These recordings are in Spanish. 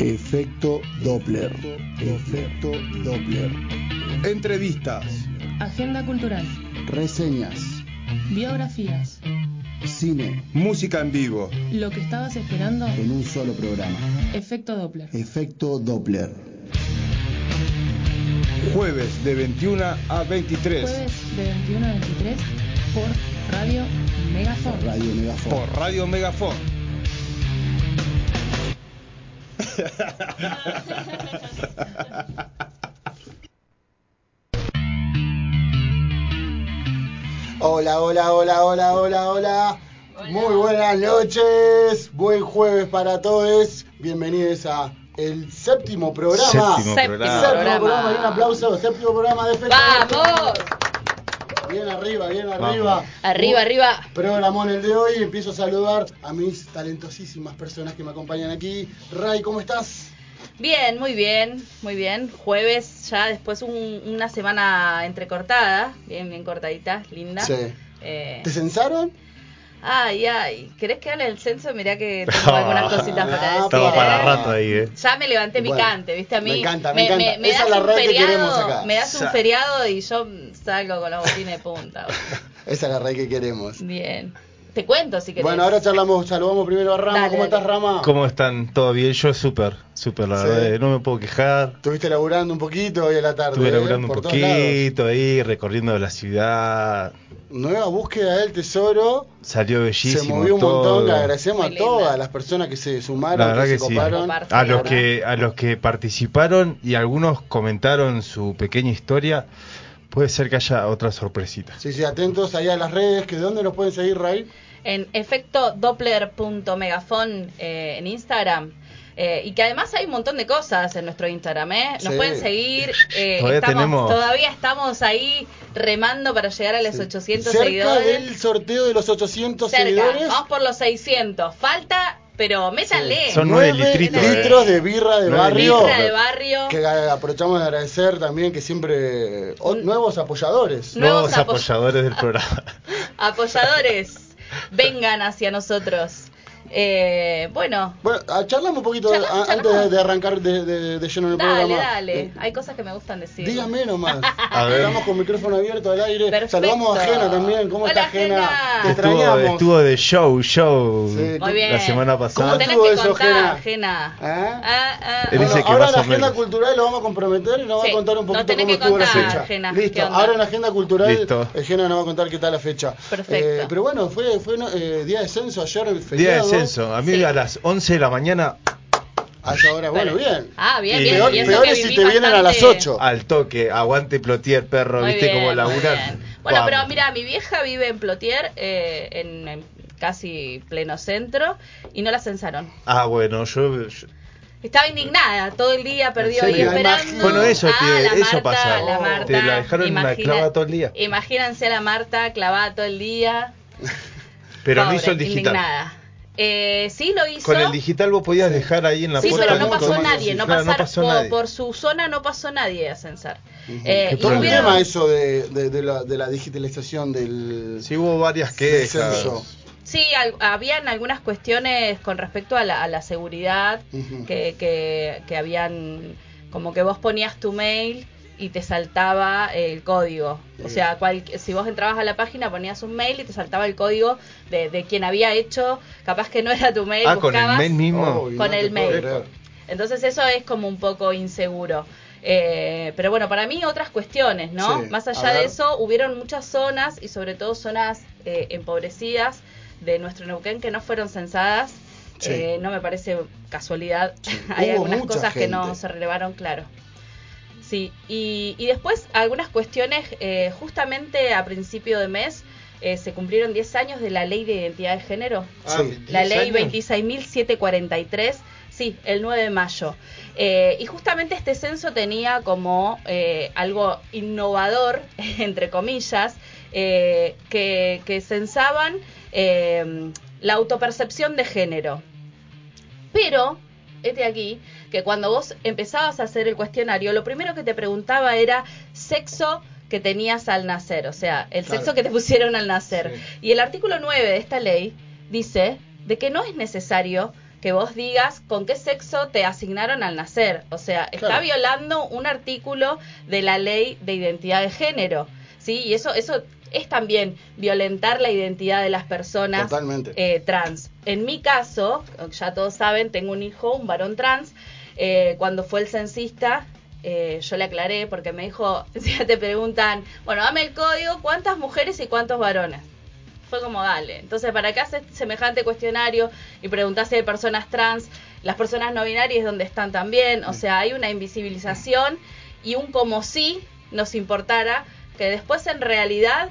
Efecto Doppler. Efecto Doppler. Entrevistas, Agenda cultural, Reseñas. biografías, Cine. música en vivo, lo que estabas esperando, En un solo programa. efecto Doppler. Efecto Doppler. jueves de 21 a 23 Jueves de 21 a 23 por Radio Megafon. Radio Megafon. por Radio Megafon. Hola, hola, hola, hola, hola, hola. Muy buenas noches. Buen jueves para todos. Bienvenidos a el séptimo programa. Séptimo Séptimo programa. programa. Y un aplauso. Séptimo programa de Efecto ¡Vamos! Doppler. Bien arriba, bien arriba. Arriba, arriba. Programón el de hoy. Empiezo a saludar a mis talentosísimas personas que me acompañan aquí. Ray, ¿cómo estás? Bien, muy bien, muy bien. Jueves, ya después un- una semana entrecortada, bien, bien cortadita, linda. Sí. Eh, ¿Te censaron? ay, ay, ¿querés que hable del censo? Mirá que tengo algunas cositas para decir. Estamos para ¿eh? rato ahí, eh. Ya me levanté Bueno, picante, ¿viste? A mí. me encanta, me encanta. Esa das es la un red que feriado, queremos acá. Me das un Sa- feriado y yo salgo con los botines de punta. Esa es la Ray que queremos. Bien. Te cuento si querés. Bueno, ahora charlamos, saludamos primero a Rama. Dale, ¿Cómo dale. estás, Rama? ¿Cómo están? ¿Todo bien? Yo súper, súper, la Sí. verdad. eh, No me puedo quejar. Estuviste laburando un poquito hoy a la tarde. Estuve ¿eh? laburando un Por todos lados. poquito ahí, recorriendo la ciudad. Nueva búsqueda del tesoro. Salió bellísimo. se movió un todo. montón. Le agradecemos Muy a todas linda. las personas que se La sumaron, verdad que, se que sí. coparon. Comparto. A los, Ahora. que, a los que participaron y algunos comentaron su pequeña historia, puede ser que haya otra sorpresita. Sí, sí, atentos ahí a las redes. que ¿Dónde nos pueden seguir, Ray? en efecto doppler.megafon eh, en Instagram. Eh, y que además hay un montón de cosas en nuestro Instagram, ¿eh? Nos Sí. pueden seguir. eh, Todavía estamos, tenemos- todavía estamos ahí remando para llegar a los 800 Cerca seguidores. del sorteo de los 800 Cerca. seguidores. Vamos por los 600. Falta, pero métanle. Son nueve Nueve litritos, eh. litros de birra de Nueve barrio. Birra de barrio. Que a- aprovechamos de agradecer también que siempre... o- Mm. nuevos apoyadores. Nuevos Nuevos apo- apoyadores del programa. Apoyadores, vengan hacia nosotros. Eh, bueno, Bueno, ah, charlamos un poquito Charlamos, a- antes charlamos. de, de arrancar de, de- de lleno en el dale, programa. dale. Eh, Hay cosas que me gustan decir. Dígame nomás. A ver. Estamos con micrófono abierto al aire. Perfecto. Saludamos a Jena también. ¿Cómo Hola, está Jena? Jena. Te Estuvo, extrañamos. estuvo de show, show. Sí, Muy bien. La semana ¿Cómo pasada. Tenés estuvo que eso, Jena? contar, Jena. ¿Ah? Ah, ah, Él Bueno, dice que ahora más en la o menos. agenda cultural lo vamos a comprometer y nos va Sí, a contar un nos poquito tenés cómo que estuvo la contar, fecha. Jena, Listo, ¿qué onda? ahora en la agenda cultural Listo. eh, Jena nos va a contar qué tal la fecha. Perfecto. Eh, pero bueno, fue, fue no, eh, día de censo ayer, Día de feriado. censo. A mí Sí. a las 11 de la mañana Hasta ahora, bueno, Pero- bien. Ah, bien, Y bien. peor- y eso peor que es si viví te vienen a las bastante- 8. al toque. Aguante Plotier, perro. Muy ¿Viste bien, cómo muy laburan? bien. Bueno, Vamos. pero mira, mi vieja vive en Plotier, eh, en, en casi pleno centro, y no la censaron. Ah, bueno, yo. yo- Estaba indignada, todo el día perdido ¿En ahí serio? esperando. Bueno, eso Ah, te- la eso Marta, pasa. La Oh. Marta, Te la dejaron clavada todo el día. Imagínense a la Marta clavada todo el día. Pero no Pobre, hizo el digital. Indignada. Eh, sí lo hizo. Con el digital vos podías dejar ahí en la sí, puerta. pero no nunca pasó más. nadie, no, Claro, pasar, pasó por, nadie. por su zona no pasó nadie a censar. Eh, Qué y Fue un Bueno. tema hubieron- eso de, de- de la, de la digitalización del Sí, hubo varias del quejas. censo. Sí, al- habían algunas cuestiones con respecto a la, a la seguridad Ujú. que, que- que habían, como que vos ponías tu mail y te saltaba el código. O sea, cual- si vos entrabas a la página ponías un mail y te saltaba el código de, de quien había hecho, capaz que no era tu mail. Ah, con el buscabas. mail mismo. Obvio, Con no el te puedo mail. creer. Entonces eso es como un poco inseguro. Eh, pero bueno, para mí otras cuestiones, ¿no? Sí, Más a allá ver. de eso, hubieron muchas zonas y sobre todo zonas eh, empobrecidas de nuestro Neuquén que no fueron censadas. Sí. Eh, no me parece casualidad. Hay Hubo algunas mucha cosas que no gente. se relevaron, claro. Sí, y, y después algunas cuestiones, eh, justamente a principio de mes eh, se cumplieron 10 años de la ley de identidad de género. Sí. La ley 26 26.743, sí, el 9 de mayo. Eh, y justamente este censo tenía como eh, algo innovador, entre comillas, eh, que, que censaban eh, la autopercepción de género. Pero, este aquí, que cuando vos empezabas a hacer el cuestionario, lo primero que te preguntaba era sexo que tenías al nacer, o sea, el Claro. sexo que te pusieron al nacer. Y el artículo 9 de esta ley dice de que no es necesario que vos digas con qué sexo te asignaron al nacer. O sea, está Claro. violando un artículo de la ley de identidad de género. ¿sí? Y eso, eso es también violentar la identidad de las personas Totalmente. eh, trans. En mi caso, ya todos saben, tengo un hijo, un varón trans. Eh, cuando fue el censista, eh, yo le aclaré porque me dijo, si te preguntan, bueno, dame el código, ¿cuántas mujeres y cuántos varones? Fue como, dale. Entonces, ¿para qué haces semejante cuestionario y preguntas de personas trans? Las personas no binarias, ¿dónde están también? O sea, hay una invisibilización y un como si nos importara que después en realidad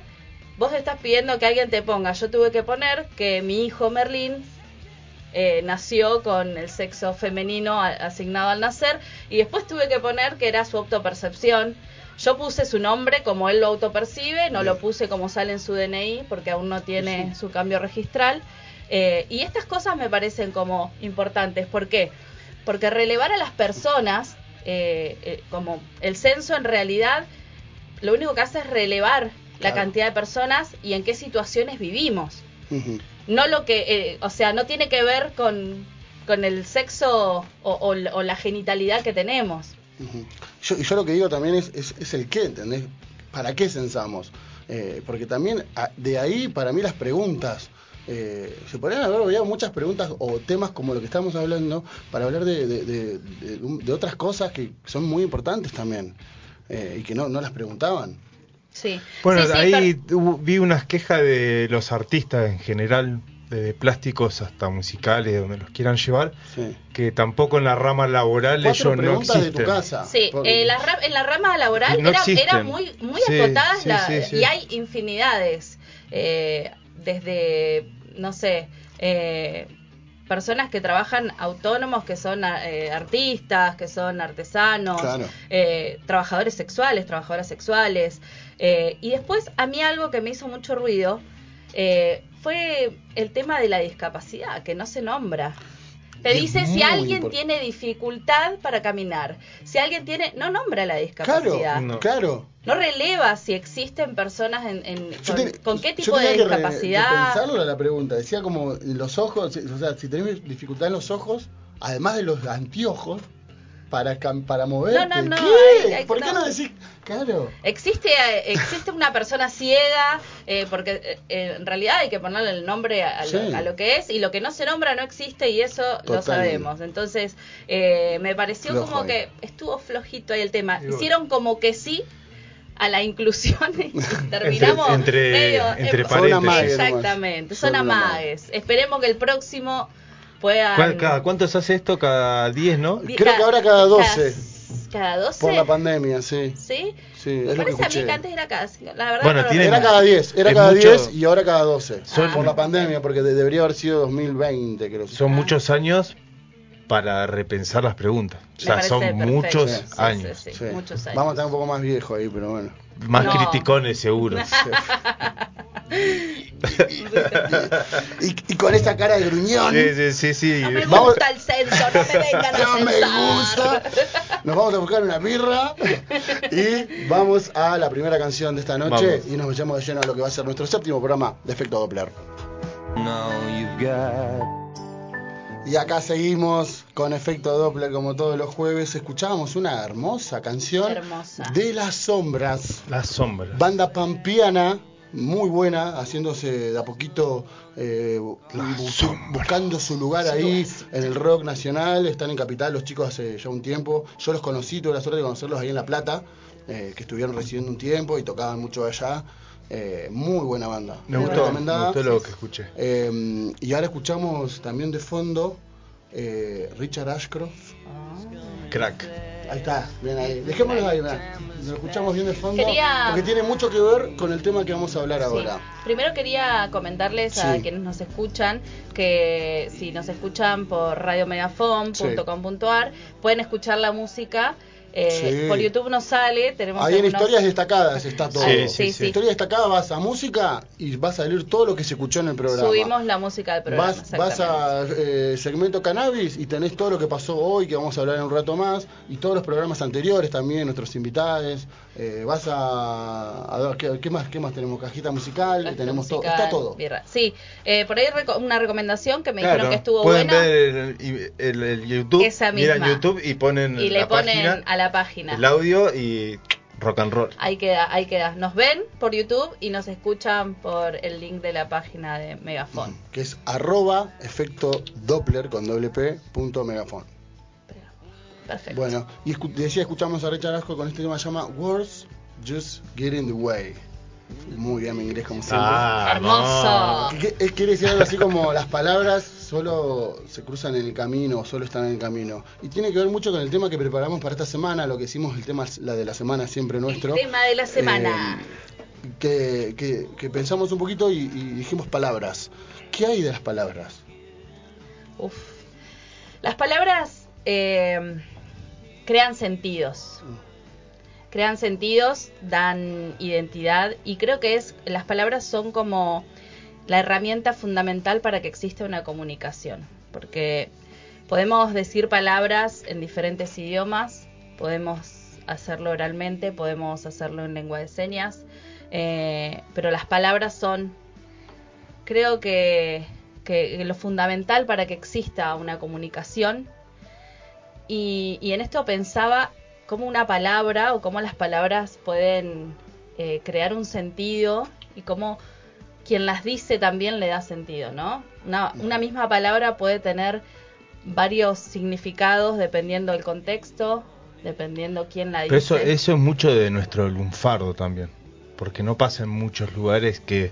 vos estás pidiendo que alguien te ponga. Yo tuve que poner que mi hijo Merlín eh, nació con el sexo femenino a- asignado al nacer y después tuve que poner que era su autopercepción. Yo puse su nombre como él lo autopercibe, no lo puse como sale en su DNI porque aún no tiene su cambio registral. Eh, y estas cosas me parecen como importantes. ¿Por qué? Porque relevar a las personas, eh, eh, como el censo en realidad, lo único que hace es relevar la Claro. cantidad de personas y en qué situaciones vivimos Ujú. no lo que, eh, o sea, no tiene que ver con, con el sexo o, o l- o la genitalidad que tenemos. Ujú. Yo, yo lo que digo también es, es, es el qué, ¿entendés? ¿Para qué censamos? Eh, porque también a- de ahí, para mí, las preguntas. eh, se podrían haber olvidado muchas preguntas o temas como lo que estamos hablando para hablar de, de- de- de- de otras cosas que son muy importantes también eh, y que no, no las preguntaban. Sí. Bueno, Sí, sí, ahí per- hubo- vi unas quejas de los artistas en general, desde plásticos hasta musicales, donde los quieran llevar, Sí. que tampoco en la rama laboral Cuatro ellos no preguntas existen. de tu casa. Sí, Porque- eh, la ra- en la rama laboral No era, existen. era muy, muy Sí, acotadas sí, la- sí, sí. y hay infinidades. eh, desde, no sé, eh, personas que trabajan autónomos, que son eh, artistas, que son artesanos, Claro. eh, trabajadores sexuales, trabajadoras sexuales. eh, y después a mí algo que me hizo mucho ruido eh, fue el tema de la discapacidad, que no se nombra. Te Y es dice si muy alguien impor- tiene dificultad para caminar, si alguien tiene, no nombra la discapacidad. Claro, no. No. claro. releva si existen personas en, en- Yo con, te- con qué yo tipo tenía de que re- discapacidad. que pensarlo la pregunta. Decía como los ojos, o sea, si tenés dificultad en los ojos, además de los anteojos, para, cam- para moverte. No, no, no, ¿Qué? hay- hay- ¿Por qué no. no decís? Claro. Existe, eh, existe una persona ciega, eh, porque eh, eh, en realidad hay que ponerle el nombre a, a Sí. lo, a lo que es, y lo que no se nombra no existe, y eso lo Totalmente. sabemos. Entonces, eh, me pareció Flojo como ahí. que estuvo flojito ahí el tema. Y bueno. Hicieron como que sí a la inclusión y terminamos entre- medio entre em- Son paréntesis. amagues nomás. Exactamente, son Son amagues. amagues. Esperemos que el próximo pueda. ¿Cuál- cada, ¿Cuántos hace esto? Cada 10, ¿no? Di- Creo que ahora cada 12. Cada, 12. Por la pandemia, sí. ¿sí. Sí, Me es lo que parece a mí escuché. que antes era cada cinco. La verdad Bueno, no lo tienen- Era recuerdo. cada 10, era Es cada mucho- 10 y ahora cada 12. Son- por la pandemia, porque de- debería haber sido 2020, creo. ah. Son muchos años para repensar las preguntas. O Me sea, parece son perfecto. muchos Sí, sí, años. sí, Sí. muchos años. Vamos a estar un poco más viejo ahí, pero bueno. Más No. criticones, seguro. Y, y con esa cara de gruñón. Sí, sí, sí. sí. No me gusta Vamos- el censo, no me vengan a No me censar. gusta. Nos vamos a buscar una birra y vamos a la primera canción de esta noche Vamos. y nos metemos de lleno a lo que va a ser nuestro séptimo programa de Efecto Doppler. Y acá seguimos con Efecto Doppler como todos los jueves. Escuchábamos una hermosa canción Hermosa. de Las Sombras. Las sombras. Banda pampiana, muy buena, haciéndose de a poquito, eh, bu- bu- buscando su lugar ahí en el rock nacional. Están en Capital los chicos hace ya un tiempo. Yo los conocí, tuve la suerte de conocerlos ahí en La Plata, eh, que estuvieron residiendo un tiempo y tocaban mucho allá. Eh, muy buena banda. Me Muy gustó, me recomendada. gustó lo que escuché. Eh, y ahora escuchamos también de fondo eh, Richard Ashcroft. Crack. Ahí está, bien ahí. Dejémoslo ahí, mirá. Lo escuchamos bien de fondo. Quería- Porque tiene mucho que ver con el tema que vamos a hablar Sí. ahora. Primero quería comentarles a Sí. quienes nos escuchan que si nos escuchan por radiomegafon.com.ar pueden escuchar la música Eh, Sí. Por YouTube no sale, tenemos Ahí en algunos- historias destacadas está todo. Sí, Sí, sí, sí, sí. Historia destacada vas a música y va a salir todo lo que se escuchó en el programa. Subimos la música del programa. Vas, vas a eh, segmento cannabis y tenés todo lo que pasó hoy, que vamos a hablar en un rato más, y todos los programas anteriores también, nuestros invitados. Eh, vas a, a ver, ¿qué, qué más, ¿qué más tenemos? Cajita musical, Nuestra tenemos todo, musical, está todo. birra. Sí, eh, por ahí reco- una recomendación que me dijeron Claro, que estuvo pueden buena ver el, el- el YouTube, Esa miran misma. YouTube y ponen y le la ponen página, a la página. el audio y rock and roll. Ahí queda, ahí queda. Nos ven por YouTube y nos escuchan por el link de la página de Megafon. Que es arroba efecto Doppler con doble P punto megafon. Perfecto. Bueno, y escu- decía, escuchamos a Richard Asco con este tema que se llama Words Just Get in the Way. Muy bien mi inglés como siempre. Ah. Hermoso. Que- que- Quiere decir algo así como las palabras solo se cruzan en el camino, solo están en el camino. Y tiene que ver mucho con el tema que preparamos para esta semana, lo que hicimos, el tema, la de la semana siempre nuestro. El tema de la semana. Eh, que, que- que pensamos un poquito y, y dijimos palabras. ¿Qué hay de las palabras? Uf. Las palabras eh, crean sentidos. Crean sentidos, dan identidad y creo que es las palabras son como la herramienta fundamental para que exista una comunicación, porque podemos decir palabras en diferentes idiomas, podemos hacerlo oralmente, podemos hacerlo en lengua de señas, eh, pero las palabras son creo que, que lo fundamental para que exista una comunicación. Y, y en esto pensaba cómo una palabra o cómo las palabras pueden eh, crear un sentido y cómo quien las dice también le da sentido, ¿no? Una, una misma palabra puede tener varios significados dependiendo del contexto, dependiendo quién la dice. Pero eso, eso es mucho de nuestro lunfardo también, porque no pasa en muchos lugares que,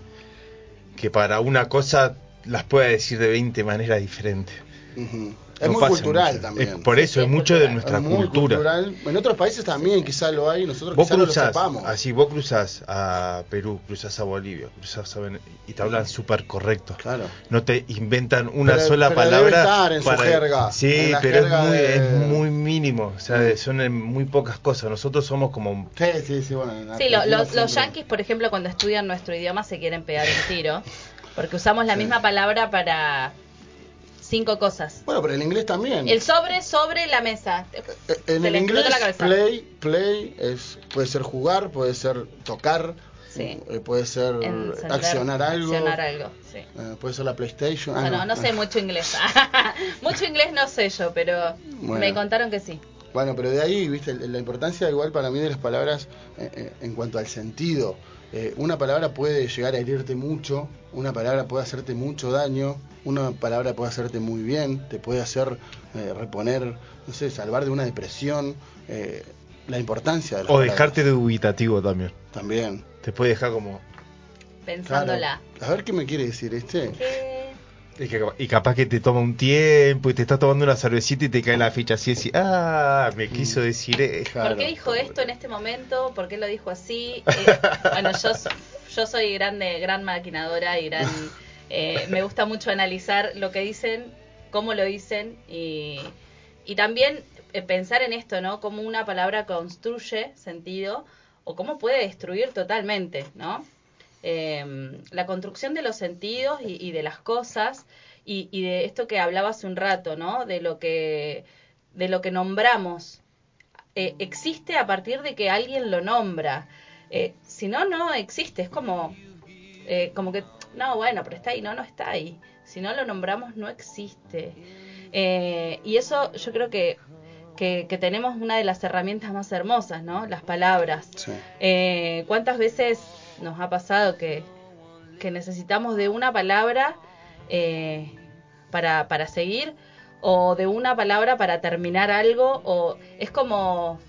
que para una cosa las pueda decir de 20 maneras diferentes. Ujú. Es No muy pasa cultural mucho. también. Es- por eso Sí, es, es mucho cultural. de nuestra Es muy cultura. cultural. En otros países también quizás lo hay, nosotros Vos quizás no lo cruzás, sepamos. así vos cruzás a Perú, cruzás a Bolivia, cruzás a Vene- y te hablan súper correcto. Claro. No te inventan una Pero- sola pero palabra. debe estar en su jerga, Sí, en la pero jerga es, muy, de- es muy mínimo. O sea, Mm. son en muy pocas cosas. Nosotros somos como. Sí, sí, sí, bueno. en Sí, lo- Argentina lo- siempre- los yanquis, por ejemplo, cuando estudian nuestro idioma se quieren pegar un tiro, porque usamos la misma palabra para cinco cosas. Bueno, pero el inglés también. El sobre sobre la mesa. Eh, Se En le el explota inglés, la cabeza. play, play es, puede ser jugar, puede ser tocar, Sí. eh, puede ser Encender, accionar algo, accionar algo, sí. eh, puede ser la PlayStation. ah, Bueno, no sé ah. mucho inglés. mucho inglés no sé yo, pero Bueno. me contaron que sí. Bueno, pero de ahí, viste, el- la importancia igual para mí de las palabras eh, eh, en cuanto al sentido. Eh, una palabra puede llegar a herirte mucho, una palabra puede hacerte mucho daño, una palabra puede hacerte muy bien, te puede hacer eh, reponer, no sé, salvar de una depresión. eh, la importancia de las O palabras dejarte dubitativo también. También. Te puede dejar como. Claro. Pensándola. Eh, A ver qué me quiere decir este. ¿Qué? Y, que- y capaz que te toma un tiempo y te estás tomando una cervecita y te cae la ficha así, así. Ah, Mm. me quiso decir. eh". ¿Por qué dijo esto en este momento? ¿Por qué lo dijo así? Eh, bueno, yo, so- yo soy grande, gran maquinadora y gran... eh, me gusta mucho analizar lo que dicen, cómo lo dicen y, y también eh, pensar en esto, ¿no? Cómo una palabra construye sentido o cómo puede destruir totalmente, ¿no? eh, la construcción de los sentidos y, y de las cosas y, y de esto que hablaba hace un rato, ¿no? De lo que de lo que nombramos eh, existe a partir de que alguien lo nombra. Eh, si no, no existe. Es como, eh, como que, no, bueno, pero está ahí, no, no está ahí. Si no lo nombramos, no existe. Eh, y eso yo creo que, que, que tenemos una de las herramientas más hermosas, ¿no? Las palabras. Sí. Eh, ¿Cuántas veces nos ha pasado que, que necesitamos de una palabra eh, para, para seguir o de una palabra para terminar algo? o Es como,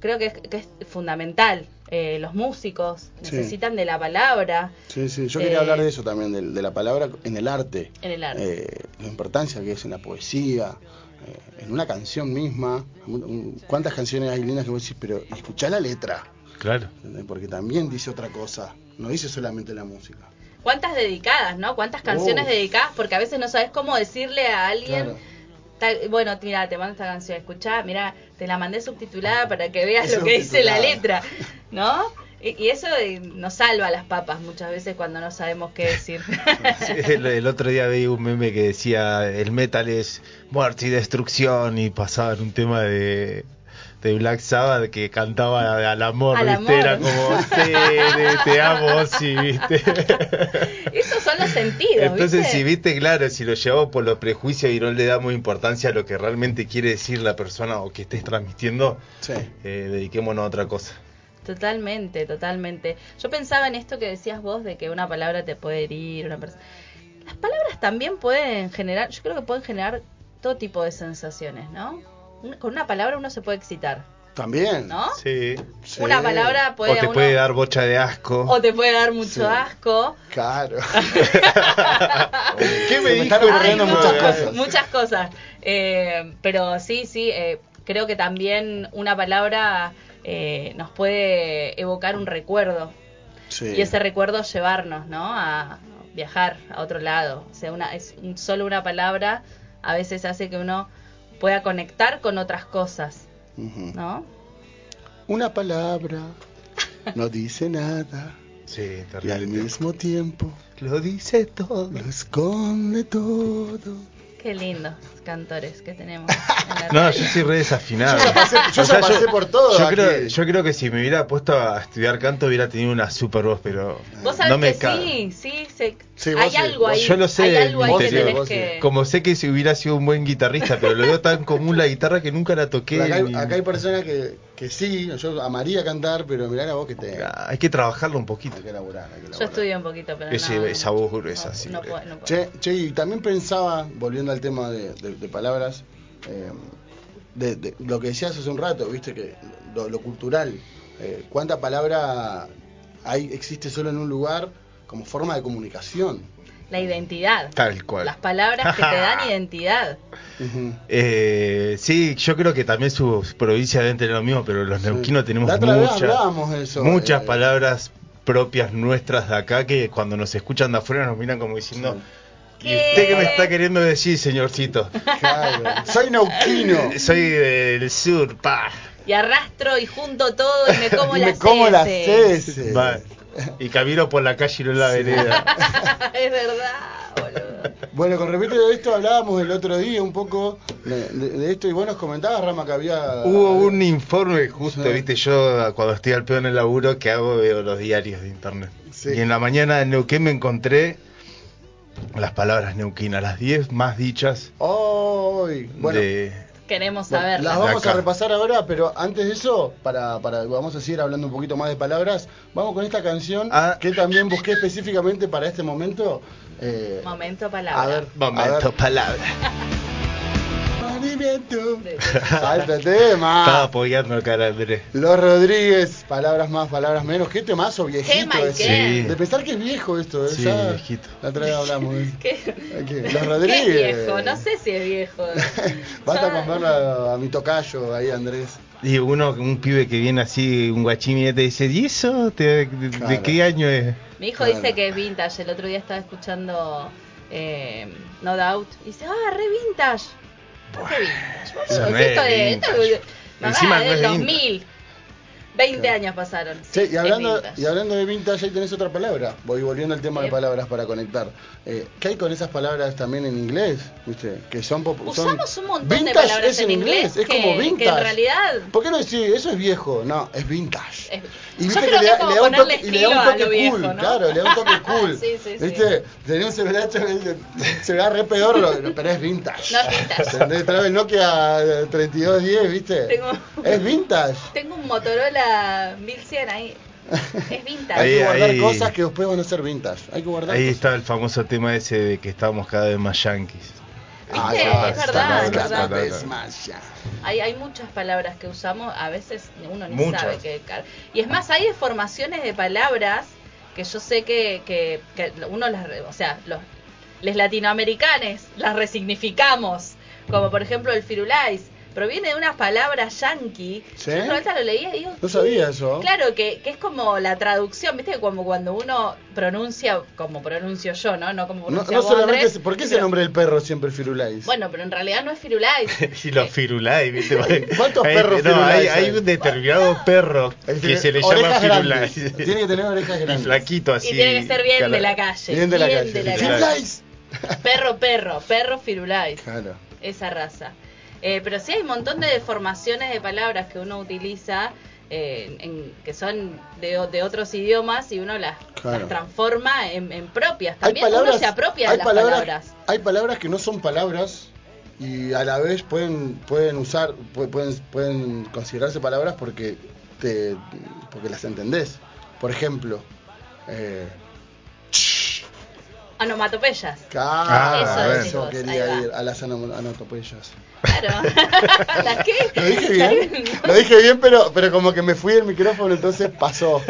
creo que es, que es fundamental. Eh, los músicos Sí. necesitan de la palabra Sí, sí, yo quería Eh, hablar de eso también, del- de, la palabra en el arte. en el arte. Eh, la importancia que es en la poesía, eh, en una canción misma. Un- un- ¿Cuántas canciones hay lindas que vos decís, pero escuchá la letra? Claro. ¿entendés? Porque también dice otra cosa, no dice solamente la música. ¿Cuántas dedicadas, no? ¿Cuántas canciones Uf. dedicadas? Porque a veces no sabes cómo decirle a alguien Claro. tal- bueno, mira, te mando esta canción, escuchá, mira, te la mandé subtitulada para que veas lo que dice la letra, Subtitulada. ¿no? Y, y eso eh, nos salva las papas muchas veces cuando no sabemos qué decir. Sí, El, el otro día veía un meme que decía el metal es muerte y destrucción y pasaban un tema de, de Black Sabbath que cantaba al amor, Al ¿viste? Era amor. como sí, de- te amo, sí, ¿viste? Esos son los sentidos, Entonces, ¿viste? si viste, claro, si lo llevamos por los prejuicios y no le damos importancia a lo que realmente quiere decir la persona o que estés transmitiendo, Sí. eh, dediquémonos a otra cosa. Totalmente, totalmente. Yo pensaba en esto que decías vos de que una palabra te puede herir, una persona. Las palabras también pueden generar, yo creo que pueden generar todo tipo de sensaciones, ¿no? Un- Con una palabra uno se puede excitar, También. ¿no? Sí. Sí. Una palabra puede, o a te uno- puede dar bocha de asco. o te puede dar mucho Sí. asco. Claro. Se ¿Qué me me dijo? están ocurriendo Ay, no, muchas cosas. muchas cosas. Eh, pero sí, sí, eh, creo que también una palabra eh, nos puede evocar un recuerdo. Sí. y ese recuerdo llevarnos, ¿no? A viajar a otro lado. O sea, una, es un- solo una palabra a veces hace que uno pueda conectar con otras cosas, Ujú. ¿no? Una palabra no dice nada Sí, y al terrible. mismo tiempo Lo dice todo. lo esconde todo. Qué lindos cantores que tenemos. en la No, radio. yo soy re desafinado. Yo ya pasé- yo ya pasé por todo Yo aquí. creo, yo creo que si me hubiera puesto a estudiar canto hubiera tenido una super voz, pero Eh, Vos sabés no me que cabe. sí, sí, se- Sí, vos hay sí, algo vos- ahí. Yo lo sé hay del algo ahí que interior, tenés vos sí. que... Como sé que si hubiera sido un buen guitarrista, pero lo veo tan común la guitarra que nunca la toqué. Pero Acá hay, ni- acá hay personas que, que sí, yo amaría cantar, pero mirá la voz que te. Hay Ah, hay que trabajarlo un poquito. que laburar, hay que Yo laburar. estudié un poquito, pero Ese- no, esa voz gruesa, no, sí. no puedo, no puedo. Che, che, y también pensaba, volviendo al tema de, de- de palabras, eh, de, de lo que decías hace un rato, viste, que lo, lo cultural, eh, cuánta palabra hay, existe solo en un lugar como forma de comunicación. La identidad. Tal cual. Las palabras que te dan identidad. Mm. Eh, sí, yo creo que también sus provincias deben tener lo mismo, pero los neuquinos tenemos La otra vez muchas, hablábamos de eso, muchas eh, palabras propias nuestras de acá que cuando nos escuchan de afuera nos miran como diciendo, Sí. ¿y usted qué me está queriendo decir, señorcito? claro. Soy nauquino. Soy del sur, pa. Y arrastro y junto todo y me como y las me como las heces. heces. Va. Y camino por la calle y no en la vereda. es verdad, boludo. Bueno, con respecto de esto hablábamos el otro día un poco de, de- de esto y vos nos comentabas, Rama, que había... Hubo un informe justo, Sí. viste, yo cuando estoy al pedo en el laburo que hago veo los diarios de internet. Sí. Y en la mañana en Neuquén me encontré las palabras neuquinas, las 10 más dichas Hoy. Bueno, de... Queremos Bueno, saberla. Las vamos Acá. a repasar ahora, pero antes de eso, para, para vamos a seguir hablando un poquito más de palabras, vamos con esta canción Ah. que también busqué específicamente para este momento. eh, Momento palabra. a ver, a Momento, ver. palabras. Movimiento. De- de- Salta el Estaba tema. apoyando acá a Andrés. Los Rodríguez, palabras más, palabras menos. Qué temazo viejito. Tema y ese. qué. Sí. De pensar que es viejo esto, ¿eh? Sí, Ya viejito. La otra vez hablamos. ¿eh? ¿Qué? Aquí, Los ¿Qué Rodríguez. viejo? No sé si es viejo. Basta Ya- con verlo a, a mi tocayo ahí, Andrés. Y uno, un pibe que viene así, un guachín, y te dice, ¿y eso? ¿Te- de, de Claro. qué año es? Mi hijo Claro. dice que es vintage. El otro día estaba escuchando eh, No Doubt. Y dice, ah, re vintage. Re vintage. eso boludo, no si es esto de- vintage. esto de- Encima Mamá, no del es 2000. 20 años pasaron. Sí, Sí, y es hablando, vintage. y hablando de vintage, ahí tenés otra palabra. Voy volviendo al tema de Sí. palabras para conectar. Eh, ¿Qué hay con esas palabras también en inglés? ¿Viste? Que son pop- son- Usamos un montón de Vintage palabras es en inglés, que- Es como que en vintage. realidad- ¿Por qué no decís eso es viejo? No, es vintage. Es- Y Yo viste que creo le, que da- es como le da un ponerle toque, y le da un estilo a toque lo viejo, cool, ¿no? claro, le da un toque cool. Sí, sí, sí. ¿Viste? Tenía un celular, se ve re peor, pero es vintage. No, es vintage. ¿Entendés? Trae el Nokia eh, 3210, ¿viste? Tengo- Es vintage. Tengo un Motorola 1100 ahí. Es vintage. Hay que guardar ahí- cosas que después van a ser vintage. Hay que guardar. Ahí cosas. está el famoso tema ese de que estábamos cada vez más yanquis. Ah, Viste, ya es está, verdad, está, es está, verdad. está, está, está. Hay, hay muchas palabras que usamos, a veces uno ni Muchas. sabe qué. car- Y es más, hay deformaciones de palabras que yo sé que, que, que uno las. re- O sea, los les latinoamericanes las resignificamos. Como por ejemplo el firulais. proviene de unas palabras yankee. ¿Sí? Yo en otra lo leía y digo. No "Sí". sabía eso. Claro, que, que es como la traducción, ¿viste? Como cuando uno pronuncia, como pronuncio yo, ¿no? No como No, pronuncia no vos, solamente. Andrés, se- ¿Por qué ese pero- nombre del perro siempre es Firulais? Bueno, pero en realidad no es Firulais. Y los firulais, ¿viste? ¿Cuántos Hay- perros No, hay, firulais hay hay? un determinado perro Es que decir, se le llama orejas firulais. grandes. Tiene que tener orejas Y grandes. flaquito así. y tiene que ser bien cara- de la calle. Bien de la calle. Firulais. Perro, perro, perro Firulais. Claro. esa raza. Eh, pero sí hay un montón de deformaciones de palabras que uno utiliza eh, en- que son de, o- de otros idiomas y uno las, Claro. las transforma en, en propias. También uno se apropia de hay las palabras, palabras. Hay palabras que no son palabras y a la vez pueden pueden usar pu- pueden pueden considerarse palabras porque te porque las entendés. Por ejemplo, eh, Onomatopeyas. ah, Eso, a ver. eso chicos, quería ahí va. ir a las ano- anotopeyas. Claro. ¿Las qué? Lo dije bien, lo dije bien, pero pero como que me fui del micrófono, entonces pasó,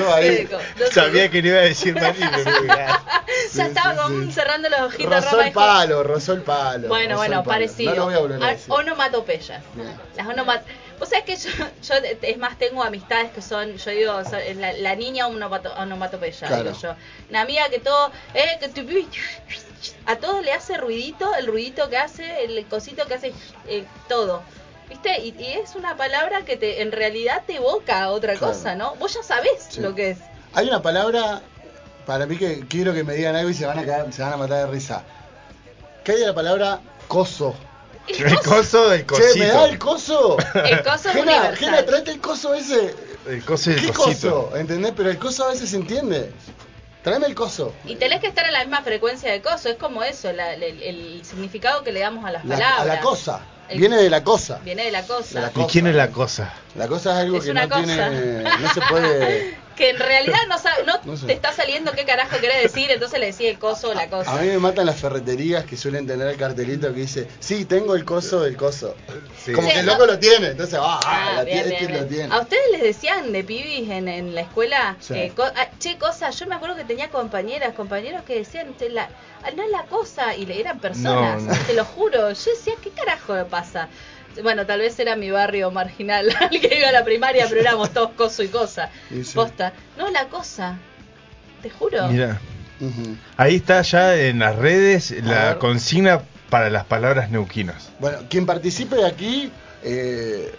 No sé, ahí. co- no sé. Sabía que le iba a decir mal y me fui, ah. Ya estaba con- cerrando los ojitos Rozó Rafa el dijo, palo, rozó el palo. Bueno, rozó bueno, el palo. parecido. No lo voy a volver a Ah, decir. Onomatopeyas. Bien. Las onomat... Vos sabés que yo, yo, es más, tengo amistades que son, yo digo, son- es la, la niña onomato- onomatopeya, Claro. digo yo. Una amiga que todo, eh, que tu- a todo le hace ruidito, el ruidito que hace, el cosito que hace, eh, todo. ¿Viste? Y, y es una palabra que te, en realidad te evoca otra Claro. cosa, ¿no? Vos ya sabés Sí. lo que es. Hay una palabra para mí que quiero que me digan algo y se van a, cagar- se van a matar de risa. ¿Qué hay de la palabra coso? El coso del cosito. Che, ¿me da el coso? El coso es Gena, universal. Gena, tráete el coso ese. El coso del ¿Qué cosito. coso? ¿Entendés? Pero el coso a veces se entiende. Tráeme el coso. Y tenés que estar a la misma frecuencia de coso, es como eso, la- el, el significado que le damos a las La, palabras. a la cosa. El- Viene de la cosa. Viene de la cosa. De la ¿Y cosa. quién es la cosa? La cosa es algo Es que una no tiene. No se puede. Que en realidad no, sabe- no, No sé. te está saliendo qué carajo querés decir, entonces le decís el coso o la A cosa. mí me matan las ferreterías que suelen tener el cartelito que dice, sí, tengo el coso del coso. Sí. Como Sí, que el no- loco lo tiene, entonces, ah, Ah, la bien, tiene, bien, este lo bien. tiene. ¿A ustedes les decían de pibis en, en la escuela? Sí. eh, co- ah, che, cosa, yo me acuerdo que tenía compañeras, compañeros que decían, "Te la, ah, no es la cosa, y le eran personas, No, no. te lo juro. Yo decía, ¿qué carajo me pasa? Bueno, tal vez era mi barrio marginal, al que iba a la primaria, pero éramos todos coso y cosa. Y sí. Posta. No, la cosa. Te juro. Mira, Ujú. ahí está ya en las redes la ver. consigna para las palabras neuquinas. Bueno, quien participe de aquí, eh,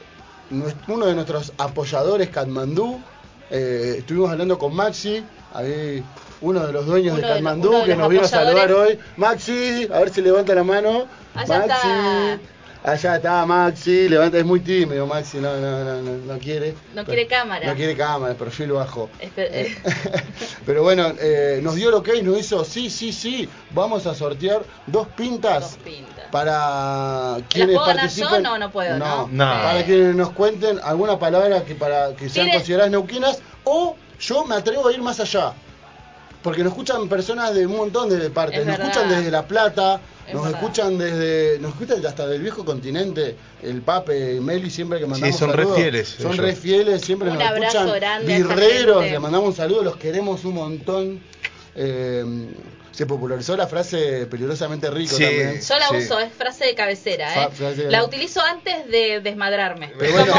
nues- uno de nuestros apoyadores, Katmandú, eh, estuvimos hablando con Maxi, ahí, uno de los dueños Uno de de Katmandú, los- uno de que los nos vino a saludar hoy. apoyadores. Maxi, a ver si levanta la mano. Allá Maxi. Allá está Maxi, levanta, es muy tímido Maxi, no, no, no, no, no quiere. No quiere cámara. No quiere cámara, perfil bajo. Espe- eh, Pero bueno, eh, nos dio el ok, nos hizo, sí, sí, sí, vamos a sortear dos pintas dos pintas. para quienes puedo ganar yo? participen. No, no puedo, ¿no? No. Para quienes nos cuenten alguna palabra que para que sean Tire- consideradas neuquinas o yo me atrevo a ir más allá. Porque nos escuchan personas de un montón de partes, Es nos verdad. escuchan desde La Plata, Es nos verdad. escuchan desde nos escuchan hasta del viejo continente, el Pape, Meli siempre que mandamos son re saludos. fieles Son ellos. re fieles, siempre Un nos abrazo escuchan. grande a esa Birreros, gente. le mandamos un saludo, los queremos un montón. Eh, se popularizó la frase peligrosamente rico Sí. también. Yo la Sí. uso, es frase de cabecera, Fa- ¿eh? frase de- La utilizo antes de desmadrarme. Pero bueno,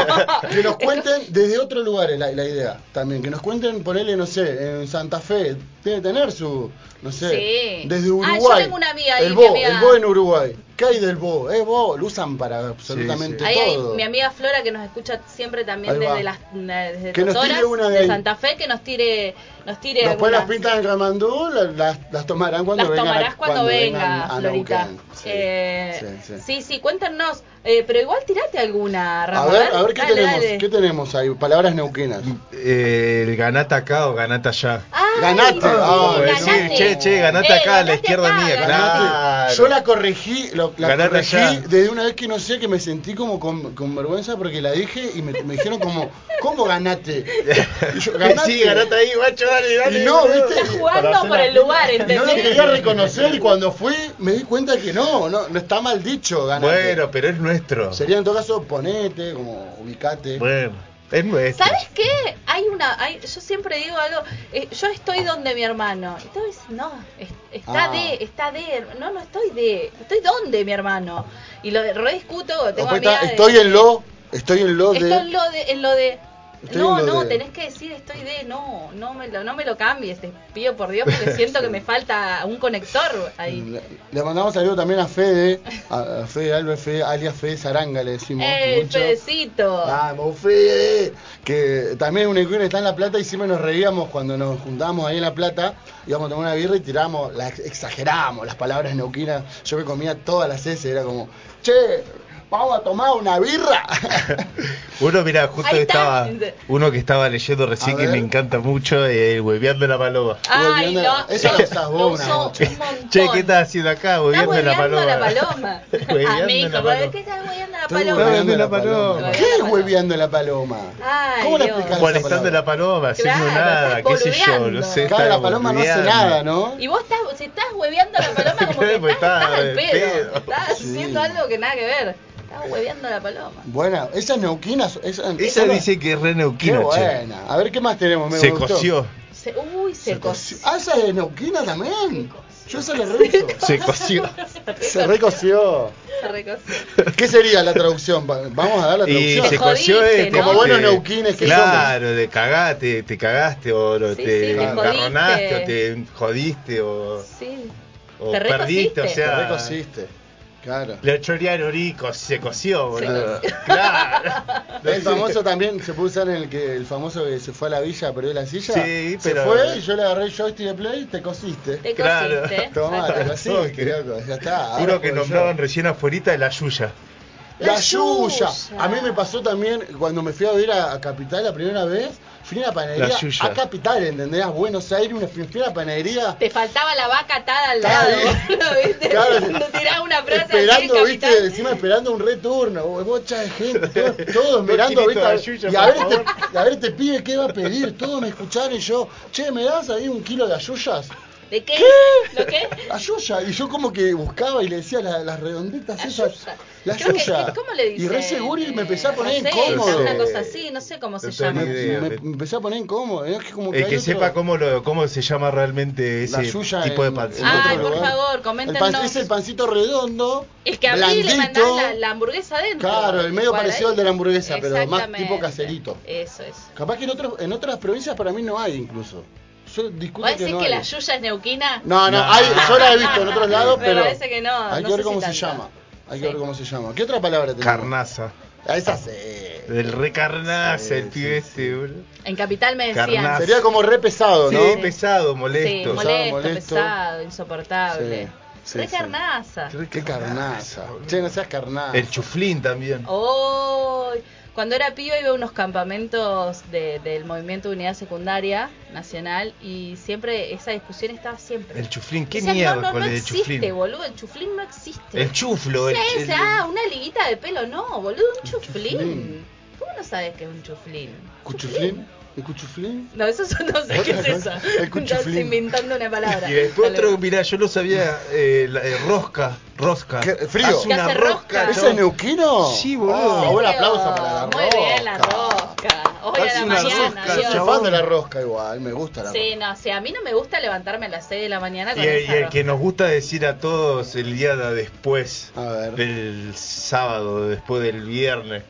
que nos cuenten desde otro lugar es la, la idea también. Que nos cuenten, ponele, no sé, en Santa Fe. Tiene que tener su, no sé, Sí. desde Ah, Uruguay. yo tengo una amiga ahí, el mi Bo, amiga- el Bo en Uruguay. ¿Qué hay del Bo? Eh, Bo, lo usan para absolutamente Ahí hay todo. mi amiga Flora que nos escucha siempre también Ahí va. desde las eh, desde Que nos Totoras, tire una de de ahí. Santa Fe que nos tire nos tire Después las algunas. pintas en Ramandú, la- las, las tomarán cuando Las vengan. a- tomarás cuando, venga, vengan a Florita. Neuquén. Sí, Eh, sí, sí. sí, sí, cuéntanos. Eh, pero igual tirate alguna, A Rafa. ver, a ver qué Dale, tenemos, dale. qué tenemos ahí, palabras neuquinas. Eh, el ganata acá o ganata allá. Ay, Ganate. Ah, ganate. Eh, sí, che, che, ganate acá, a la ganate izquierda mía, ganate. claro. Ganate. Yo la corregí, lo- la Ganate corregí allá. desde una vez que no sé que me sentí como con, con vergüenza porque la dije y me, me dijeron como, ¿cómo ganate? Y yo, ganate. Sí, ganate ahí, guacho, dale, dale. Y no, boludo. viste. Está Para jugando hacer por la el lugar, Y no lo ¿entendés? quería reconocer y cuando fui me di cuenta que no, no, no está mal dicho ganate. Bueno, pero es nuestro. Sería en todo caso ponete, como ubicate. Bueno. Es nuestra. ¿Sabes qué? Hay una, hay- yo siempre digo algo, eh, yo estoy donde mi hermano. Y todos dicen, no, es- está Ah. de, está de, no, no estoy de, estoy donde mi hermano. Y lo rediscuto, tengo Después está, amigas de- estoy en lo, estoy en lo Estoy en de. lo de, en lo de Estoy no, en lo no, de- tenés que decir estoy de, no, no me lo, no me lo cambies, te pido por Dios porque siento que me falta un conector ahí. Le, le mandamos saludo también a Fede, a, a Fede Alves, Fede, alias Fede Saranga, le decimos. ¡Ey, mucho. Fedecito! Vamos, Fede. Que también un encuentro está en La Plata y siempre nos reíamos cuando nos juntábamos ahí en La Plata, íbamos a tomar una birra y tiramos, la, exagerábamos las palabras neuquinas. Yo me comía todas las S, era como, che, vamos a tomar una birra. Uno, mira, justo Ahí está. estaba. Uno que estaba leyendo recién A que ver. me encanta mucho, eh, hueveando la paloma. Ay, volviendo a la- no, Ah, esa la lo- usás vos lo una usó noche. un montón. Che, ¿qué estás haciendo acá? Está Hueveando la hueveando paloma. la paloma. A Hueveando mi la hijo, paloma. ¿qué estás hueveando la Estoy paloma? hueveando. hueveando la paloma. ¿Qué es hueveando la paloma? Ay, ¿Cómo la Dios. explicás esa Molestando palabra? la paloma, haciendo Claro, nada, está qué sé yo, no boludeando. sé. Claro, está la paloma no hace boludeando. nada, ¿no? Y vos estás, si estás hueveando la paloma como que Claro, estás, está estás al al pedo. pedo. Estás Sí. haciendo algo que nada que ver. Estás hueveando la paloma. Bueno, esas neuquinas, esas, Ella dice que es re Qué neuquina, che. buena. A ver, ¿qué más tenemos? Me Se gustó. coció, Se- uy, se, Se coció. coció. Ah, esa es de neuquina también. Yo esa la reviso. se coció. Se recoció. Se recoció. ¿Qué sería la traducción? Va- Vamos a dar la Y traducción. se Te coció jodiste, este. ¿no? Como buenos te- neuquines que Claro, te cagaste, te cagaste o lo- Sí, te sí, te engarronaste jodiste. o te jodiste o, Sí. o Te perdiste, recociste. o Te sea. recociste. Claro. Le chorearon rico, se coció, boludo. coció. Claro. El famoso también se puede usar en el que el famoso que se fue a la villa, perdió la silla. Sí, pero- Se fue, yo le agarré el joystick de play y te cosiste. Te Claro. cosiste. eh. Toma, te cosiste, Toque. loco. Ya está. ahora Uno puedo que Ah, pues yo. nombraban recién afuera de la Yuya. La La Yuya. Yuya. A mí me pasó también cuando me fui a ver a, a Capital la primera vez. Fui a una panadería La Yuya. a Capital, ¿entendés? A Buenos Aires, una, fui a una panadería. Te faltaba la vaca atada al Está lado, bien. boludo, ¿viste? Claro. Cuando tirás una frase esperando, así, viste, capitán. encima esperando un retorno, bo- bocha de gente, todo- todo esperando, Dos viste, kilitos a- de yuya, y a por ver, este, a ver este pibe qué va a pedir, todos me escucharon y yo, che, ¿me das ahí un kilo de ayuyas? ¿De qué? ¿Lo qué? Ayuya, y yo como que buscaba y le decía la- las redonditas esas, Ayuya. la Creo que- ayuya, ¿Cómo le dicen? y re seguro y me empecé a poner no sé, incómodo. Una cosa así, no sé cómo se No tengo llama. me, ni idea. me- me empecé a poner incómodo. Es que como que El hay que otro- sepa cómo, lo, cómo se llama realmente la ese Yuya tipo de en- en pancito. Ay, otro por lugar. favor, El coméntenos. pan- es el pancito redondo. El que abrí y le blandito. mandaba la, la hamburguesa adentro. Claro, el medio Igual parecido ahí. al de la hamburguesa, pero más tipo Exactamente. caserito. Eso, eso. Capaz que en, otros, en otras provincias para mí no hay incluso. Yo discuto ¿Vos que decís no que hay. la Yuya es neuquina? No, no, No. hay- yo la he visto en otros lados, Me pero. parece que no, Hay no que sé ver cómo si se tanto. llama. Hay Sí. que ver cómo se llama. ¿Qué otra palabra tenemos? Carnaza. Ah, Esa sí. Del re carnaza, Sí, el pibe sí, este, boludo. En Capital me decían. Carnaza. Sería como re pesado, Sí, ¿no? pesado, Sí, molesto. molesto, Pesado, molesto. pesado, insoportable. Sí, sí, Re sí. carnaza. Qué carnaza. Che, no seas carnaza. El chuflín también. Oh, cuando era piba iba a unos campamentos de- del Movimiento de Unidad Secundaria Nacional y siempre esa discusión estaba siempre. El chuflín, ¿qué Decían, mierda no, no, no con el existe, chuflín? boludo, el chuflín no existe. El chuflo, el, Esa es, el- ah, una liguita de pelo, no, boludo, un chuflín. chuflín. ¿Cómo no sabes qué es un chuflín? ¿Cuchuflín? ¿El cuchuflín? No, eso es- no sé qué es eso. El cuchuflín. Estás inventando una palabra. Y después Dale. otro, mirá, yo no sabía, eh, la- eh, rosca, rosca. ¿Qué? ¿Frío? Hace ¿Qué una hace rosca, rosca? ¿Ese es chabón. neuquino? Sí, boludo. Ah, un aplauso para la Muy rosca. bien, la rosca. Hoy a Hace la una mañana. rosca, Yo Dios. soy fan de la rosca igual, me gusta la Sí, rosca. no, o sea, a mí no me gusta levantarme a las 6 de la mañana Y con el, esa y el ropa. que nos gusta decir a todos el día de después A ver. del sábado, después del viernes.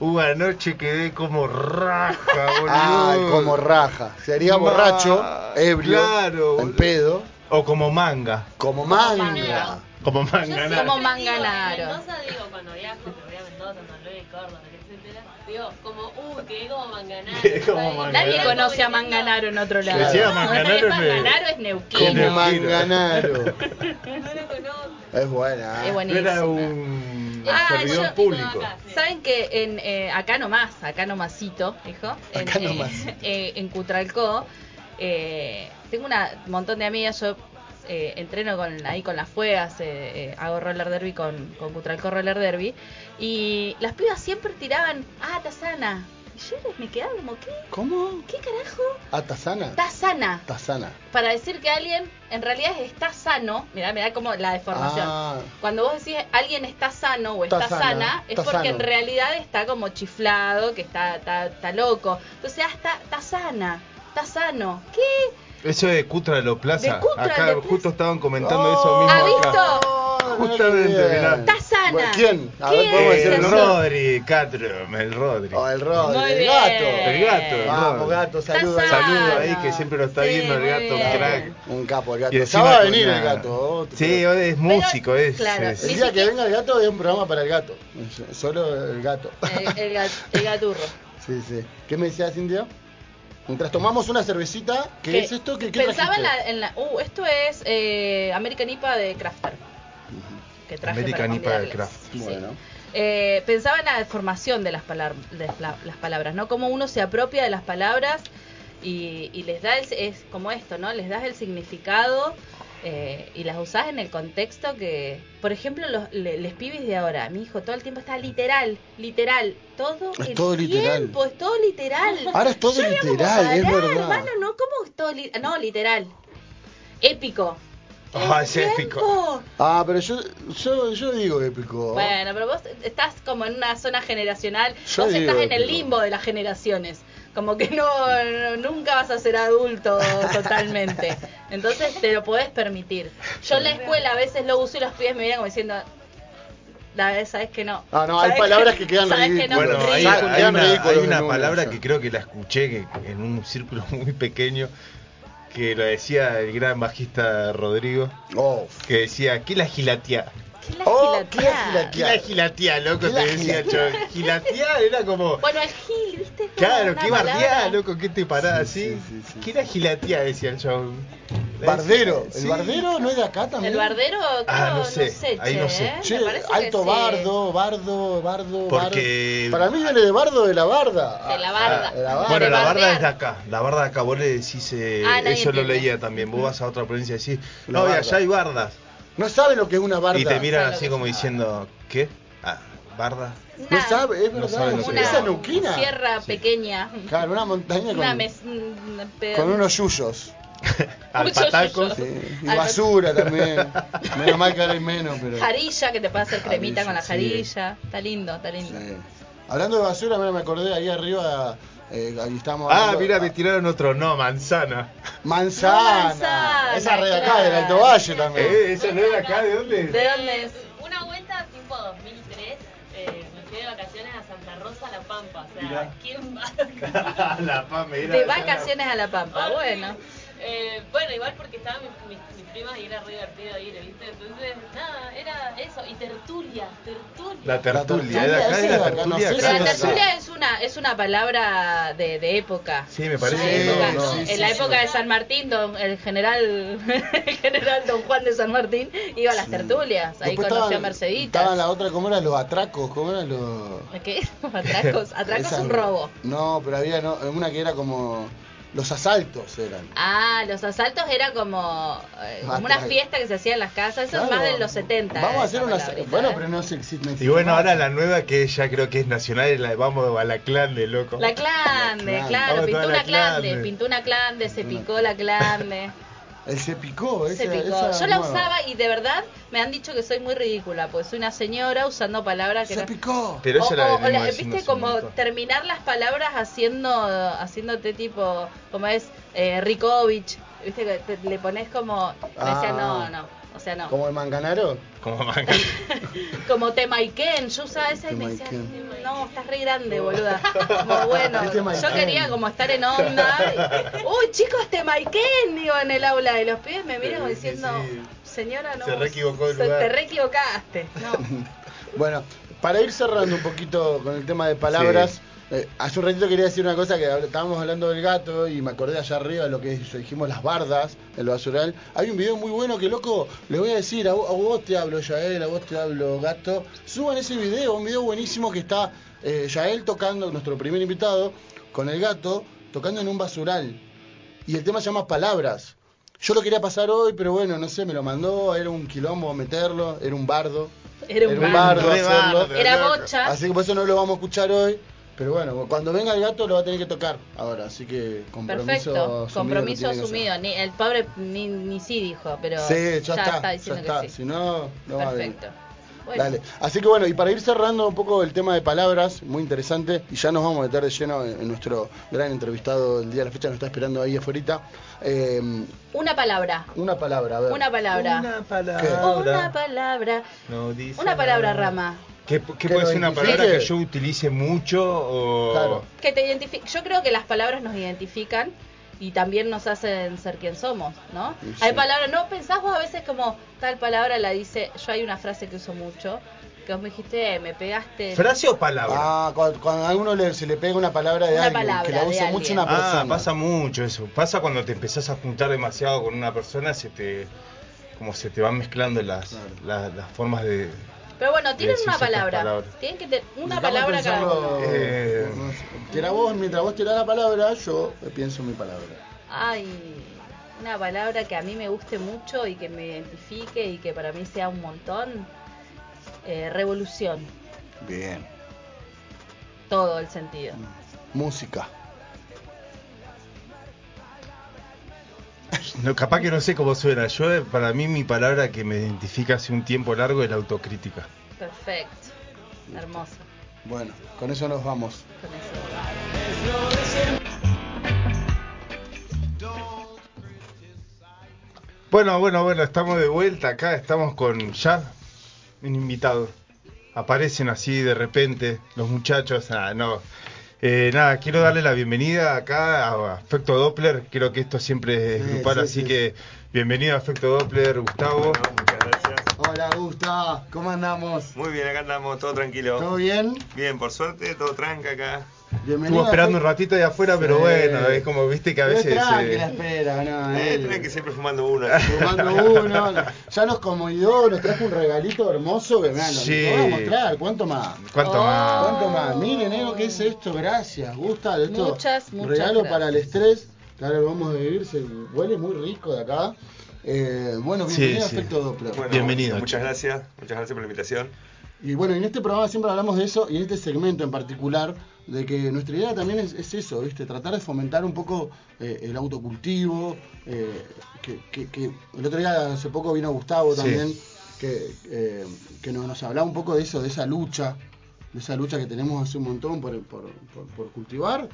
Hubo anoche quedé como raja, boludo. Ay, como raja. Sería Ma- borracho, ebrio, claro, en boludo. pedo, O como manga. como manga. manga. Como Yo manga. siempre nada. digo, Como en manganaron. Mendoza digo, cuando viajo, que voy a Mendoza, Manuel y Córdoba, etcétera, digo, como, uh, que como manganaro. Quedé como ¿sabes? manganaro. Nadie conoce a Manganaro en otro lado. Decía Manganaro en el- Manganaro es Como Neuquino. neuquino. manganaro. No lo conozco. Es buena. Es ¿eh? buenísimo. Era un Ah, servidor yo- público. acá. Saben que en, eh, acá nomás, acá nomásito, dijo, en, Acá eh, nomás. eh, en Cutralcó, eh, tengo un montón de amigas, yo eh, entreno con, ahí con las fuegas, eh, eh, hago roller derby con, con Cutralcó Roller Derby, y las pibas siempre tiraban, ah, Tazana, Y yo me quedaba como, ¿qué? ¿Cómo? ¿Qué carajo? ¿A Ah, Tazana? Está sana. Tazana. Para decir que alguien en realidad está sano, mirá, mirá como la deformación. Ah. Cuando vos decís alguien está sano o está, Está sana, sana, es está porque en sano. realidad está como chiflado, que está, está, está loco. Entonces, ah, está, está sana, está sano. ¿Qué? Eso es de Cutra de los Plaza. De Cutra Acá de los justo Plaza. estaban comentando eso Oh. mismo. ¿Ha acá. visto? Justamente, Bien. mirá. Está sana. Ah, Bueno, ¿Quién? A ¿Quién ver, podemos es decir el eso? Rodri, Catrum, el Rodri. Oh, el Rodri, Muy el bien. gato. El gato. Vamos, Rodri. gato, saludos. Está sano. Saludo ahí que siempre lo está Sí, viendo el muy gato, bien. crack. Un capo el Y gato. Ya encima va a con venir una- el gato. oh, te- Sí, es músico, es. claro, es- El Ni día que siquiera- venga el gato es un programa para el gato. Solo el gato. El, el gat- el gaturro. Sí, sí. ¿Qué me decías, Cintia? Mientras tomamos una cervecita, ¿qué, es esto? ¿Qué, qué Pensaba en trajiste? la, en la- Uh, esto es eh, American IPA de Crafter. Que traje American para IPA de convidarles. Crafter. Sí. Bueno. Eh, pensaba en la deformación de las, palar- de la- las palabras, ¿no? Cómo uno se apropia de las palabras y, y les da el, es como esto, ¿no? Les das el significado eh, y las usás en el contexto que, por ejemplo, los le- les pibis de ahora, mi hijo todo el tiempo está literal, literal, todo Es el todo literal. tiempo, es todo literal. Ahora es todo Yo digo como, literal, es "Pará, verdad". hermano, no, ¿cómo es todo li- no, literal. Épico. Ah, es tiempo. épico. Ah, pero yo, yo, yo digo épico. Bueno, pero vos estás como en una zona generacional, Yo vos digo estás en que el no. limbo de las generaciones. Como que no, no- nunca vas a ser adulto totalmente. Entonces te lo podés permitir. Yo en la escuela a veces lo uso y los pies me vienen como diciendo, la verdad, sabes que no. Ah, no, hay Sabés palabras que quedan sabés que no, ridículas. Bueno, hay, ridículo. hay una, ridículo hay en una un palabra uso. que creo que la escuché que en un círculo muy pequeño que lo decía el gran bajista Rodrigo, Oh, que decía, ¿qué la gilateá? ¿Qué la Oh, gilateá? ¿qué la gilateá? ¿Qué la gilateá, loco? ¿Qué la Te decía yo. gilateá? Gilateá era como... Bueno, el gil, ¿viste? Es como Claro, una qué bardeá, palabra. loco, qué te parás Sí, así. sí, sí, sí. ¿Qué la gilateá? Decía el show. bardero. Sí. ¿El bardero no es de acá también? El bardero, creo, Ah, no no sé, sé, ahí che, no sé. ¿eh? Me Che, parece que alto sí. bardo, bardo, bardo, Porque- bardo. Para mí viene de bardo de la barda. De la barda. Ah, la barda. Bueno, la Bardear. barda es de acá. La barda de acá, vos le decís. eh, Ah, nadie eso lo entiende. leía también. Vos vas a otra provincia y decís. La No, y barda. allá hay bardas. No sabe lo que es una barda. Y te Sabe miran lo así que como es. diciendo. ¿Qué? Ah, barda. No Nada, sabe, es No verdad. sabe lo es- que una es. Esa neuquina. sierra pequeña. Claro, una montaña con, Una mes, un pedo- con unos yuyos. Al Muchos pataco. yuyos. Sí, Y Al- basura también. Menos mal que ahora hay menos, pero. Jarilla, que te puedes hacer cremita Jarilla, con la Ah, sí. jarilla. Está lindo, está lindo. Sí. Hablando de basura, mira, me acordé ahí arriba. eh, ahí estamos Ah, hablando- mira, me tiraron otro. No, manzana. Manzana. No, manzana, Esa red acá, claro. del Alto Valle también. Eh, ¿Esa no era acá? ¿De dónde? ¿De dónde es? Una vuelta tipo 2003, eh, me fui de vacaciones a Santa Rosa, La Pampa. O sea, Mirá. ¿quién va? Ah, la fama era. De vacaciones a La Pampa, Ah, bueno. Eh, bueno, igual porque estaban mis, mis- mis primas y era re divertido ir, ¿viste? Entonces, nada, era eso. Y tertulia, tertulia. La tertulia. tertulia, ¿Era esa acá? era ¿Era acá, tertulia? no sé Pero acá? si la Sí, sí, tertulia sí. es una, es una palabra de, de época. Sí, me En parece la Sí, que época- no, no, en sí, la sí, época de San Martín, don- el general el general Don Juan de San Martín iba a las tertulias, ahí Después conoció a estaban- Merceditas. Estaban la otra, ¿cómo eran los atracos? ¿Cómo eran los.? ¿Qué? Atracos, atracos Esas- un robo. No, pero había no, una que era como. Los asaltos eran. Ah, los asaltos era como, eh, como una Atraco. fiesta que se hacía en las casas, eso Claro. es más de los 70. Vamos a esa hacer una. palabrita, Bueno, ¿eh? pero no sé si Y bueno, ahora la nueva que ya creo que es nacional, es la de vamos a la clan de loco. La clande, La clande. claro, Vamos, pintó toda la una clande, clande. pintó una clande, se Pintó una picó la clande, El se picó, esa, se picó. esa Yo la nueva. usaba y de verdad me han dicho que soy muy ridícula, pues soy una señora usando palabras que Se no- picó. Pero O- eso la o- o la- venimos haciendo viste hace un como montón. terminar las palabras haciendo haciéndote tipo como es eh, Rikovich viste que te- le pones como me decía Ah. no no o sea no ¿Como el manganaro? Como manga. como te Maiken yo usaba esa y Te me decía maiquen. no estás re grande boluda como bueno Te yo maiquen. quería como estar en onda y, uy chicos te Maiken digo en el aula y los pibes me miran como Sí, sí, diciendo sí. señora no Se re equivocó de se- lugar". te re equivocaste no Bueno, para ir cerrando un poquito con el tema de palabras, eh, hace un ratito quería decir una cosa que habl- estábamos hablando del gato y me acordé allá arriba de lo que dijimos las bardas, el basural. Hay un video muy bueno que, loco, le voy a decir, a, vo- a vos te hablo, Yael, a vos te hablo, gato. Suban ese video, un video buenísimo que está eh, Yael tocando, nuestro primer invitado, con el gato, tocando en un basural. Y el tema se llama Palabras. Yo lo quería pasar hoy, pero bueno, no sé, me lo mandó, era un quilombo meterlo, era un bardo. era un Era un bardo. bardo Re hacerlo. bardo. era loco. bocha Así que por eso no lo vamos a escuchar hoy. Pero bueno, cuando venga el gato lo va a tener que tocar ahora, así que compromiso Perfecto, asumido compromiso lo tiene que asumido. hacer. Ni, el pobre ni, ni sí dijo, pero Sí, ya, está, diciendo ya está. que Si sí. no, no va a venir. Perfecto. Bueno, Dale. Así que bueno, y para ir cerrando un poco el tema de palabras, muy interesante, y ya nos vamos a meter de lleno en, en nuestro gran entrevistado del día de la fecha, nos está esperando ahí afuera. una palabra. una palabra, a ver. Una palabra. Una Una palabra. palabra. No dice Una palabra, nada. Rama. ¿Qué, qué Que puede lo ser una palabra que identifique. yo utilice mucho o...? Claro. Que te identifi- Yo creo que las palabras nos identifican y también nos hacen ser quien somos, ¿no? Sí. Hay palabras, no pensás vos a veces como tal palabra la dice, yo hay una frase que uso mucho, que vos me dijiste, eh, me pegaste. ¿Frase o palabra? Ah, cuando, cuando a uno le- se le pega una palabra de Una alguien, palabra que la de usa mucho alguien. una persona. Ah, pasa mucho eso. Pasa cuando te empezás a juntar demasiado con una persona, se te... Como se te van mezclando las, las, las formas de... Pero bueno, tienen Decís una estas palabra. palabras. Tienen que tener una Dejame palabra cada pensarlo. uno. Eh. Tira vos, mientras vos tirás la palabra, yo pienso mi palabra. Ay, una palabra que a mí me guste mucho y que me identifique y que para mí sea un montón. Eh, revolución, Bien. todo el sentido. Música. No, capaz que no sé cómo suena. Yo, eh, para mí, mi palabra que me identifica hace un tiempo largo es la autocrítica. Perfecto, hermoso. Bueno, con eso nos vamos. Con eso. Bueno, bueno, bueno, estamos de vuelta acá, estamos con ya un invitado. Aparecen así de repente los muchachos. Ah, no. Eh, nada, quiero darle la bienvenida acá a Afecto Doppler. Creo que esto siempre es Sí, grupal, sí, así sí. que bienvenido a Afecto Doppler, Gustavo. muchas gracias. Hola, Gusta, ¿cómo andamos? Muy bien, acá andamos, todo tranquilo. ¿Todo bien? Bien, por suerte, todo tranca acá. Bienvenido. Estuvo esperando un ratito ahí afuera, pero Sí. bueno, es como viste que a veces. que eh, la espera, no, Eh, él- tranqui, siempre fumando uno. Fumando uno, no. ya nos conmovió, nos trajo un regalito hermoso que vean, Sí. nos lo voy a mostrar, ¿cuánto más? ¿Cuánto Oh. más? ¿Cuánto más? Miren, Ego, ¿qué es esto? Gracias, gusta de esto. Muchas, muchas Regalo gracias. para el estrés, que ahora lo vamos a vivir, se huele muy rico de acá. Eh, bueno, Sí, bienvenido sí. a Efecto Doppler. Bueno, Bienvenido, Muchas chico. gracias, muchas gracias por la invitación. Y bueno, en este programa siempre hablamos de eso y en este segmento en particular, de que nuestra idea también es, es eso, ¿viste? Tratar de fomentar un poco eh, el autocultivo. eh, que, que- que el otro día, hace poco, vino Gustavo Sí. también, que, eh, que nos, nos hablaba un poco de eso, de esa lucha, de esa lucha que tenemos hace un montón por, por- por- por cultivar.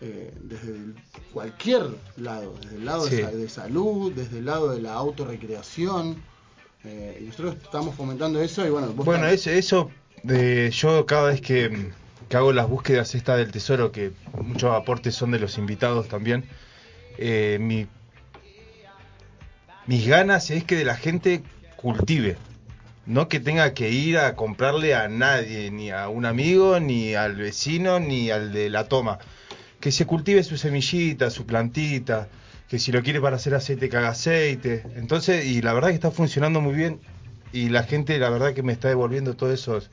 eh, desde el- cualquier lado, desde el lado Sí. de, sa- de salud, desde el lado de la autorrecreación. eh, y nosotros estamos fomentando eso y bueno, vos Bueno, también. eso, eso eh, yo cada vez que, que hago las búsquedas estas del tesoro, que muchos aportes son de los invitados también, eh, mi- mis ganas es que la gente cultive, no que tenga que ir a comprarle a nadie, ni a un amigo, ni al vecino, ni al de la toma. Que se cultive su semillita, su plantita, que si lo quiere para hacer aceite, que haga aceite. Entonces, y la verdad que está funcionando muy bien y la gente, la verdad que me está devolviendo todos esos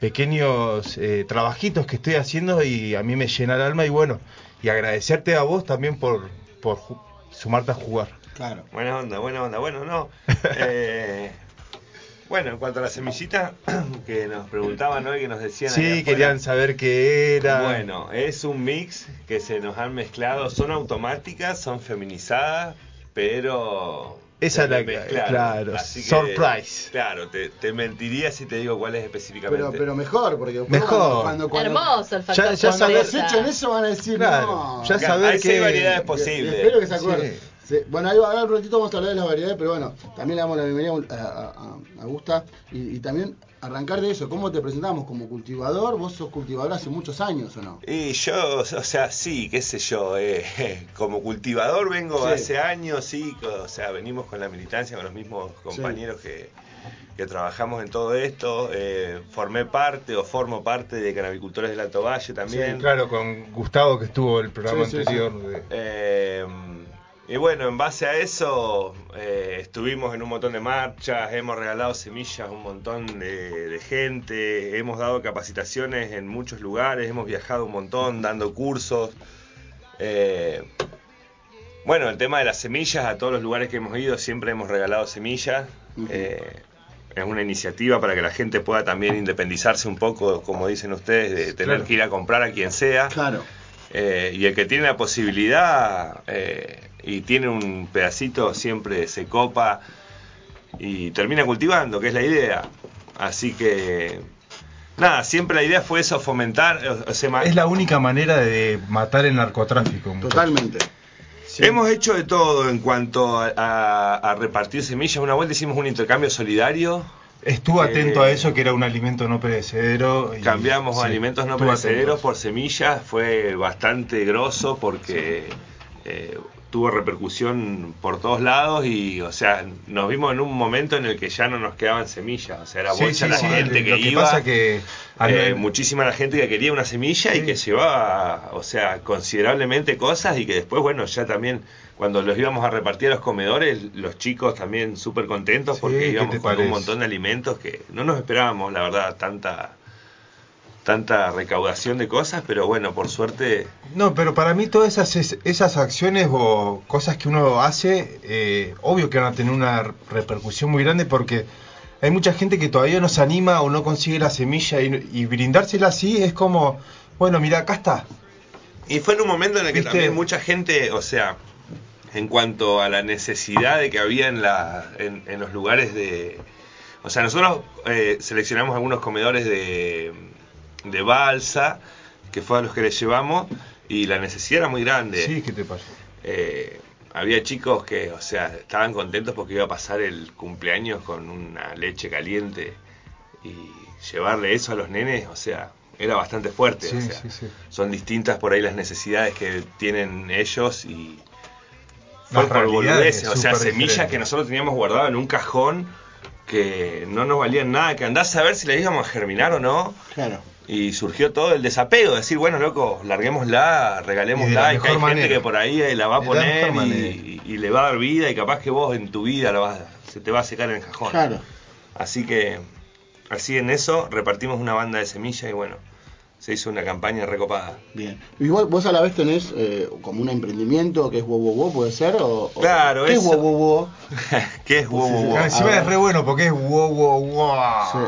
pequeños eh, trabajitos que estoy haciendo y a mí me llena el alma y bueno, y agradecerte a vos también por, por ju- sumarte a jugar. Claro. Buena onda, buena onda. Bueno, no. eh, bueno, en cuanto a la semillita que nos preguntaban hoy, que nos decían. ahí Sí, afuera, querían saber qué era. Bueno, es un mix que se nos han mezclado. Son automáticas, son feminizadas, pero. Esa se es la me que- mezclaron. claro, Así que, surprise. Claro, te, te mentiría si te digo cuál es específicamente. Pero, pero mejor, porque después Mejor. cuando, cuando, cuando, Hermoso el factor Ya- ya cuando saber- los sorpresa. echen eso van a decir, Claro, no. ya Que- Claro, saber hay que- seis variedades que- posibles. Espero que se acuerden. Sí. Sí, Bueno, ahí va, ahora un ratito vamos a hablar de las variedades, pero bueno, también le damos la bienvenida a, a- a Augusta y, y también arrancar de eso, ¿cómo te presentamos? Como cultivador, vos sos cultivador hace muchos años, ¿o no? Y yo, o sea, sí, qué sé yo, eh, como cultivador vengo Sí. hace años, sí, co- o sea, venimos con la militancia, con los mismos compañeros que, que trabajamos en todo esto, eh, formé parte o formo parte de Canavicultores del Alto Valle también. Sí, claro, con Gustavo que estuvo el programa Sí, sí, anterior. de- Eh, y bueno, en base a eso eh, estuvimos en un montón de marchas, hemos regalado semillas a un montón de, de gente, hemos dado capacitaciones en muchos lugares, hemos viajado un montón dando cursos. Eh, bueno, el tema de las semillas, a todos los lugares que hemos ido siempre hemos regalado semillas. Ujú. Eh, es una iniciativa para que la gente pueda también independizarse un poco, como dicen ustedes, de tener Claro. que ir a comprar a quien sea. Claro. Eh, y el que tiene la posibilidad eh, y tiene un pedacito siempre se copa y termina cultivando, que es la idea. Así que, nada, siempre la idea fue eso, fomentar... o- o sea, ma- Es la única manera de matar el narcotráfico. muchachos. Totalmente. Sí. Hemos hecho de todo en cuanto a, a- a repartir semillas. Una vuelta hicimos un intercambio solidario, Estuve Eh, atento a eso, que era un alimento no perecedero. y- cambiamos sí, alimentos no estuve perecederos atento. por semillas, fue bastante grosso porque eh, tuvo repercusión por todos lados y, o sea, nos vimos en un momento en el que ya no nos quedaban semillas, o sea, era Sí, bolsa sí, la sí, gente que, lo que iba. pasa que eh, al- muchísima la gente que quería una semilla y Sí. que llevaba, o sea, considerablemente cosas y que después, bueno, ya también cuando los íbamos a repartir a los comedores, los chicos también súper contentos Sí, porque ¿qué íbamos te con un parece? montón de alimentos que no nos esperábamos, la verdad, tanta tanta recaudación de cosas, pero bueno, por suerte No, pero para mí todas esas, es- esas acciones o cosas que uno hace, eh, obvio que van a tener una re- repercusión muy grande porque hay mucha gente que todavía no se anima o no consigue la semilla y, y brindársela así es como, bueno, mira, acá está. Y fue en un momento en el que ¿Viste? también mucha gente, o sea, en cuanto a la necesidad de que había en, la, en, en los lugares de... O sea, nosotros eh, seleccionamos algunos comedores de, de balsa, que fue a los que les llevamos, y la necesidad era muy grande. Sí, ¿qué te pasa? Eh, había chicos que, o sea, estaban contentos porque iba a pasar el cumpleaños con una leche caliente y llevarle eso a los nenes, o sea, era bastante fuerte. Sí, o sea, sí, sí. Son distintas por ahí las necesidades que tienen ellos y Las fue por realidades boludeces, o sea, súper semillas diferentes. que nosotros teníamos guardado en un cajón que no nos valían nada, que andás a ver si le íbamos a germinar o no. Claro. Y surgió todo el desapego, decir, bueno, loco, larguémosla, Y de regalémosla, la y que hay mejor gente manera. que por ahí eh, la va a De la mejor poner y, manera. y le va a dar vida y capaz que vos en tu vida la vas, se te va a secar en el cajón. Claro. Así que, así en eso, repartimos una banda de semillas y bueno, se hizo una campaña recopada. Bien. Y vos, vos a la vez tenés eh, como un emprendimiento que es Wowowo, puede ser. O, o- Claro, ¿qué es eso. Wowowo? ¿Qué es wow, wow, wow? Ah, A Encima ver. es re bueno porque es wow, wow, wow. Sí.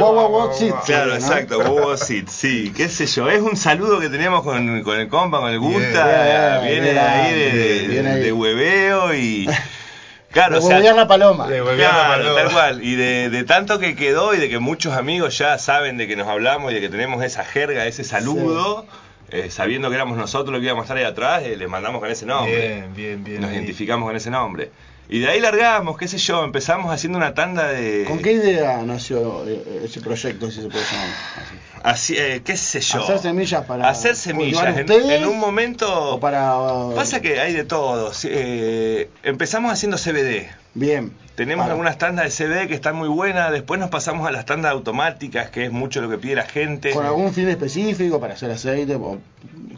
Wowowo Wowowo Seeds. Ah. Claro, ¿no? exacto, Bobo Sit, sí, qué sé yo. Es un saludo que teníamos con, con el compa, con el Bien. Gusta, Bien, viene de ahí de, bien, bien ahí. de hueveo y... Claro, Claro, o sea, la paloma. Le volvió la Claro, paloma. tal cual. Y de, de tanto que quedó y de que muchos amigos ya saben de que nos hablamos y de que tenemos esa jerga, ese saludo, eh, sabiendo que éramos nosotros los que íbamos a estar ahí atrás, eh, le mandamos con ese nombre. Bien, bien, bien. nos ahí. identificamos con ese nombre. Y de ahí largamos, qué sé yo, empezamos haciendo una tanda de... ¿Con qué idea nació eh, ese proyecto, si se puede llamar? así? Así, eh, qué sé yo. Hacer semillas para Hacer semillas. cultivar En, ustedes, en un momento... O para. uh, Oh. Pasa que hay de todo. Sí, eh, empezamos haciendo CBD. Bien. Tenemos Para- algunas tandas de CD que están muy buenas, después nos pasamos a las tandas automáticas, que es mucho lo que pide la gente. Con algún fin específico, para hacer aceite, o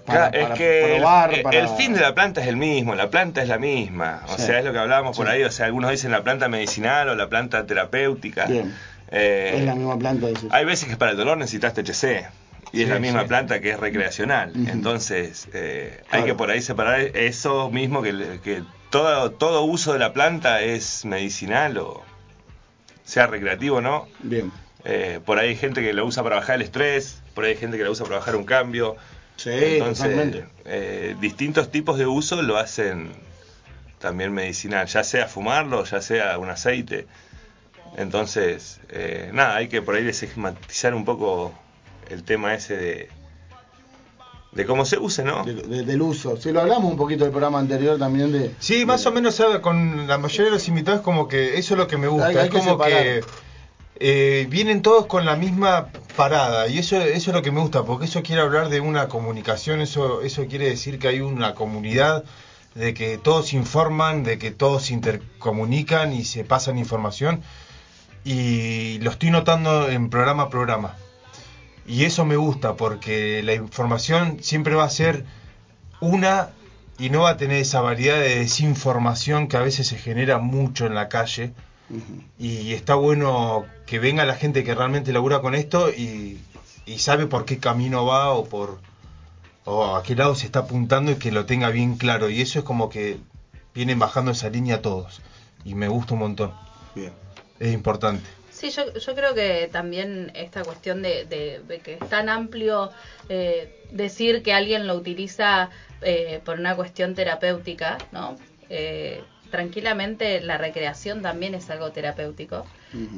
para, Claro, es para que el- probar. el, para- el fin de la eh, planta es el mismo, la planta es la misma. O Sí. sea, es lo que hablábamos por Sí. ahí. O sea, algunos dicen la planta medicinal o la planta terapéutica. Bien. Eh, Es la misma planta. decís. Hay veces que para el dolor necesitas THC. Y es Sí, la misma sí. planta que es recreacional. Ujú. Entonces, eh, hay Claro. que por ahí separar eso mismo que, que todo, todo uso de la planta es medicinal o sea recreativo o no. Bien. Eh, por ahí hay gente que la usa para bajar el estrés, por ahí hay gente que la usa para bajar un cambio. Sí, Entonces, totalmente. eh, distintos tipos de uso lo hacen también medicinal, ya sea fumarlo, ya sea un aceite. Entonces, eh, nada, hay que por ahí desestigmatizar un poco el tema ese de, de cómo se use, ¿no? De- de- del uso. Si lo hablamos un poquito del programa anterior también de. Sí, más o menos ¿sabe? con la mayoría de los invitados como que eso es lo que me gusta. Hay- hay es que como separar. que eh, vienen todos con la misma parada y eso, eso es lo que me gusta, porque eso quiere hablar de una comunicación, eso, eso quiere decir que hay una comunidad de que todos informan, de que todos se intercomunican y se pasan información y lo estoy notando en programa a programa. Y eso me gusta porque la información siempre va a ser una y no va a tener esa variedad de desinformación que a veces se genera mucho en la calle. Y está bueno que venga la gente que realmente labura con esto y, y sabe por qué camino va o por o a qué Oh, lado se está apuntando y que lo tenga bien claro. Y eso es como que vienen bajando esa línea todos. Y me gusta un montón. Bien. es importante. Sí, yo, yo creo que también esta cuestión de, de- de que es tan amplio eh, decir que alguien lo utiliza eh, por una cuestión terapéutica, ¿no? Eh, tranquilamente la recreación también es algo terapéutico.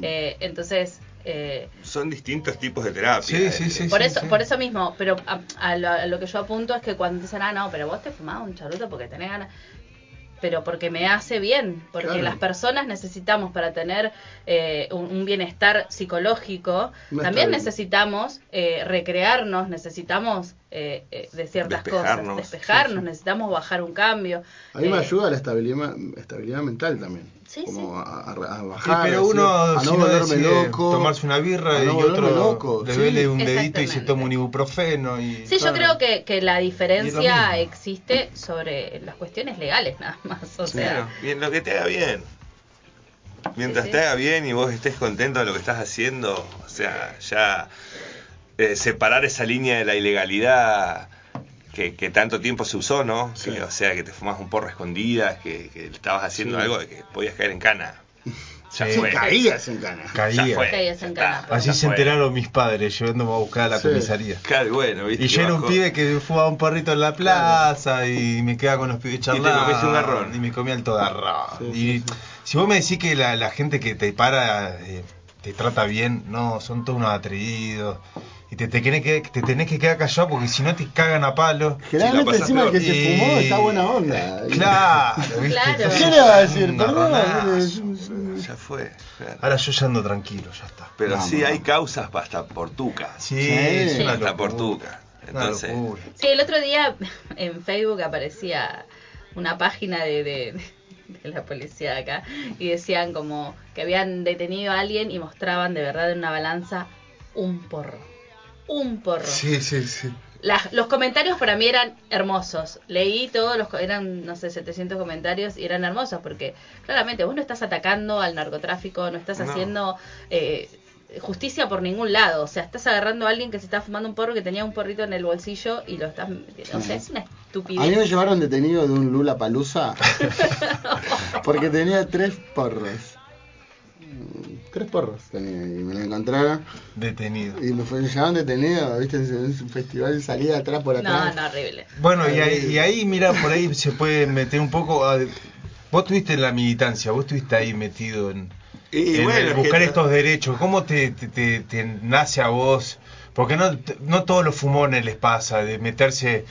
Eh, entonces, eh, Son distintos tipos de terapia. eh, Sí, sí, sí. por, eso, por eso mismo, pero a, a lo, a lo que yo apunto es que cuando dicen, ah, no, pero vos te fumás un charuto porque tenés ganas. Pero porque me hace bien, porque Claro. las personas necesitamos para tener eh, un, un bienestar psicológico, No está también bien. necesitamos eh, recrearnos, necesitamos eh, eh, de ciertas Despejarnos. cosas, despejarnos, necesitamos bajar un cambio. A mí me Eh, ayuda la estabilidad, estabilidad mental también. Sí, como A, a- a Sí, bajar. pero así, uno, a si no uno volverme decide loco. tomarse una birra a no y volverme otro loco, le sí. vele un dedito y se Exactamente. toma un ibuprofeno. Y, Sí, yo creo que, que la diferencia mismo. existe sobre las cuestiones legales nada más. O sea, Claro, bien, lo que te haga bien. Mientras Sí, sí. te haga bien y vos estés contento de lo que estás haciendo, o sea, ya eh, separar esa línea de la ilegalidad que, que tanto tiempo se usó, ¿no? Sí. Que, o sea, que te fumas un porro a escondidas, que, que estabas haciendo Sí. algo de que podías caer en cana. Ya Sí. fue. Caídas en cana. Caía. Ya fue. Caías en ya está. cana, por Así se enteraron mis padres llevándome a buscar a la Sí. comisaría. Claro, y bueno, viste. Y que yo era un bajó. pibe que fumaba un porrito en la plaza y me quedaba con los pibes te charlando. comiste un garrón. Y me comía el todarrón. Sí, y sí, sí. si vos me decís que la, la gente que te para eh, te trata bien, no, son todos unos atrevidos. Y te, te, querés que, te tenés que quedar callado porque si no te cagan a palo. Sí, la Generalmente pasas encima el que peor. se Y- fumó está buena onda. Claro, ¿viste? Claro. Entonces, ¿Qué le va a decir? un garronazo. Perdón. Ya fue. claro. Ahora yo ya ando tranquilo, ya está. Pero Vamos, sí, hay vamos. causas hasta portucas. Sí, Sí. es una Hasta locura. portucas. Una Entonces, locura. Sí, el otro día en Facebook aparecía una página de, de- de la policía de acá y decían como que habían detenido a alguien y mostraban de verdad en una balanza un porro. Un porro. Sí, sí, sí. Las- los comentarios para mí eran hermosos. Leí todos los, co- eran, no sé, 700 comentarios y eran hermosos porque claramente vos no estás atacando al narcotráfico, no estás No. haciendo eh, justicia por ningún lado. O sea, estás agarrando a alguien que se está fumando un porro que tenía un porrito en el bolsillo y lo estás... metiendo. O sea, es una A mí estupidez. me llevaron detenido de un Lula Palusa porque tenía tres porros. Mm, Tres porros tenía y me lo encontraron Detenido. y me fue- me llevaron detenido, viste, en un festival salía atrás por No, atrás. no, horrible. Bueno, y ahí, y ahí, mira, por ahí se puede meter un poco. a- vos estuviste en la militancia, vos estuviste ahí metido en, y en bueno, el es que buscar no- estos derechos. ¿Cómo te, te- te- te nace a vos? Porque no, no todos los fumones les pasa de meterse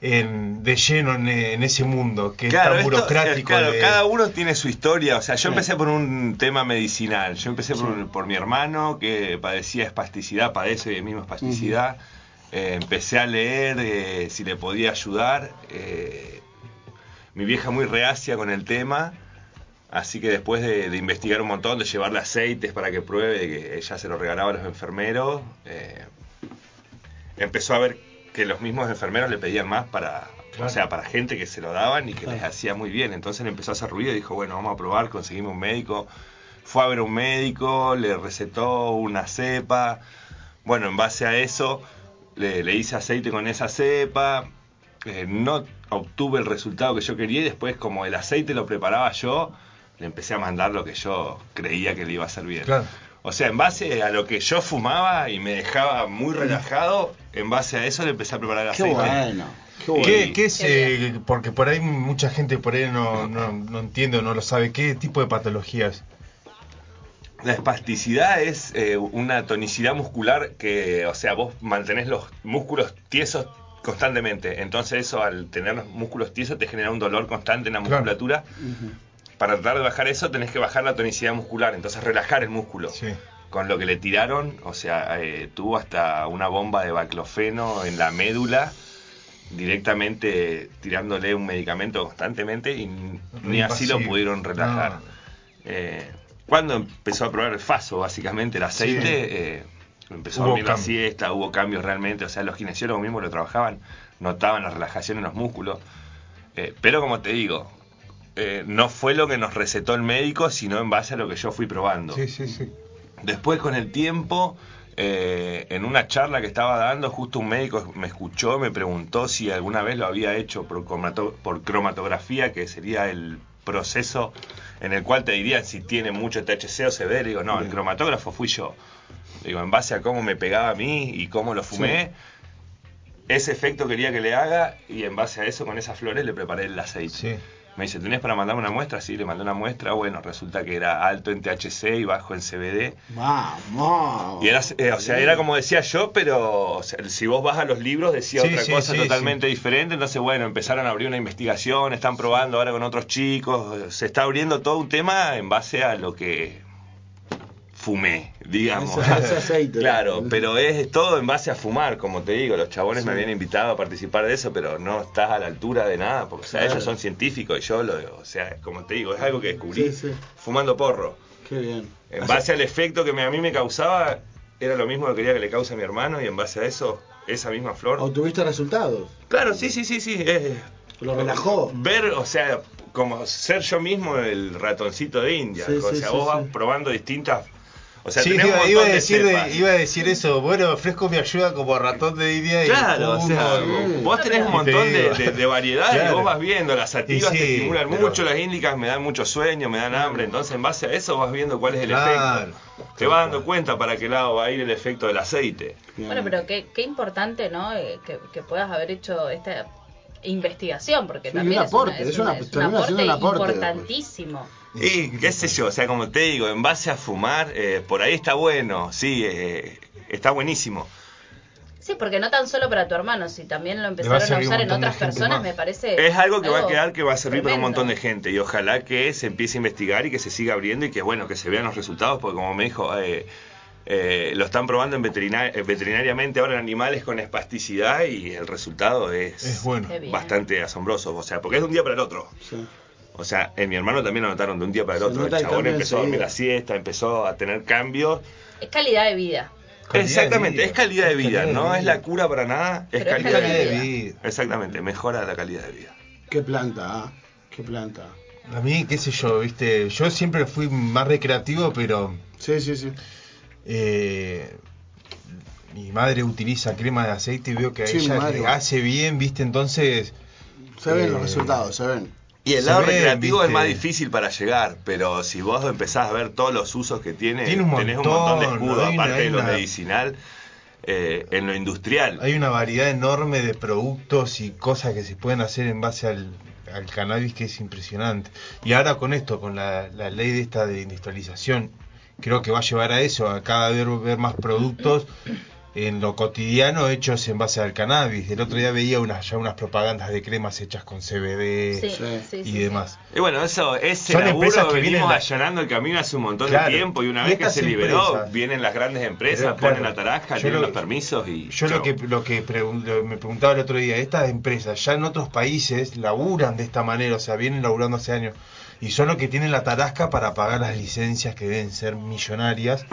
en- de lleno en, en ese mundo que Claro, es tan esto- burocrático. claro, de- cada uno tiene su historia. O sea, yo empecé por un tema medicinal. Yo empecé por, por mi hermano que padecía espasticidad, padece mismo espasticidad. Eh, empecé a leer eh, si le podía ayudar. Eh, mi vieja muy reacia con el tema. Así que después de, de investigar un montón, de llevarle aceites para que pruebe, que ella se lo regalaba a los enfermeros, eh, empezó a ver que los mismos enfermeros le pedían más para, o sea, para gente que se lo daban y que les hacía muy bien. Entonces le empezó a hacer ruido y dijo, bueno, vamos a probar, conseguimos un médico. Fue a ver un médico, le recetó una cepa. Bueno, en base a eso, le, le hice aceite con esa cepa. Eh, no obtuve el resultado que yo quería y después, como el aceite lo preparaba yo, le empecé a mandar lo que yo creía que le iba a hacer bien. Claro. O sea, en base a lo que yo fumaba y me dejaba muy relajado, en base a eso le empecé a preparar Qué aceite. bueno, qué bueno. ¿Qué, qué es, Qué eh, porque por ahí mucha gente por ahí no, no, no entiende o no lo sabe, ¿qué tipo de patologías? La espasticidad es eh, una tonicidad muscular que, o sea, vos mantenés los músculos tiesos constantemente. Entonces eso, al tener los músculos tiesos, te genera un dolor constante en la Claro. musculatura. Para tratar de bajar eso, tenés que bajar la tonicidad muscular. Entonces relajar el músculo. Sí. Con lo que le tiraron, o sea, eh, tuvo hasta una bomba de baclofeno en la médula, directamente tirándole un medicamento constantemente y n- ni así lo Invasivo. pudieron relajar. No. Eh, cuando empezó a probar el faso, básicamente, el aceite, eh, empezó Hubo a dormir la cambio. siesta, hubo cambios realmente, o sea, los kinesiólogos mismos lo trabajaban, notaban la relajación en los músculos. Eh, pero como te digo, eh, no fue lo que nos recetó el médico, sino en base a lo que yo fui probando. Sí, sí, sí. Después con el tiempo, eh, en una charla que estaba dando, justo un médico me escuchó, me preguntó si alguna vez lo había hecho por, cromato- por cromatografía, que sería el proceso, en el cual te dirían si tiene mucho THC o CBD, le digo, no, el cromatógrafo fui yo. Digo, en base a cómo me pegaba a mí y cómo lo fumé, ese efecto quería que le haga y en base a eso, con esas flores, le preparé el aceite. Sí. Me dice, ¿tenés para mandarme una muestra? Sí, le mandé una muestra. Bueno, resulta que era alto en THC y bajo en CBD. Vamos. Y era, eh, o sea, era como decía yo, pero o sea, si vos vas a los libros decía Sí, otra sí, cosa sí, totalmente diferente. Entonces, bueno, empezaron a abrir una investigación, están probando ahora con otros chicos. Se está abriendo todo un tema en base a lo que fumé, digamos. Ese- ese aceite. claro, pero es todo en base a fumar, como te digo. Los chabones me habían invitado a participar de eso, pero no estás a la altura de nada, porque o sea, Claro. ellos son científicos y yo lo, o sea, como te digo, es algo que descubrí Sí, sí. fumando porro. Qué bien. En base al efecto que me- a mí me causaba, era lo mismo que quería que le cause a mi hermano y en base a eso, esa misma flor. ¿Obtuviste resultados? Claro, sí, sí, sí, sí. eh, Lo relajó. ver, o sea, como ser yo mismo el ratoncito de India. Sí, o sí, sea, sí, vos vas sí. probando distintas... O sea, sí, tenés un iba, montón iba a de decir, de- cepas. iba a decir eso. Bueno, Fresco me ayuda como ratón de India. y Claro, o fumo, sea, uh, y- vos tenés un y te montón de, digo. de- de variedades y Claro. vos vas viendo, las sativas Y sí, te estimulan pero- mucho, las índicas me dan mucho sueño, me dan hambre, entonces en base a eso vas viendo cuál es el Claro. efecto. Te vas dando cuenta para qué lado va a ir el efecto del aceite. Bueno, pero qué, qué importante, ¿no? Eh, que, que puedas haber hecho esta investigación, porque Sí, también un aporte, es una- termina siendo un aporte importantísimo. Y qué sé yo, o sea, como te digo, en base a fumar, eh, por ahí está bueno, sí, eh, está buenísimo. Sí, porque no tan solo para tu hermano, si también lo va a empezaron a servir un usar en montón de otras gente personas, más. me parece. Es algo que va a quedar que va a servir para un tremendo. montón de gente y ojalá que se empiece a investigar y que se siga abriendo y que bueno, que se vean los resultados, porque como me dijo, eh, eh, lo están probando en veterina- eh, veterinariamente ahora en animales con espasticidad y el resultado es, Es bueno. Qué bien. bastante asombroso, o sea, porque es de un día para el otro. Sí. O sea, en mi hermano también lo notaron de un día para el Se otro. El nota el chabón cambio empezó a dormir enseguida. la siesta, empezó a tener cambios Es calidad de vida. Calidad de Exactamente, vida. es calidad de vida, Calidad de no vida. es la cura para nada, es Pero es calidad calidad de de vida. vida. Exactamente, mejora la calidad de vida. Qué planta, ah, qué planta. A mí, qué sé yo, viste, yo siempre fui más recreativo, pero Sí, sí, sí. eh, mi madre utiliza crema de aceite y veo que a Sí, mi ella madre. le hace bien, viste, entonces Se ven Eh, los resultados, se ven. Y el Se lado ve, recreativo es viste. más difícil para llegar, pero si vos empezás a ver todos los usos que tiene, Tiene un tenés un montón montón, de escudos, hay una- aparte de hay lo una- medicinal, eh, en lo industrial. hay una variedad enorme de productos y cosas que se pueden hacer en base al, al cannabis que es impresionante. Y ahora con esto, con la, la ley de esta de industrialización, creo que va a llevar a eso, a cada vez ver más productos en lo cotidiano hechos en base al cannabis. El otro día veía unas, ya unas propagandas de cremas hechas con CBD Sí, sí. sí, y sí, sí. demás. Y bueno, eso, ese Son laburo empresas que venimos vienen la- allanando el camino hace un montón Claro. de tiempo y una Y vez que estas se liberó, empresas- vienen las grandes empresas, Pero, claro, ponen la tarasca, yo tienen lo- los permisos y... Yo lo chao. que, lo que pregun- lo- me preguntaba el otro día, estas empresas ya en otros países laburan de esta manera, o sea, vienen laburando hace años, y son los que tienen la tarasca para pagar las licencias que deben ser millonarias.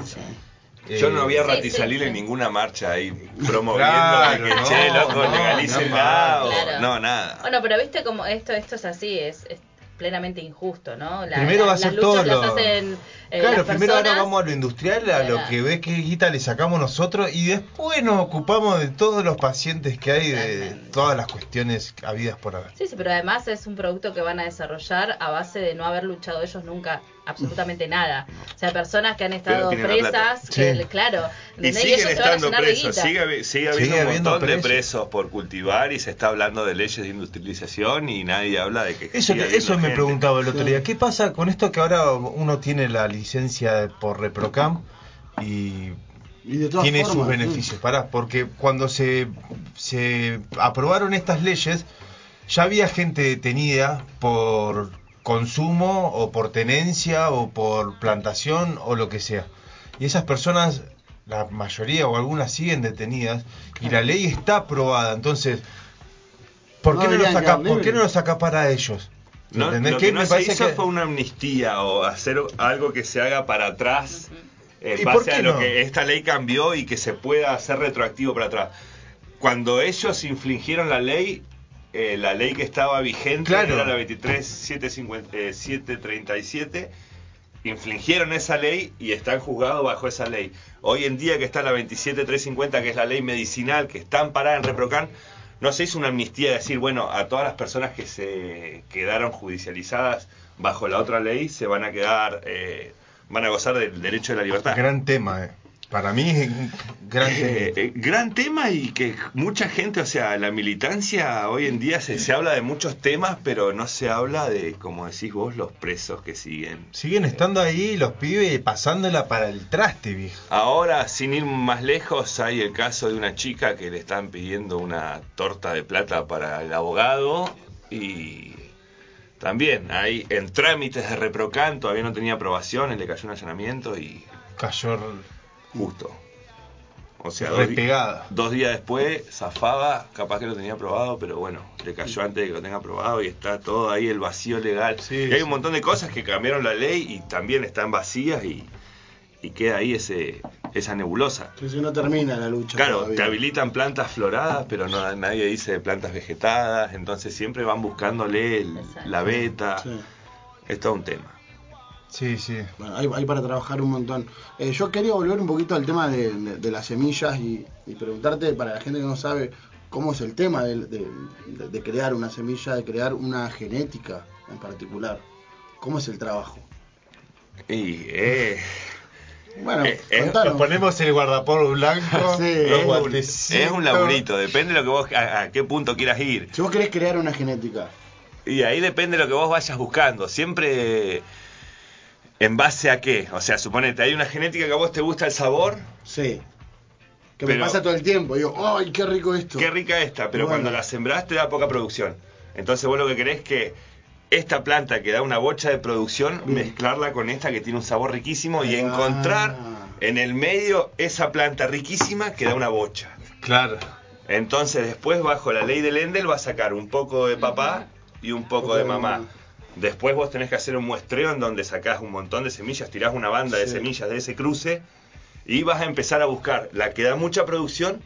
Yo Eh, no había Sí, ratisalil sí, sí. en ninguna marcha ahí promoviendo Claro, que no, che, loco, no, legalicen no, nada o- claro. no, nada. Bueno, pero viste como esto, esto es así, es, es plenamente injusto, ¿no? La- Primero la- va a ser las luchas todo las lo- hacen eh, claro, las primero ahora personas. vamos a lo industrial, a lo Claro. que ve que guita le sacamos nosotros, y después nos ocupamos de todos los pacientes que hay, de Totalmente. todas las cuestiones habidas por haber. Sí, sí, pero además es un producto que van a desarrollar a base de no haber luchado ellos nunca absolutamente nada. O sea, personas que han estado tienen la plata. presas, que, Sí. claro, Y ¿entendés? siguen ellos se van a estando llenar de presos, guita. sigue, habi- sigue habiendo Sigue un habiendo montón de presos. presos por cultivar y se está hablando de leyes de industrialización y nadie habla de que Eso, siga que- habiendo eso me gente. preguntaba el otro día. ¿Qué pasa con esto que ahora uno tiene la licencia por Reprocam y Y de todas tiene formas, sus beneficios? Pará, porque cuando se, se aprobaron estas leyes, ya había gente detenida por consumo o por tenencia o por plantación o lo que sea. Y esas personas, la mayoría o algunas siguen detenidas y la ley está aprobada. Entonces, ¿por No qué no, los, deberían saca, quedar ¿por qué no libres. los saca para ellos? No, ¿Entendés? lo Que que no me se parece hizo que- fue una amnistía o hacer algo que se haga para atrás en ¿Y por base a qué lo no? que esta ley cambió y que se pueda hacer retroactivo para atrás. Cuando ellos infringieron la ley, eh, la ley que estaba vigente Claro. era la eh, 23737, infringieron esa ley y están juzgados bajo esa ley. Hoy en día que está la 27350, que es la ley medicinal, que está amparada en Reprocan, no se hizo una amnistía de decir, bueno, a todas las personas que se quedaron judicializadas bajo la otra ley se van a quedar, eh, van a gozar del derecho de la libertad. Gran tema, eh. Para mí es un gran Eh, tema. eh, gran tema y que mucha gente, o sea, la militancia hoy en día se, se habla de muchos temas, pero no se habla de, como decís vos, los presos que siguen. Siguen estando ahí los pibes pasándola para el traste, viejo. Ahora, sin ir más lejos, hay el caso de una chica que le están pidiendo una torta de plata para el abogado y también hay en trámites de reprocan, todavía no tenía aprobaciones, le cayó un allanamiento y Cayó justo. O sea, dos, di- repegada. dos días después zafaba, capaz que lo tenía aprobado, pero bueno, le cayó antes de que lo tenga aprobado y está todo ahí el vacío legal. Sí, y hay sí. un montón de cosas que cambiaron la ley y también están vacías y, y queda ahí ese, esa nebulosa. Sí, sí, mm, no termina la lucha. Claro, todavía. te habilitan plantas floradas, pero no, nadie dice de plantas vegetadas, entonces siempre van buscándole el- Exacto. la beta. Sí. Es todo un tema. Sí, sí. Bueno, hay, hay para trabajar un montón. Eh, yo quería volver un poquito al tema de, de- de las semillas y, y preguntarte, para la gente que no sabe, cómo es el tema del- de, de- de crear una semilla, de crear una genética en particular. ¿Cómo es el trabajo? Y eh, Bueno, Eh, eh, contanos. Nos ponemos el guardapolvo blanco, Sí, los es, un, guantecitos. es un laburito, depende de lo que vos, a- a qué punto quieras ir. Si vos querés crear una genética, Y ahí depende de lo que vos vayas buscando. Siempre en base a qué. O sea, suponete, hay una genética que a vos te gusta el sabor. sí. Que me Pero- pasa todo el tiempo. Digo, ¡ay, qué rico esto! Qué rica esta, pero Bueno. cuando la sembrás te da poca producción. Entonces vos lo que querés es que esta planta que da una bocha de producción, Bien. mezclarla con esta que tiene un sabor riquísimo y Ah. encontrar en el medio esa planta riquísima que da una bocha. Claro. Entonces después bajo la ley del Endel va a sacar un poco de papá y un poco de mamá. Después vos tenés que hacer un muestreo en donde sacás un montón de semillas, tirás una banda de Sí. semillas de ese cruce y vas a empezar a buscar la que da mucha producción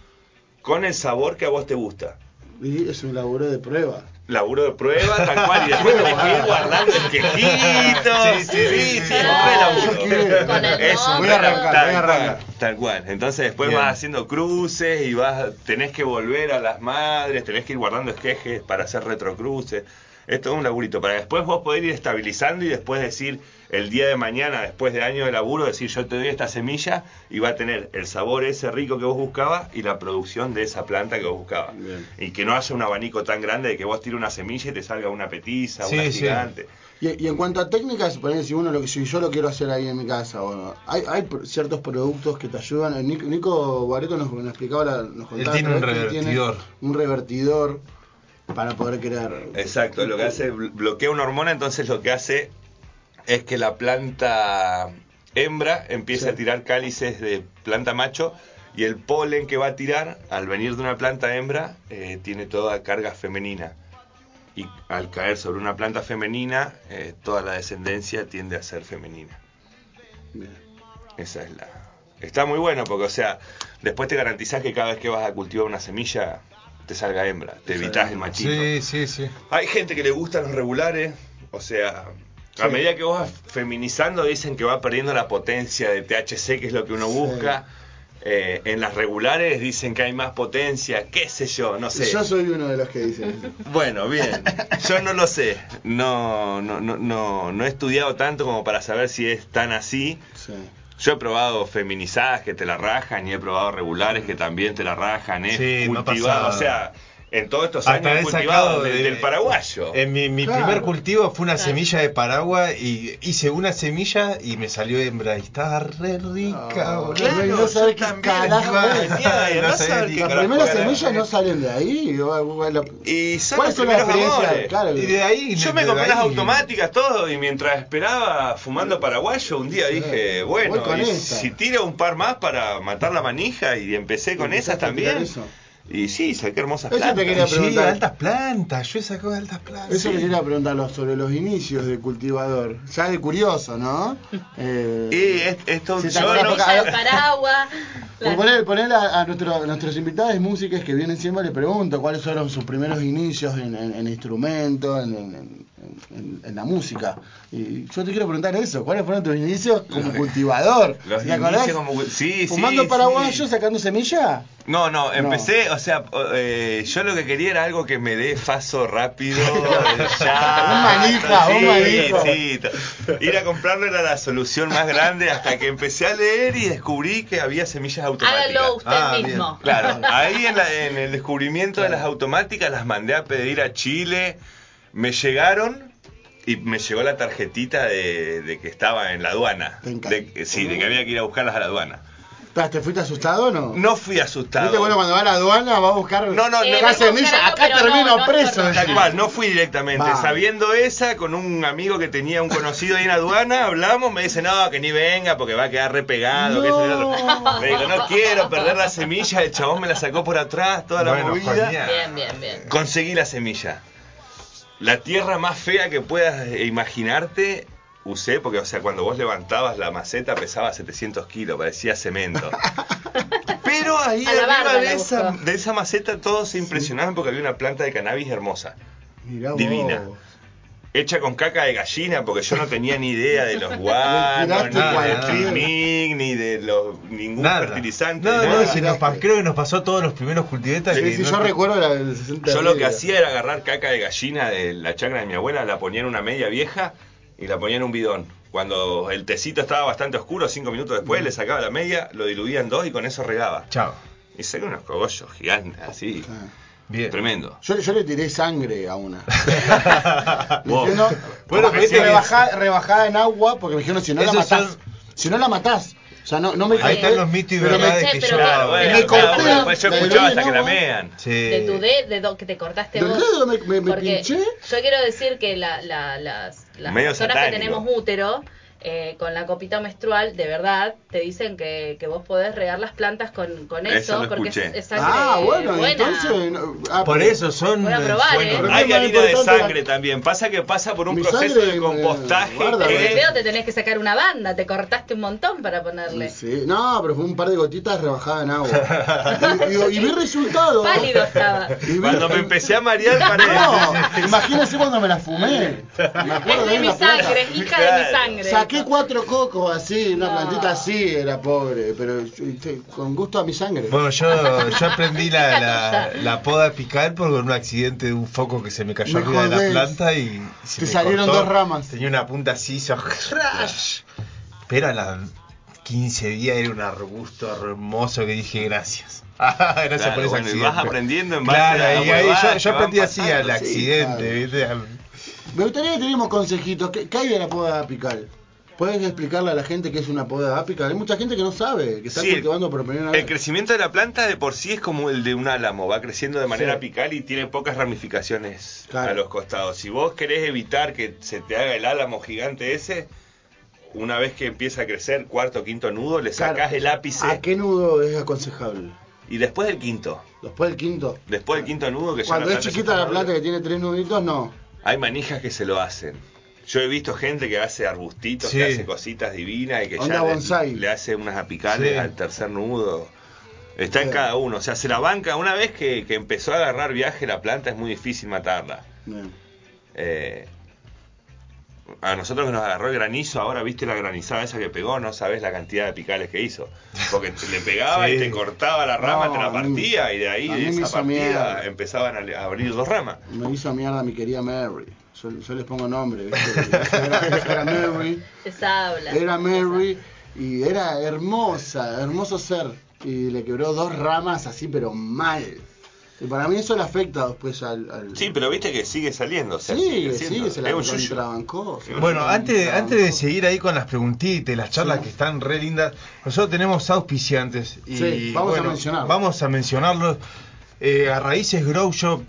con el sabor que a vos te gusta. Y es un laburo de prueba. Laburo de prueba, tal cual, y después tenés que ir guardando el quejito. Sí, sí, sí, sí. es un re laburo. Con el Es un nombre. Voy a re laburo, arrancar, voy a tal arrancar. cual, Tal cual. Entonces después Bien. vas haciendo cruces y vas, tenés que volver a las madres, tenés que ir guardando esquejes para hacer retrocruces. Esto es un laburito. Para después vos poder ir estabilizando y después decir el día de mañana, después de años de laburo, decir yo te doy esta semilla y va a tener el sabor ese rico que vos buscabas y la producción de esa planta que vos buscabas. Bien. Y que no haya un abanico tan grande de que vos tires una semilla y te salga una petiza, Sí, una sí. gigante. Y, y en cuanto a técnicas, por ejemplo, si uno lo que si yo lo quiero hacer ahí en mi casa, bueno, hay, hay pr- ciertos productos que te ayudan. Eh, Nico, Nico Bareto nos, nos explicaba, la- nos contaba. tiene otra un vez que él tiene revertidor. un revertidor para poder crear. Exacto, lo que hace bl- bloquea una hormona, entonces lo que hace es que la planta hembra empiece Sí. a tirar cálices de planta macho y el polen que va a tirar al venir de una planta hembra eh, tiene toda carga femenina y al caer sobre una planta femenina eh, toda la descendencia tiende a ser femenina. Bien. Esa es la. Está muy bueno porque, o sea, después te garantizás que cada vez que vas a cultivar una semilla te salga hembra, te evitas el machismo. Sí, sí, sí. Hay gente que le gustan los regulares, o sea, a medida que vos vas feminizando dicen que va perdiendo la potencia de THC, que es lo que uno Sí. busca. Eh, en las regulares dicen que hay más potencia, qué sé yo, no sé. Yo soy uno de los que dicen eso. Bueno, bien, yo no lo sé, no, no, no, no, no he estudiado tanto como para saber si es tan así. Sí. Yo he probado feminizadas que te la rajan y he probado regulares que también te la rajan, es Sí, me ha cultivado, o pasado. sea, en todos estos Hasta años he he cultivado sacado de- de- del paraguayo. En mi, mi Claro. primer cultivo fue una Claro. semilla de Paraguay y hice una semilla y me salió hembra y estaba re rica, Ah, boludo. claro, Yo no sabe qué también carajo iba- es. Ay, no No sabía sabe ni qué qué Las carajo primeras era. semillas no salen de ahí. o- o- la- Y son ¿Cuál los fue la primeros experiencia? amores. Claro. Y de ahí Yo me compré de las ahí- automáticas, todo, y mientras esperaba fumando paraguayo, un día dije, bueno, Voy con y esta. si tiro un par más para matar la manija, y empecé con Empezaste esas a tirar también. eso. Y sí, saqué hermosas Eso te plantas. quería Y Sí, preguntar. altas plantas, yo he sacado altas plantas. Eso le quería preguntarlo sobre los inicios de cultivador. Ya es de curioso, ¿no? Eh, Y es, es todo- Sí, te yo acordás, no- porque- Semilla de paraguas. Por poner, poner pues a, a nuestro- a nuestros invitados músicas que vienen siempre les pregunto cuáles fueron sus primeros inicios en, en- en instrumento, en, en- en- en, en la música. Y yo te quiero preguntar eso, ¿cuáles fueron tus inicios como cultivador? Los ¿Te acordás? inicios como- sí, sí, ¿Fumando sí. paraguayo, sacando semilla? No, no, empecé, o sea, eh, yo lo que quería era algo que me dé faso rápido, ya. Un manija, un manija. sí, t- ir a comprarlo era la solución más grande hasta que empecé a leer y descubrí que había semillas automáticas. Hágalo usted Ah, bien. mismo. Claro, ahí en, la- en el descubrimiento de las automáticas las mandé a pedir a Chile, me llegaron y me llegó la tarjetita de, de que estaba en la aduana. Te encanta. Uh. De- sí, de que había que ir a buscarlas a la aduana. Ta, ¿Te fuiste asustado o no? No fui asustado. ¿Viste bueno cuando va a la aduana va a buscar No, no, Eh, no. la vengo semilla? buscando, Acá pero termino no, no preso. encontré. Tal cual, no fui directamente. Va. Sabiendo esa, con un amigo que tenía un conocido ahí en aduana, hablamos, me dice, no, que ni venga porque va a quedar repegado. que esto y lo otro". Le digo, no quiero perder la semilla, el chabón me la sacó por atrás, toda la Bueno, movida. genial. Bien, bien, bien. Conseguí la semilla. La tierra más fea que puedas eh, imaginarte usé, porque, o sea, cuando vos levantabas la maceta pesaba 700 kilos, parecía cemento. Pero ahí A la arriba barba de la esa, buscó. de esa maceta todos se impresionaban porque había una planta de cannabis hermosa. Mirá vos. Divina. Hecha con caca de gallina, porque yo no tenía ni idea de los guanos, Tiraste ni del cualquier- trimin, ni de los, ningún Nada. fertilizante. No, no, nada. si nos pa- creo que nos pasó a todos los primeros cultivetas. Sí, que sí, no- yo recuerdo la del 60 Yo lo que arriba. hacía era agarrar caca de gallina de la chacra de mi abuela, la ponía en una media vieja y la ponía en un bidón. Cuando el tecito estaba bastante oscuro, cinco minutos después, le sacaba la media, lo diluía en dos y con eso regaba. Chao. Y saqué unos cogollos gigantes, así. Ah. Bien. Tremendo. Yo, yo le tiré sangre a una. Le Wow. dije, no, Bueno, porque viste que- rebajá- rebajada en agua, porque me dijeron, si no la Esos matás, son- si no la matás. O sea, no, no me Ahí están los mitos y verdades che, que pero yo. Ah, claro, bueno, me cada corté uno, después yo la escuchaba heroína, hasta que la vos. mean. Sí. Eh, de tu dedo, de do- que te cortaste Del vos. dedo me- me- me Porque pinché. Yo quiero decir que la- la- las, las Medio personas satánico. que tenemos útero, eh, con la copita menstrual, de verdad, te dicen que, que vos podés regar las plantas con, con Eso eso, lo porque es, escuché. es sangre Ah, bueno, buena. entonces. no, ah, Por eso son. Voy a probar, bueno, ¿eh? no- Hay tema harina de importante, sangre la- también. Pasa que pasa por un Mi proceso sangre de me- compostaje guarda, Pero el que... eh. dedo te tenés que sacar una banda, te cortaste un montón para ponerle. Sí, no, pero fue un par de gotitas rebajadas en agua. y, y- y vi resultados. Pálido estaba. Y vi- Cuando me empecé a marear, paré. No, imagínense cuando me la fumé. Me acuerdo Es de una mi planta. sangre, es hija de Claro. mi sangre. Saqué cuatro cocos así, una No. plantita así, era pobre, pero yo- con gusto a mi sangre. Bueno, yo, yo aprendí la, la, la poda apical por un accidente de un foco que se me cayó Me arriba de la jodés. planta y se Te me salieron dos ramas. Tenía una punta así, hizo crash. Pero a las 15 días era un arbusto hermoso que dije gracias. Ah, gracias Claro, por ese bueno, y accidente. vas aprendiendo en base Claro, a las y ahí huevadas yo, que yo van aprendí así al pasando, sí, accidente, ¿viste? Me gustaría que teníamos consejitos. ¿Qué, qué hay de la poda apical? ¿Puedes explicarle a la gente qué es una poda apical? Hay mucha gente que no sabe, que está Sí, cultivando por primera El vez. crecimiento de la planta de por sí es como el de un álamo, va creciendo de manera Sí. apical y tiene pocas ramificaciones Claro. a los costados. Si vos querés evitar que se te haga el álamo gigante ese, una vez que empieza a crecer, cuarto, quinto nudo, le Claro. sacás el ápice ¿A qué nudo es aconsejable? y después del quinto. Después del quinto. Después del quinto nudo que ya Cuando la es planta se chiquita la forma planta dura. que tiene tres nuditos, no. Hay manijas que se lo hacen. Yo he visto gente que hace arbustitos, que Sí. hace cositas divinas y que Onda ya le- bonsai. Le, hace unas apicales Sí. al tercer nudo. Está en Sí. cada uno. O sea, se la banca. Una vez que, que empezó a agarrar viaje la planta es muy difícil matarla. Bien. Eh, a nosotros que nos agarró el granizo, ahora viste la granizada esa que pegó, no sabes la cantidad de picales que hizo. Porque te- le pegaba Sí. y te cortaba la rama, No, te a la mí- partía y de ahí, a mí de me esa hizo partida, mierda. empezaban a le- a abrir dos ramas. Me hizo mierda mi querida Mary. Yo, yo les pongo nombre, ¿viste? Era, era Mary. Les habla. Era Mary y era hermosa, hermoso ser. Y le quebró dos ramas así, pero mal. Y para mí eso le afecta después al. al- Sí, pero viste que sigue saliendo. o sea, Sí, sigue sí, siendo. se la Es un yuyo. contrabancó. se la Bueno, antes, contrabancó. antes de seguir ahí con las preguntitas y las charlas Sí. que están re lindas, nosotros tenemos auspiciantes y Sí, vamos a bueno, mencionarlos. vamos a mencionarlos. Eh, a raíces Grow Shop,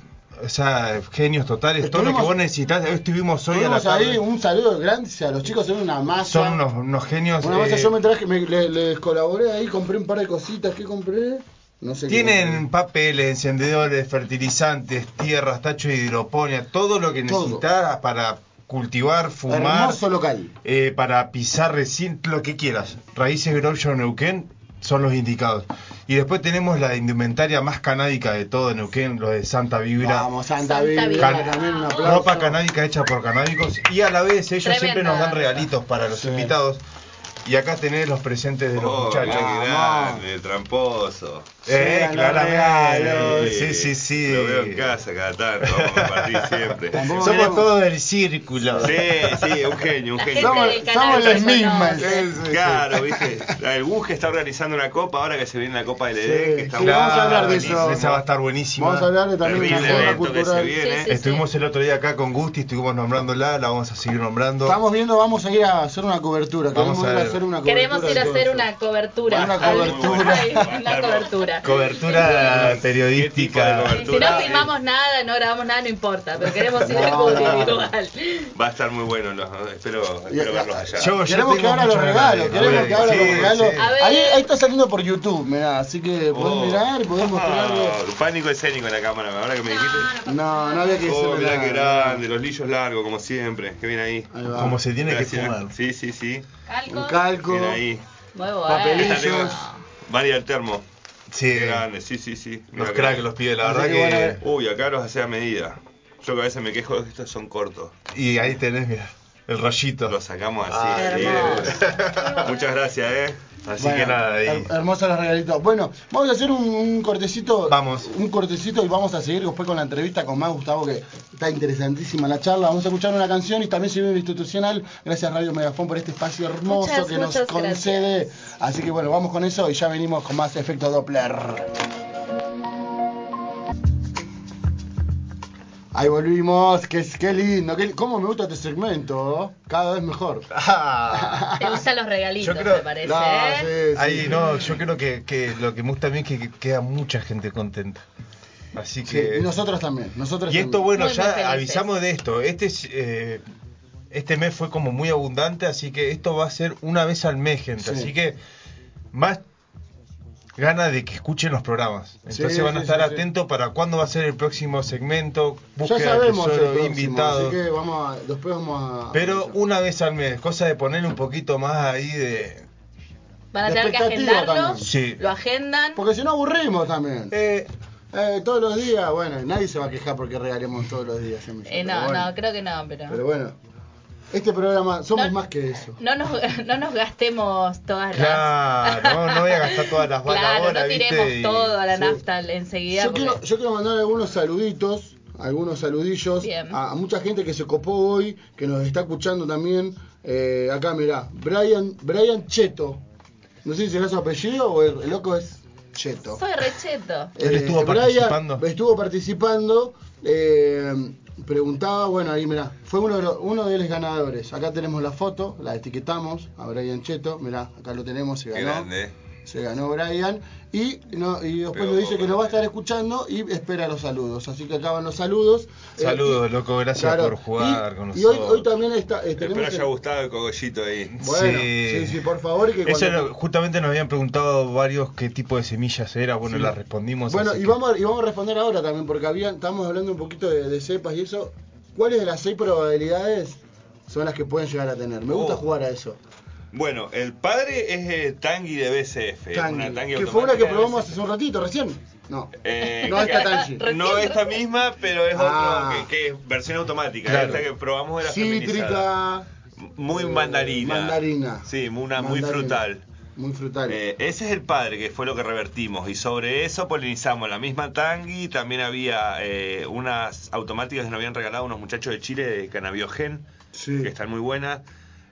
o sea, genios totales, todo lo que Estuvimos- vos necesitas, estuvimos hoy a la Tuvimos ahí tarde. un saludo grande, o sea, los chicos son una masa. Son unos, unos genios. Una masa, eh, yo me traje, me- le- les colaboré ahí, compré un par de cositas que compré. No sé qué Tienen compré. papeles, encendedores, fertilizantes, tierras, tacho de hidroponía, todo lo que Todo. necesitas para cultivar, fumar, Hermoso local. eh, para pisar recién, lo que quieras. Raíces Grow Shop Neuquén, son los indicados. Y después tenemos la indumentaria más canábica de todo de Neuquén, lo de Santa Vibra. Vamos, Santa Santa Biblia, Biblia. también un aplauso. ropa canábica hecha por canábicos y a la vez ellos Tremenda siempre nos dan ropa. regalitos para los invitados. Y acá tenés los presentes de los Oh, muchachos. mirá qué Vamos. grande, tramposo. Eh, Llegan claramente. Sí, sí, sí. Lo veo en casa cada tanto, vamos a compartir siempre. Tampoco- Somos todos del círculo. Sí, sí, un genio, un La genio. gente Somos- del canal somos las que conoce. mismas. Claro, viste. El Buge está organizando una copa ahora que se viene la Copa del Edén, que está sí, vamos a hablar de buenísimo. eso. Esa va a estar buenísima. Vamos a hablar de también Terrible una forma evento que se cultural. viene. Sí, sí. Estuvimos el otro día acá con Gusti, estuvimos nombrándola, la vamos a seguir nombrando. Estamos viendo, vamos a ir a hacer una cobertura. Queremos Vamos ir a a ver. hacer una cobertura. Queremos ir de a todo hacer eso. una cobertura. Una Al- cobertura. Ay, una cobertura. Cobertura ¿Qué periodística. tipo de Si no cobertura? filmamos nada, no grabamos nada, no importa, pero queremos ir a No, cubrir no. igual. Va a estar muy bueno, los- espero, espero verlos allá. Yo- Queremos que tengo abra los muchas regalos, ganas de- queremos que abra Sí, los regalos. sí. A ver. Ahí, ahí está saliendo por YouTube, mirá, así que podés Oh. mirar y podés mostrarlo. Oh. Ah, pánico escénico en la cámara, ahora que me dijiste. No, no había que decirlo Oh, mirá nada. qué grande, los lillos largos, como siempre. Que bien ahí. Ahí va. Como se tiene Gracias. que fumar. Sí, sí, sí. Un Calco. calco. Bien ahí. Muy bueno. Esta Papelillo. tengo varias al termo. Sí, Qué grande, sí, sí, sí. Mirá los qué cracks, grande. los pibes, la Así verdad que bueno, a que. ver. Uy, acá los hace a medida. Yo que a veces me quejo de que estos son cortos. Y ahí tenés, mira, el rollito. Los sacamos así. Ah, así de una. Muchas gracias, eh. Así Bueno, que nada, ahí. her- Hermosos los regalitos. Bueno, vamos a hacer un, un cortecito. Vamos. Un cortecito y vamos a seguir después con la entrevista con más Gustavo, que está interesantísima la charla. Vamos a escuchar una canción y también sirve institucional. Gracias Radio Megafón por este espacio hermoso Muchas, que nos muchas concede. Así que bueno, vamos con eso y ya venimos con más efecto Doppler. Ahí volvimos, qué, qué lindo, qué- cómo me gusta este segmento, cada vez mejor. Ah. Te gustan los regalitos, Yo creo- me parece. No, ¿eh? sí, sí. Ahí, no, yo creo que, que lo que me gusta a mí es que que queda mucha gente contenta. Así Sí, que. y nosotros también, nosotros Y esto, también. bueno, Muy, muy felices. ya avisamos de esto. Este, es, eh, este mes fue como muy abundante, así que esto va a ser una vez al mes, gente. Sí. Así que más ganas de que escuchen los programas. Entonces Sí, van a sí, estar sí, atentos para cuándo va a ser el próximo segmento, Ya búsqueda sabemos de el tesoro, próximo, invitados. Así que vamos a, después vamos a. Pero una vez al mes, cosa de poner un poquito más ahí de... Van a la tener que expectativa agendarlo, también. Sí. lo agendan. Porque si no aburrimos también. Eh, Eh, todos los días, bueno, nadie se va a quejar porque regalemos todos los días. siempre. Eh, Pero no, bueno. no, creo que no, pero... Pero bueno, este programa somos No- más que eso. No nos, no nos gastemos todas las... claro, no, no voy a gastar todas las balas Claro, ahora, no tiremos ¿viste? Y- todo a la Sí. nafta enseguida. Yo porque- quiero, yo quiero mandar algunos saluditos, algunos saludillos Bien. a, a mucha gente que se copó hoy, que nos está escuchando también. Eh, acá, mirá, Brian, Brian Cheto. No sé si será su apellido o el, el loco es Cheto. Soy recheto. Él estuvo participando. Eh, Estuvo participando. eh, preguntaba, bueno, ahí mirá, fue uno de, los, uno de los ganadores. Acá tenemos la foto, la etiquetamos a Brian Cheto. Mirá, acá lo tenemos, se Qué ganó. grande, eh. Se ganó Brian. Y, no- y después Pero, nos dice que nos va a estar escuchando y espera los saludos. Así que acaban los saludos. Eh, Saludos, y- loco, gracias claro, por jugar y, con Y hoy, nosotros. hoy también está, eh, tenemos. Espero el- haya gustado el cogollito ahí. Bueno, Sí. sí, sí, por favor. Que Eso cuando- lo- justamente nos habían preguntado varios qué tipo de semillas era, bueno, Sí. las respondimos. Bueno, así y que- vamos, a, y vamos a responder ahora también, porque había, estábamos hablando un poquito de, de cepas y eso. ¿Cuáles de las seis probabilidades son las que pueden llegar a tener? Me gusta Oh. jugar a eso. Bueno, el padre es el Tangi de BCF. Una tangi que fue una automática que de probamos BCF. hace un ratito, recién. No. Eh, No esta que- Tangi. No esta misma, pero es Ah. otra que, que es versión automática. Claro. Esta que probamos era feminizada. Cítrica. Muy eh, mandarina. Mandarina. Sí, una muy Mandarina. frutal. Muy frutal. Eh, ese es el padre, que fue lo que revertimos. Y sobre eso polinizamos la misma tangi. También había eh, unas automáticas que nos habían regalado unos muchachos de Chile de Canabiogen, sí. que están muy buenas.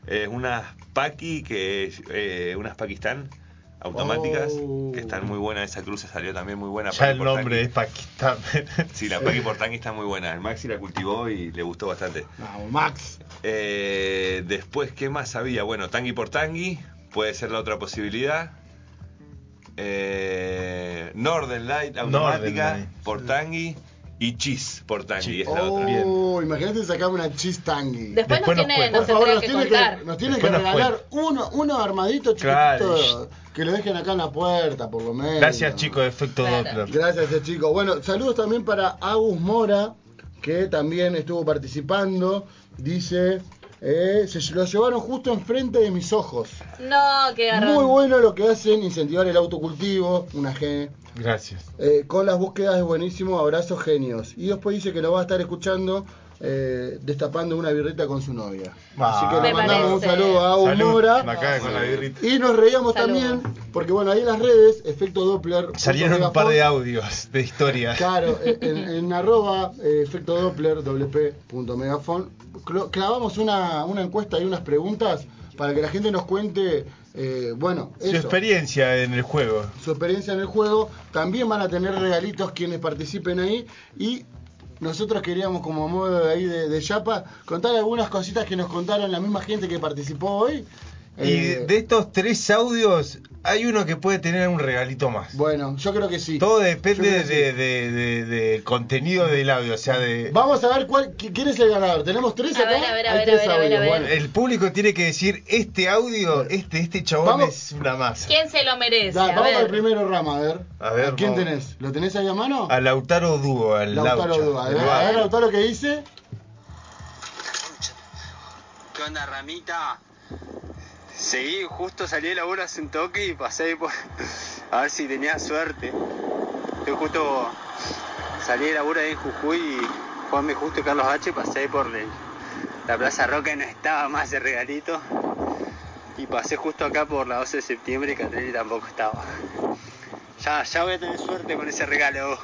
Eh, unas Paki, que, eh, unas Pakistán automáticas, Oh. que están muy buenas. Esa cruce salió también muy buena. ya Paki el por tangi. nombre es Pakistán. Sí, la Paki por tangi está muy buena. El Maxi la cultivó y le gustó bastante. Vamos, Max. Eh, después, ¿qué más había? Bueno, Tangi por Tangi, puede ser la otra posibilidad. Eh, Northern Light automática Northern Light. por Tangi y Cheese por Tangi. Cheese. es la Oh, otra. Bien. imagínate sacar una cheese tangy. Después, nos, Después nos tiene, cuenta. nos Por favor, tendría nos que tiene contar. que, nos tiene que Después nos regalar uno, uno armadito chiquitito Claro. que lo dejen acá en la puerta, por lo menos. Gracias, chicos, de Efecto Claro. Doppler. Gracias, eh, chicos. Bueno, saludos también para Agus Mora, que también estuvo participando. Dice, Eh, se lo llevaron justo enfrente de mis ojos. No, qué garrón. Muy bueno lo que hacen, incentivar el autocultivo, una G. Gracias. Eh, con las búsquedas es buenísimo, abrazos genios. Y después dice que lo va a estar escuchando eh, destapando una birrita con su novia. Ah. Así que Me le mandamos parece. un saludo a Agus Salud. Mora. Me acaba con la birrita. Y nos reíamos Salud. también, porque bueno, ahí en las redes, efecto Doppler. Salieron punto un par de megafon. audios de historia. Claro, en, en arroba eh, efecto Doppler, wp.megafon, clo- clavamos una, una encuesta y unas preguntas para que la gente nos cuente, eh, bueno, Su eso, experiencia en el juego. su experiencia en el juego. También van a tener regalitos quienes participen ahí y nosotros queríamos como a modo de ahí de, de chapa contar algunas cositas que nos contaron la misma gente que participó hoy. Y Eh, de estos tres audios, hay uno que puede tener un regalito más. Bueno, yo creo que sí. Todo Yo depende creo que sí. de- de- de- del contenido del audio, o sea, de... Vamos a ver cuál, qui- quién es el ganador. Tenemos tres A acá. ver, a ver, a Hay ver, tres a ver, a ver, a audios. ver. Bueno, El público tiene que decir, este audio, este, este chabón Vamos. es una masa. ¿Quién se lo merece? Da, A vamos al ver. primero rama, a ver. A ver, quién vamos. tenés? ¿Lo tenés ahí a mano? A Lautaro Dúo, al Lautaro Laucha, Dúa. A del ver, a ver, barrio. Lautaro, ¿qué dice? ¿Qué onda, ramita? Seguí, justo salí de laburo hace un toque y pasé por. A ver si tenía suerte. Yo justo salí de laburo ahí en Jujuy y Juanme Justo Carlos H. Pasé por el- la Plaza Roca y no estaba más de regalito. Y pasé justo acá por la 12 de septiembre y Catrini tampoco estaba. Ya, ya voy a tener suerte con ese regalo.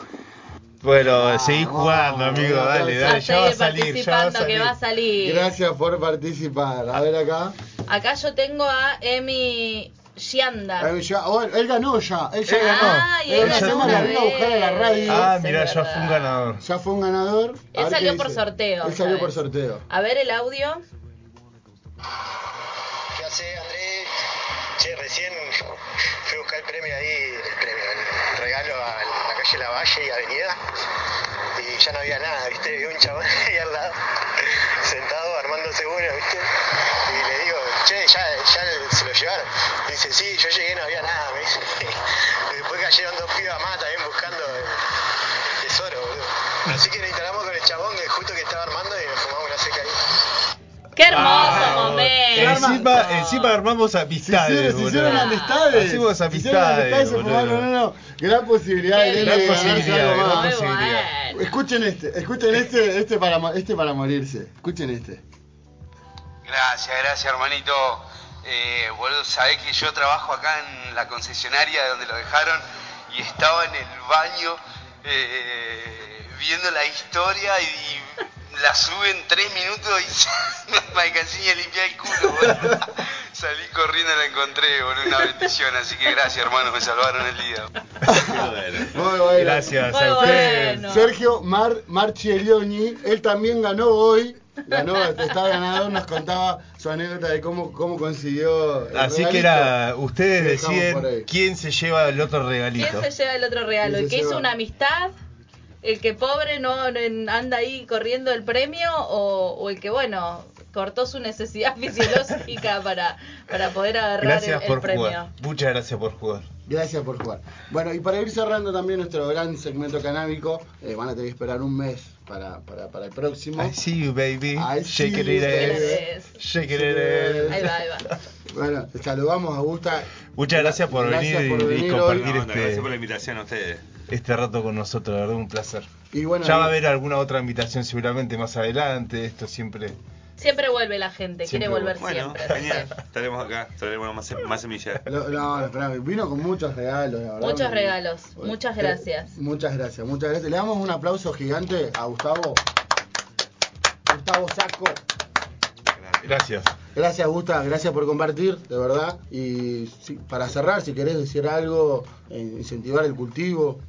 Bueno, seguí Vamos, jugando, amigo, vamos, dale, a dale, a ya va a seguir salir, ya va a participando que salir. va a salir. Gracias por participar. A ver acá. Acá yo tengo a Emi A Gianda. ver, ya- bueno, él ganó ya. Él ya Él ganó. Ah, y Él él ya ganó se una mandó a buscar a la vez. radio. Ah, Es mirá, ya verdad. fue un ganador. Ya fue un ganador. A Él ver qué salió por dice. sorteo, Él salió esta por vez. sorteo. A ver el audio. ¿Qué hace Andrés? Che, recién fui a buscar el premio ahí, el premio, el regalo a la calle Lavalle y Avenida. Y ya no había nada, ¿viste? Vi un chabón ahí al lado, sentado armándose uno, ¿viste? Y le digo, che, ya, ya se lo llevaron. Y dice, sí, yo llegué, no había nada, me dice. Y después cayeron dos pibas más también buscando el tesoro, boludo. Así que nos instalamos con el chabón que justo que estaba armando y nos fumamos una seca ahí. ¡Qué hermoso Ah, momento! Ah. Ah. Encima, encima armamos Se hicieron, amistades, se hicieron boludo. amistades. Hacemos Se hicieron amistades, amistades, se boludo. fumaron, no, no. Gran posibilidad. Qué de bien. ganarse algo Gran posibilidad, más. gran Muy posibilidad. bueno. Escuchen este, escuchen este, este para, mo- este para morirse. Escuchen este. Gracias, gracias hermanito. Eh, boludo, sabés que yo trabajo acá en la concesionaria de donde lo dejaron y estaba en el baño eh, viendo la historia y la suben tres minutos y me alcancé ni a limpiar el culo. boludo. Salí corriendo y la encontré, boludo, una bendición. Así que gracias hermano, me salvaron el día. Muy bueno. Gracias Muy a ustedes. bueno. Sergio Mar Marchielioni, él también ganó hoy. Ganó, está ganador, nos contaba su anécdota de cómo, cómo consiguió. el Así que regalito. nada, ustedes Sí, dejamos por deciden ahí. quién se lleva el otro regalito. ¿Quién se lleva el otro regalo? ¿Quién ¿El se que hizo lleva? una amistad? ¿El que pobre no en- anda ahí corriendo el premio? ¿O, o el que, bueno, cortó su necesidad fisiológica para, para poder agarrar Gracias el, el por premio? jugar. Muchas gracias por jugar. Gracias por jugar. Bueno, y para ir cerrando también nuestro gran segmento canábico, eh, van a tener que esperar un mes para, para, para el próximo. I see you, baby. I see Shake it, you, it baby. is. Shake it, it is. Ahí va, ahí va. Bueno, saludamos a Augusta. Muchas gracias por Gracias venir, por y- y venir hoy. compartir Buena onda, Gracias por la este, invitación a ustedes. este rato con nosotros, la verdad, un placer. Y bueno, ya va a haber alguna otra invitación seguramente más adelante, esto siempre. Siempre vuelve la gente, Siempre quiere volver Bueno, siempre. genial. Estaremos acá, traeremos más, más semillas. Lo- no, no, espera, vino con muchos regalos, la verdad. Muchos Me- regalos, muchas Eh, gracias. Muchas gracias, muchas gracias. Le damos un aplauso gigante a Gustavo. Gustavo Saco. Gracias. Gracias, Gusta, gracias por compartir, de verdad. Y sí, para cerrar, si querés decir algo, eh, incentivar el cultivo.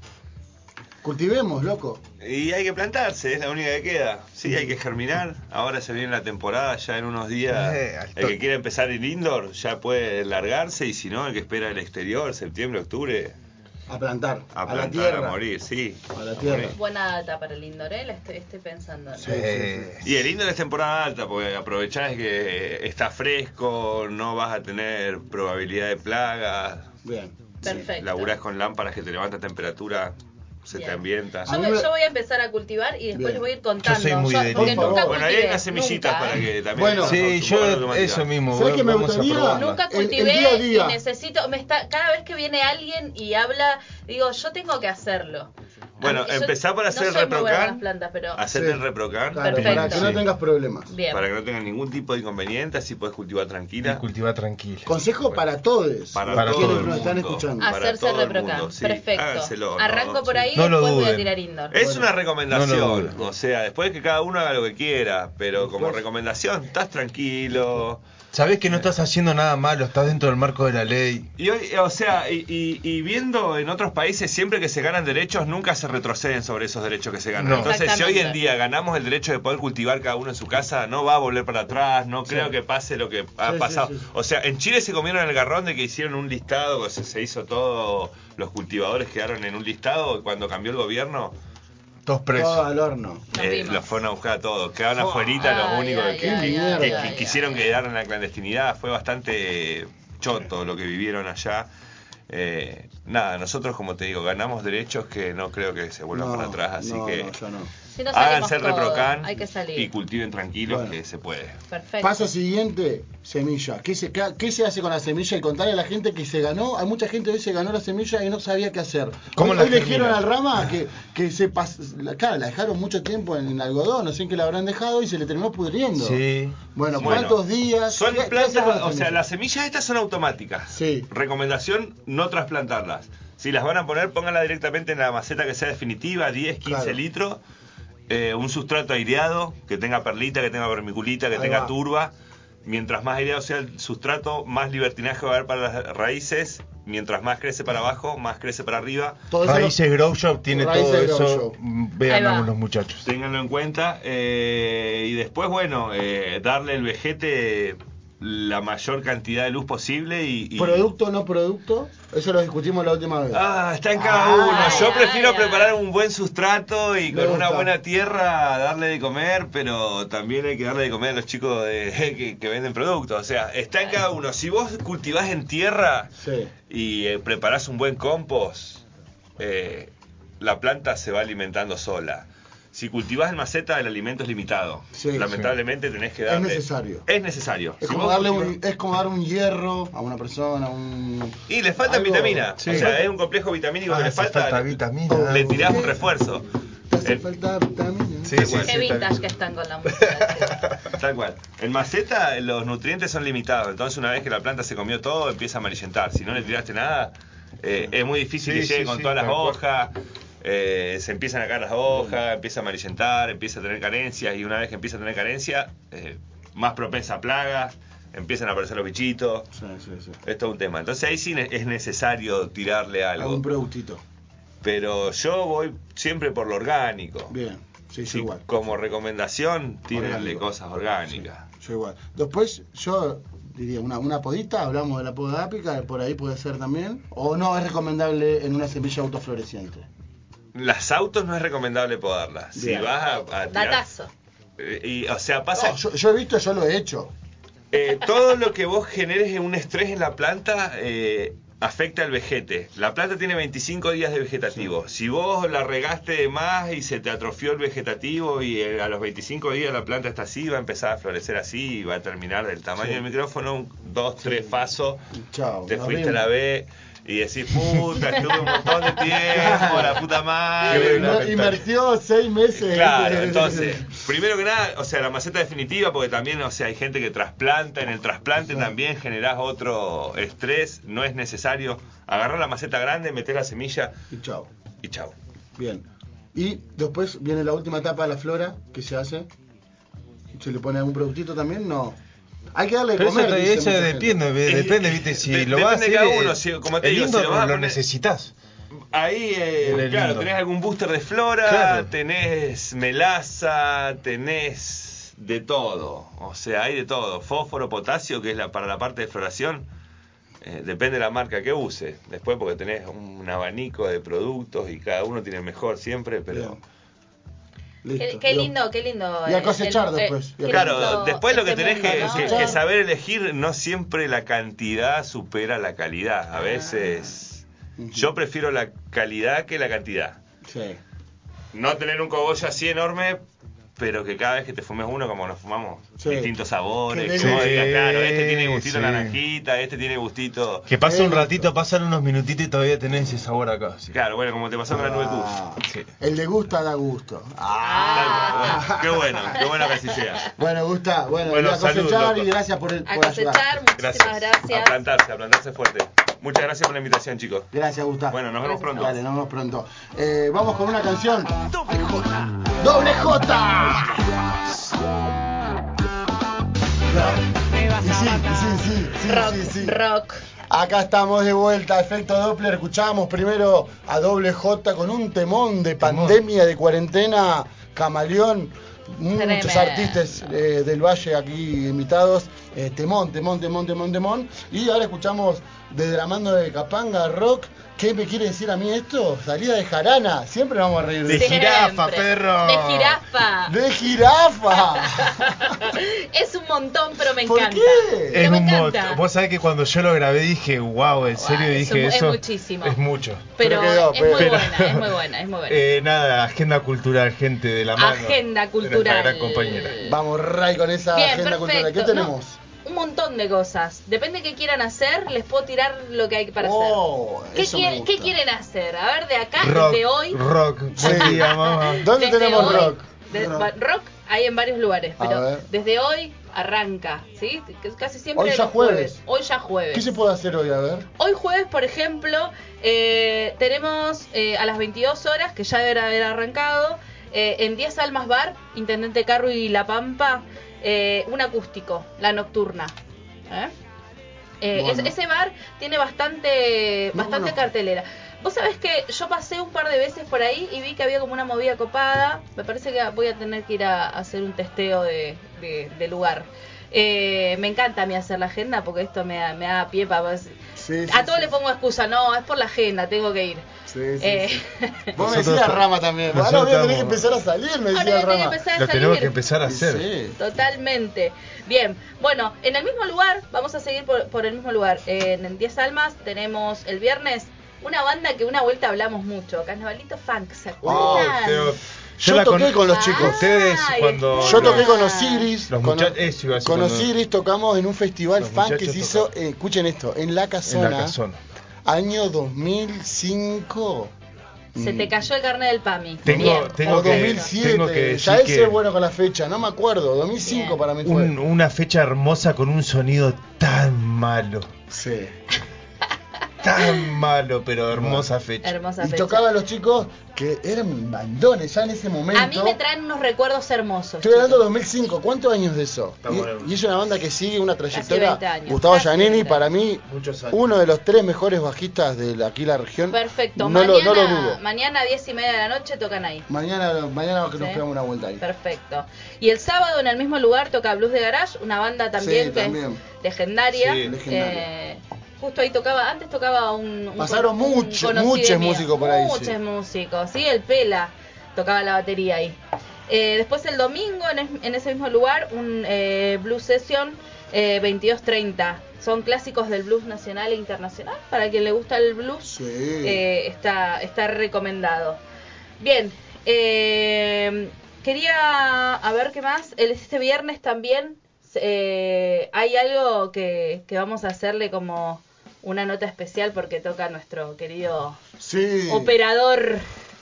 Cultivemos, loco. Y hay que plantarse, es la única que queda. Sí, hay que germinar. Ahora se viene la temporada, ya en unos días. Eh, al toque. el que quiera empezar en indoor ya puede largarse y si no, el que espera el exterior, septiembre, octubre, A plantar. a, la plantar, tierra. a morir, sí. A la tierra. morir. Buena data para el indoor, ¿eh? La estoy, estoy pensando. Sí, sí, eh, Y el indoor es temporada alta, porque aprovechás que está fresco, no vas a tener probabilidad de plagas, Bien. Perfecto. laburás con lámparas que te levantan temperatura se Bien. te ambienta. Yo, me- yo voy a empezar a cultivar y después Bien. les voy a ir contando. Yo soy muy de porque tipo. nunca bueno, ahí hay cultivé, unas semillitas nunca, para ¿eh? que también. Bueno, no, sí, no, yo no, no, no, eso no. mismo. ¿Sabés qué me vamos a gustaría? probarla. El- Nunca el cultivé día a día. y necesito, me está, cada vez que viene alguien y habla, digo, yo tengo que hacerlo. Bueno, A mí- yo empezá por hacer no el soy muy buena con las reprocan. plantas, pero Hacer Sí. el reprocan. Claro, Perfecto. para que no Sí. tengas problemas. bien. Para que no tengas ningún tipo de inconveniente, así puedes cultivar Y tranquila. cultivar tranquilo. Consejo para todos. Para, Para todo quienes el nos están mundo, escuchando. para Hacerse todo el el reprocan. mundo, sí, Perfecto. háganselo, no, Arranco por sí. ahí y No lo después voy a duden. tirar indoor. Es Bueno. una recomendación, No lo dudo. o sea, después que cada uno haga lo que quiera, pero como Después. recomendación, estás tranquilo. Sabés que no estás haciendo nada malo, estás dentro del marco de la ley. Y hoy, o sea, y, y- y viendo en otros países, siempre que se ganan derechos, nunca se retroceden sobre esos derechos que se ganan. No. Entonces, si hoy en Exactamente. día ganamos el derecho de poder cultivar cada uno en su casa, no va a volver para atrás, no creo que pase lo que ha Sí, sí, pasado. sí. O sea, en Chile se comieron el garrón de que hicieron un listado, o sea, se hizo todo, los cultivadores quedaron en un listado, y cuando cambió el gobierno, Todo Todos presos. al horno. Nos eh, vimos. los fueron a buscar a todos. Quedaron Fua. afuerita Ay, los únicos ay, que, que- ay, ay, que- ay, que ay, quisieron ay. quedar en la clandestinidad. Fue bastante choto lo que vivieron allá. Eh, nada, nosotros, como te digo, ganamos derechos que no creo que se vuelvan No, para atrás. Así no, que no, yo no. Si no salimos háganse el todos, reprocan Hay que salir. y cultiven tranquilos Bueno. que se puede. Perfecto. Paso siguiente, semilla. ¿Qué se, ca- qué se hace con la semilla? Y contarle a la gente que se ganó. Hay mucha gente hoy se ganó la semilla y no sabía qué hacer. ¿Cómo hoy, la hoy le dijeron germina? al rama que, que se pas- la, claro, la dejaron mucho tiempo en, en algodón, no sé en qué la habrán dejado y se le terminó pudriendo. Sí. Bueno, Bueno, ¿cuántos días? Son ¿Qué- qué hacer con plantas, la o sea, semilla? las semillas estas son automáticas. Sí. Recomendación, no trasplantarlas. Si las van a poner, pónganlas directamente en la maceta que sea definitiva, 10, 15 Claro. litros. eh, un sustrato aireado, que tenga perlita, que tenga vermiculita, que Ahí tenga va. turba. Mientras más aireado sea el sustrato, más libertinaje va a haber para las raíces. Mientras más crece para abajo, más crece para arriba. Todo eso lo- Raíces Grow Shop tiene Raíces todo Grow eso. Shop. Mm, Ahí Vean va. a los muchachos. Ténganlo en cuenta. eh, y después, bueno, eh, darle el vejete la mayor cantidad de luz posible y- y ¿Producto no producto? Eso lo discutimos la última vez. Ah, está en cada Ah, uno. Yo ay, prefiero ay. preparar un buen sustrato y Me con una gusta. buena tierra darle de comer, pero también hay que darle de comer a los chicos de- que, que venden productos. O sea, está en cada uno. Si vos cultivás en tierra Sí. y eh, preparás un buen compost, eh, la planta se va alimentando sola. Si cultivás en maceta, el alimento es limitado. Sí, Lamentablemente tenés que Es darle. necesario. Es necesario. Es Si como, vos darle cultivás- un, es como dar un hierro a una persona, a un... Y le faltan Algo- vitaminas. Sí. O sea, es un complejo vitamínico Ah, que le hace falta. falta vitamina. Le tirás un refuerzo. Te hace El- falta vitamina. Sí, sí, Qué sí, vintage también. que están con la música. Tal cual. En maceta los nutrientes son limitados, entonces una vez que la planta se comió todo empieza a amarillentar. Si no le tiraste nada, eh, es muy difícil Sí, que llegue sí, con sí, todas las tal cual. hojas, eh, se empiezan a caer las hojas, empieza a amarillentar, empieza a tener carencias y una vez que empieza a tener carencia, eh, más propensa a plagas, empiezan a aparecer los bichitos. Sí, sí, sí. Es todo un tema. Entonces ahí sí ne- es necesario tirarle algo. Algún productito. Pero yo voy siempre por lo orgánico. Bien. Sí, yo Sí, igual. como recomendación, tírenle Orgánico. cosas orgánicas. Yo igual. Después, yo diría una, una podita, hablamos de la poda ápica, por ahí puede ser también. O no es recomendable en una semilla autofloreciente. Las autos no es recomendable podarlas. Si Bien. vas a, a tirar- Datazo. Eh, y, o sea, pasa. No, yo, yo he visto, yo lo he hecho. eh, todo lo que vos generes en un estrés en la planta eh, afecta al vejete. La planta tiene 25 días de vegetativo. Si vos la regaste de más y se te atrofió el vegetativo y eh, a los 25 días la planta está así, va a empezar a florecer así y va a terminar del tamaño Sí. del micrófono, un, dos, tres pasos. Chao. Te nos fuiste a la vemos. B y decís, puta, estuve un montón de tiempo, la puta Que madre. Ah, no- invertió seis meses. Claro, entonces, primero que nada, o sea, la maceta definitiva, porque también, o sea, hay gente que trasplanta, en el trasplante también generás otro estrés, no es necesario. Agarrar la maceta grande, meter la semilla Y chao. y chau. Bien. Y después viene la última etapa de la flora que se hace. ¿Se le pone algún productito también? No. Hay que darle de Pero eso, comer. te- dice eso mucha gente. depende, ve- Eh, depende, viste, si de- lo vas a depende hacer, de cada uno, eh, si- como te el digo, lindo si lo vas a poner- necesitas. Ahí, eh, Era claro, lindo. tenés algún booster de flora, Claro. tenés melaza, tenés de todo. O sea, hay de todo. Fósforo, potasio, que es la, para la parte de floración. eh, depende de la marca que use. Después, porque tenés un abanico de productos y cada uno tiene el mejor siempre, pero. Bien. Qué, Listo. qué lindo, qué lindo. Y a eh, cosechar el- después. eh, Claro, lindo después lo que este tenés que, mundo, que- ¿no? que saber elegir, no siempre la cantidad supera la calidad. A veces. Ah. Ujú. Yo prefiero la calidad que la cantidad. Sí. No tener un cogollo así enorme, pero que cada vez que te fumes uno, como nos fumamos, Sí. distintos sabores. Qué como lindo. digas, claro, este tiene Sí, gustito sí. naranjita, este tiene gustito. Que pasa un ratito, pasan unos minutitos y todavía tenés ese sabor acá. sí. Claro, bueno, como te pasó con la nube Ah, Q. Sí. El de gusta da gusto. Ah. Ah, Qué bueno, qué bueno que así sea. Bueno, Gusta, bueno, Bueno, y a cosechar salud, loco. y gracias por, el- A por ayudar. cosechar, muchísimas A gracias. plantarse, a plantarse fuerte. Muchas gracias por la invitación, chicos. Gracias, Gusta. Bueno, nos vemos pronto. Dale, nos vemos pronto. Eh, vamos con una canción. Doble J. Doble J. Y sí, sí, sí, sí, Rock, sí, sí. rock. Acá estamos de vuelta, efecto Doppler. Escuchamos primero a Doble J con un temón de pandemia, de cuarentena, camaleón. Muchos Tremendo. artistas eh, del Valle aquí invitados. Eh, temón, temón, temón, temón, temón. Y ahora escuchamos desde la mano de Capanga Rock. ¿Qué me quiere decir a mí esto? Salida de jarana. Siempre vamos a reír de De eso. jirafa, Siempre. perro. De jirafa. ¡De jirafa! es un montón, pero me ¿Por encanta. qué? Pero Es me un encanta. bot. Vos sabés que cuando yo lo grabé dije, wow, en serio Guau, es dije un- es eso. muchísimo. Es mucho. Pero, Pero quedó, es muy pero- buena, es muy buena, es muy buena. Eh, nada, agenda cultural, gente de la mano. Agenda de nuestra cultural. gran compañera. Vamos, Ray, con esa Bien, agenda perfecto. cultural. ¿Qué No, tenemos? un montón de cosas. Depende de qué quieran hacer, les puedo tirar lo que hay para Oh, hacer. ¿Qué, eso me quiere- gusta. qué quieren hacer? A ver, de acá, Rock, de hoy. rock. Buen Sí. día, mamá. ¿Dónde desde tenemos hoy, rock? de- Rock. ba- rock hay en varios lugares, A pero ver. desde hoy arranca, ¿sí? C- Casi siempre Hoy ya los jueves. Hoy ya jueves. ¿Qué se puede hacer hoy? A ver. Hoy jueves, por ejemplo, eh, tenemos eh, a las 22 horas, que ya deberá haber arrancado, eh, en 10 Almas Bar, Intendente Carro y La Pampa, eh, un acústico, la nocturna. ¿Eh? Eh, Bueno. es- ese bar tiene bastante, No, bastante no. cartelera. Vos sabés que yo pasé un par de veces por ahí y vi que había como una movida copada. Me parece que voy a tener que ir a, a hacer un testeo de, de- de lugar. Eh, me encanta a mí hacer la agenda porque esto me da, me da pie para Sí, sí, a todos sí. le pongo excusa, no, es por la agenda, tengo que ir. Sí, sí, Eh, sí. Vos me Nosotros decías to- Rama también. Ahora nosotros voy a tener que estamos- empezar a salir, me Ahora decía voy a tener que Rama. empezar a Lo salir. tenemos que empezar a hacer. Sí. Totalmente. Bien, bueno, en el mismo lugar, vamos a seguir por, por el mismo lugar. En, en 10 Almas tenemos el viernes una banda que una vuelta hablamos mucho, Carnavalito Funk, ¿se Oh, acuerdan? Teo. Yo toqué con los chicos. Ustedes Ay, cuando Yo toqué Hola. con Osiris. Los con- mucha- eso iba a decir, con cuando- Osiris tocamos en un festival Los fan que muchachos se hizo, tocaron. eh, escuchen esto, en La en Casona, la casona. año 2005. Se te cayó el carnet del PAMI. Tengo- Bien. tengo o que- 2007, tengo que ya ese decir que- es bueno con la fecha, no me acuerdo, 2005 Bien. para mí fue. Un- una fecha hermosa con un sonido tan malo. Sí. Tan malo, pero hermosa fecha. Hermosa Y fecha. tocaban los chicos que eran bandones ya en ese momento. A mí me traen unos recuerdos hermosos. Estoy hablando de chicos. 2005, ¿cuántos años de eso? Estamos Y, en- y es una banda que sigue una trayectoria. 20 años. Gustavo Casi Giannini, 20 años. para mí, Muchos años. uno de los tres mejores bajistas de la- aquí la región. Perfecto. No, mañana, lo, no lo dudo. mañana a 10 y media de la noche tocan ahí. Mañana, mañana que nos Sí. pegamos una vuelta ahí. Perfecto. Y el sábado en el mismo lugar toca Blues de Garage, una banda también Sí, que también. es legendaria. Sí, legendaria. Eh, justo ahí tocaba, antes tocaba un. un- Pasaron un muchos, conocido muchos mío. músicos por ahí, Muchos sí. músicos, sí, el Pela tocaba la batería ahí. Eh, después el domingo en, es- en ese mismo lugar, un eh, Blues Session eh, 2230. Son clásicos del blues nacional e internacional. Para quien le gusta el blues, Sí. eh, está, está recomendado. Bien, eh, quería a ver qué más. El- Este viernes también eh, hay algo que, que vamos a hacerle como una nota especial porque toca nuestro querido sí. operador.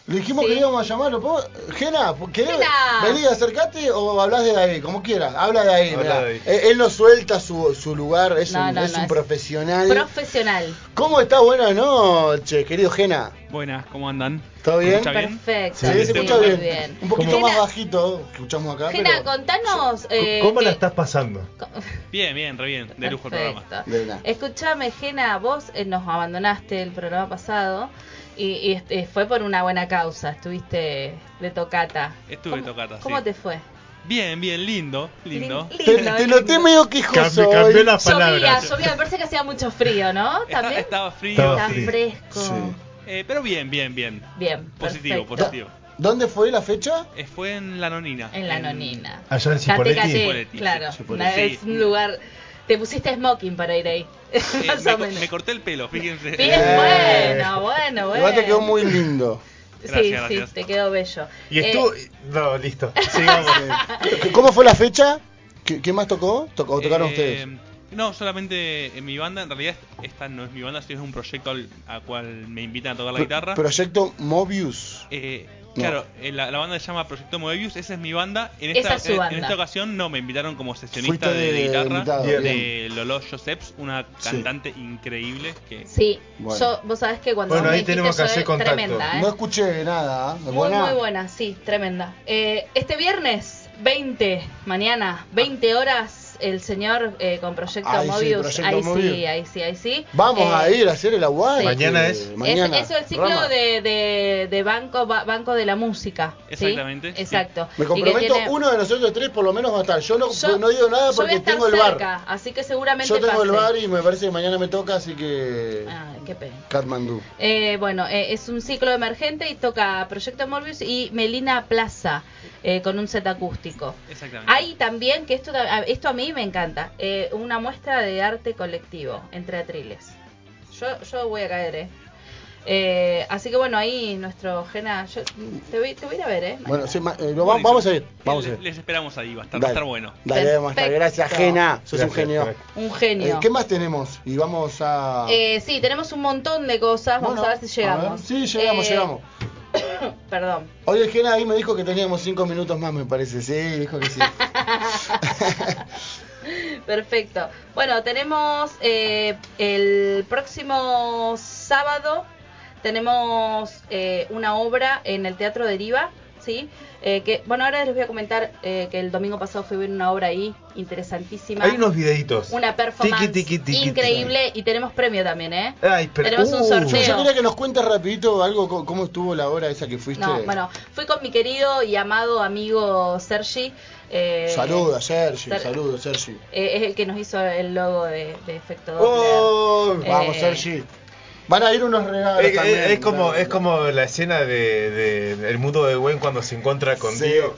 Le dijimos Sí. que íbamos a llamarlo. ¿puedo? Gena, ¿querés Gena. venir, acercate o hablas de ahí? Como quieras. Habla de ahí. Habla mirá. de ahí. Eh, Él no suelta su, su lugar, es No, un, no, es no, un es- profesional. Profesional. ¿Cómo estás? Buenas noches, querido Gena. Buenas, ¿cómo andan? ¿Todo bien? ¿Está bien? Perfecto. Sí, se escucha muy bien. Un poquito Gena, más bajito, escuchamos acá. Gena, pero... contanos. eh, ¿Cómo la que- estás pasando? Bien, bien, re bien. De lujo el Perfecto. programa. De verdad. Escuchame, Gena, vos eh, nos abandonaste el programa pasado y, y, este, fue por una buena causa. Estuviste de tocata. Estuve ¿Cómo- de tocata, ¿Cómo sí. te fue? Bien, bien, lindo, lindo. Lin- Te, lindo, te lindo. noté medio quejoso Cambió, cambió hoy. las Llovía, palabras. llovía, me parece que hacía mucho frío, ¿no? Está- También. estaba frío, Estaba Está sí. frío. fresco. Sí. Eh, pero bien, bien, bien. Bien. Positivo, perfecto. positivo. ¿Dónde fue la fecha? Eh, fue en la nonina. En la nonina. Allá en Cipolletti. Cate, Cipolletti, claro. sí. Una- Sí. Es un lugar. Te pusiste smoking para ir ahí. Eh, Más me, o co- menos. me corté el pelo, fíjense. Bien, Eh. bueno, bueno, bueno. Igual te quedó muy lindo. sí, Gracias, gracias. sí, te quedó bello. Y Eh, estuvo. No, listo. Sigamos. ¿Cómo fue la fecha? ¿Qué, qué más tocó? Tocó- ¿O tocaron Eh, ustedes? No, solamente en mi banda. En realidad, esta no es mi banda, sino es un proyecto al a cual me invitan a tocar la Pro- guitarra. Proyecto Mobius. Eh, No. Claro, eh, la, la banda se llama Proyecto Moebius, esa es mi banda. En Esa esta, es su en- banda. en esta ocasión no, me invitaron como sesionista Fuiste de, de- guitarra invitado, de Eh, bien. Lolo Joseps, una Sí. cantante increíble que... Sí, Bueno. yo, vos sabés que cuando Bueno, vos me ahí tenemos dijiste, que hacer yo- contacto. tremenda, ¿eh? No escuché nada. ¿eh? Muy, ¿Buena? muy buena, sí, tremenda. Eh, este viernes, 20, mañana, 20 horas, el señor eh, con Proyecto Ah. Ahí sí, Mobius. Proyecto ahí sí, Mobius. ahí sí, ahí sí. Vamos Eh, a ir a hacer el aguante. sí. Mañana es. es- Mañana. eso es el ciclo Rama. de, de, de banco, Ba- banco de la Música. ¿sí? Exactamente, sí. Exacto. Me Y que comprometo, tiene- uno de nosotros tres por lo menos va a estar. Yo no, yo- no digo nada yo voy a porque estar tengo el cerca, bar. así que seguramente Yo tengo el pase. bar y me parece que mañana me toca, así que. Ay, qué pena. Katmandú. Eh, bueno, eh, es un ciclo emergente y toca Proyecto Morbius y Melina Plaza eh, con un set acústico. Exactamente. Hay también, que esto, a- esto a mí me encanta, eh, una muestra de arte colectivo entre atriles. Yo, yo voy a caer, ¿eh? Eh, así que bueno, ahí nuestro Gena, yo te voy, te voy a ir a ver, ¿eh? Bueno, sí, ma- eh, lo va- Buenísimo. vamos a ir. Vamos a Les, ir. les esperamos ahí, va a estar, va a estar bueno. Dale, vamos a estar. Gracias, Perfecto. Gena. Sos un Gracias, genio. crack. Un Eh, genio. ¿Qué más tenemos? Y vamos a. Eh, sí, tenemos un montón de cosas, vamos Bueno, a ver si llegamos. a ver. Sí, llegamos, Eh, llegamos. Perdón. Hoy el Gena ahí me dijo que teníamos cinco minutos más, me parece. Sí, dijo que sí. Perfecto. Bueno, tenemos eh, el próximo sábado tenemos eh, una obra en el Teatro Deriva, ¿sí? Eh, que, bueno, ahora les voy a comentar eh, que el domingo pasado fui a ver una obra ahí interesantísima. Hay unos videitos. una performance Tiqui, tiqui, tiqui, increíble y tenemos premio también, ¿eh? tiqui. Ay, pero. uh, Tenemos un sorteo. Yo quería que nos cuentes rapidito algo, co- cómo estuvo la hora esa que fuiste. No, bueno, fui con mi querido y amado amigo Sergi. eh, Saluda, Sergi. Ser- Saluda, Sergi. eh, es el que nos hizo el logo de, de Efecto Doppler. Oh, Eh, Vamos, Sergi. Van a ir unos regalos. Es, también, Eh, es- es como, ¿verdad? es como la escena de, de El mundo de Gwen cuando se encuentra con Sí. Dio.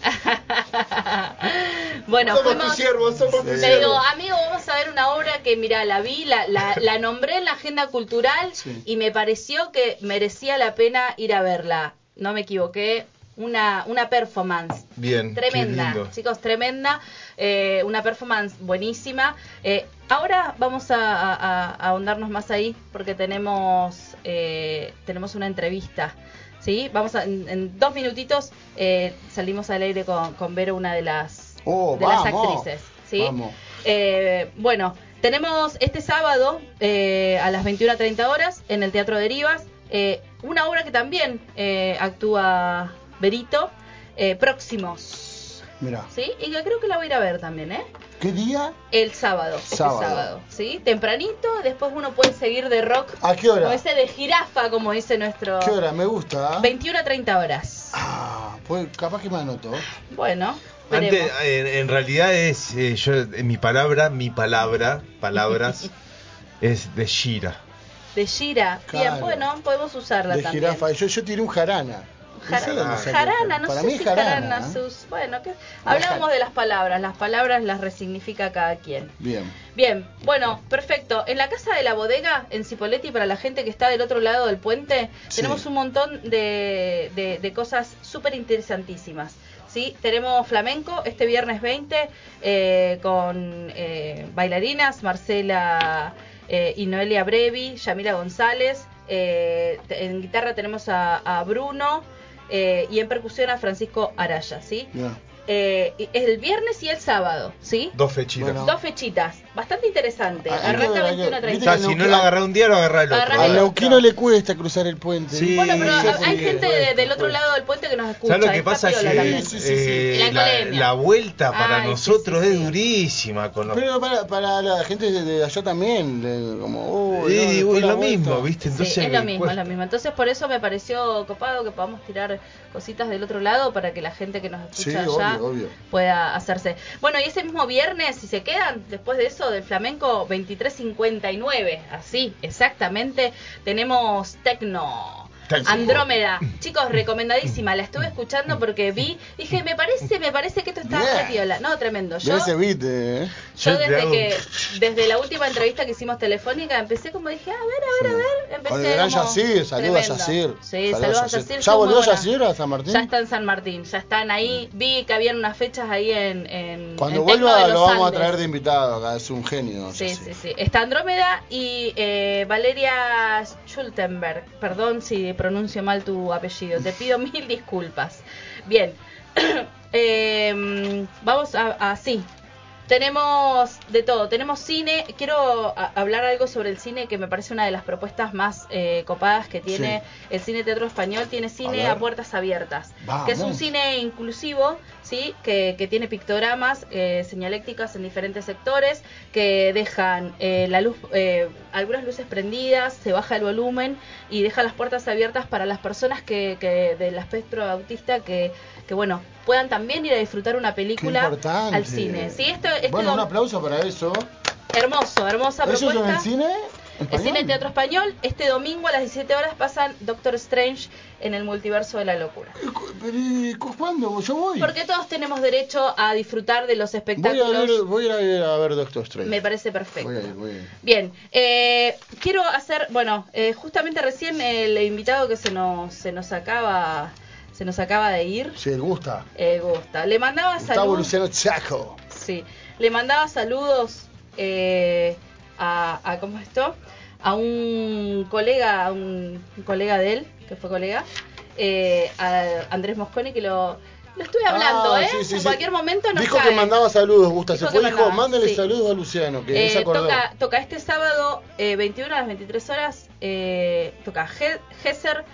Bueno, somos fuimos- tus siervos, somos tus Le digo, siervos. amigo, vamos a ver una obra que, mira, la vi, la, la, la nombré en la agenda cultural Sí. y me pareció que merecía la pena ir a verla. No me equivoqué. Una, una performance Bien. qué tremenda, lindo. chicos, tremenda. eh, una performance buenísima. Eh, ahora vamos a, a- a- a ahondarnos más ahí porque tenemos, eh, tenemos una entrevista. ¿sí? Vamos a- en, en dos minutitos eh, salimos al aire con, con Vero, una de las, Oh, de las vamos. actrices. ¿sí? Vamos. Eh, bueno, tenemos este sábado eh, a las 21.30 horas en el Teatro Derivas eh, una obra que también eh, actúa Berito, eh, Próximos. Mira, ¿Sí? Y que creo que la voy a ir a ver también, ¿eh? ¿qué día? El sábado, este Sábado. sábado, ¿sí? Tempranito, después uno puede seguir de rock. ¿A qué hora? O ese de jirafa, como dice nuestro... ¿Qué hora? Me gusta. ¿ah? 21 a 30 horas. Ah, pues capaz que me anoto. Bueno, veremos. Antes, ah. en, en realidad es eh, yo, en mi palabra, mi palabra, palabras, es de Shira. De gira. Claro. Bien, bueno, podemos usarla De también. jirafa. Yo, yo tiré un jarana. No sé dónde Jarana, saqué jarana, eso. no Para sé mí si es jarana, ¿eh? sus- bueno, que hablábamos de las palabras, las palabras las resignifica cada quien. Bien. Bien, bueno, perfecto. En la casa de la bodega, en Cipoletti, para la gente que está del otro lado del puente, Sí. tenemos un montón de, de- de cosas súper interesantísimas. ¿sí? Tenemos flamenco este viernes 20 eh, con eh, bailarinas, Marcela eh, y Noelia Brevi, Yamila González. eh, te- en guitarra tenemos a, a Bruno eh, y en percusión a Francisco Araya. ¿sí? Bien. Eh, y- el viernes y el sábado, ¿sí? Dos fechitas. Bueno. Dos fechitas, bastante interesante. Ah, hay que Arranca ver, hay que- 21 a 30. O sea, si no lo agarra un día, lo agarra el otro. Agarrá Al el ¿verdad? otro. neuquino le cuesta cruzar el puente. Sí. Bueno, pero Sí, hay sí, gente puede, de- del otro puede. lado del puente que nos escucha. ¿Sabes lo que está pasa? piola Que también. Sí, sí, sí, sí. eh, Y la la, alcoholemia. la vuelta para Ay, sí, nosotros sí, sí. es durísima. Con los- Pero para, para la gente de, de allá también, de- como, uy, Y- no, y después la lo vuelta. mismo, ¿viste? Entonces sí, es lo mismo, es cuesta. lo mismo. Entonces, por eso me pareció copado que podamos tirar cositas del otro lado para que la gente que nos Sí, escucha allá obvio, obvio. pueda hacerse. Bueno, y ese mismo viernes, si se quedan, después de eso, del flamenco 23.59, así, exactamente, tenemos Tecno. Andrómeda. Chicos, recomendadísima. La estuve escuchando porque vi, dije, me parece, me parece que esto está Bien. re piola. No, tremendo. De Yo, ese beat, eh. yo desde que, desde la última entrevista que hicimos telefónica, empecé como dije, "Ah, a ver, a ver, a ver. Empecé Con el gran como Yacir, saluda a tremendo. Yacir. Sí, Saluda saludos a Yacir. Yacir. ¿Ya son muy volvió buenas. Yacir a San Martín? Ya está en San Martín, ya están ahí. Vi que habían unas fechas ahí en. en- Cuando en Tecno vuelva de lo los vamos a Andes. traer de invitado acá, es un genio. Sí, Yacir. sí, sí. Está Andrómeda y eh, Valeria Schultenberg. Perdón si pronuncio mal tu apellido. Te pido mil disculpas. Bien. Eh, vamos a, a- sí. Tenemos de todo. Tenemos cine. Quiero a- hablar algo sobre el cine que me parece una de las propuestas más eh, copadas que tiene el cine teatro español. Tiene cine ver. a, puertas abiertas. Que es un Vamos. cine inclusivo, ¿sí? Que, que tiene pictogramas, eh, señalécticas en diferentes sectores, que dejan eh, la luz, eh, algunas luces prendidas, se baja el volumen y deja las puertas abiertas para las personas que, que del espectro autista que, que, bueno, puedan también ir a disfrutar una película importante. al cine. Sí, esto, este Bueno, un dom- aplauso para eso. hermoso, hermosa ¿Eso es en propuesta. el cine? El cine y teatro español, este domingo a las 17 horas pasan Doctor Strange en el multiverso de la locura. Pero, ¿y cu- ¿Cuándo? Yo voy. Porque todos tenemos derecho a disfrutar de los Voy a, ver, espectáculos. voy a ir a ver Doctor Strange. Me parece perfecto. Voy a ir, voy a ir. Bien, eh, quiero hacer, bueno, eh, justamente recién el invitado que se nos, se nos acaba, se nos acaba de ir, Si les gusta. eh, Gosta. Le mandaba Gustavo saludos. Luciano Chaco. Sí, le mandaba saludos eh, a, a- ¿cómo es esto? A un colega, a un colega de él, que fue colega, eh, a Andrés Mosconi, que lo, lo estuve hablando, Ah, ¿eh? sí, sí, en sí. cualquier momento nos Dijo cae. que mandaba saludos, Gusta. Dijo se que fue, dijo, mandaba, mándale sí. saludos a Luciano, que él Eh, se acordó. toca, toca este sábado, eh, 21 a las 23 horas, eh, toca He- Gesser,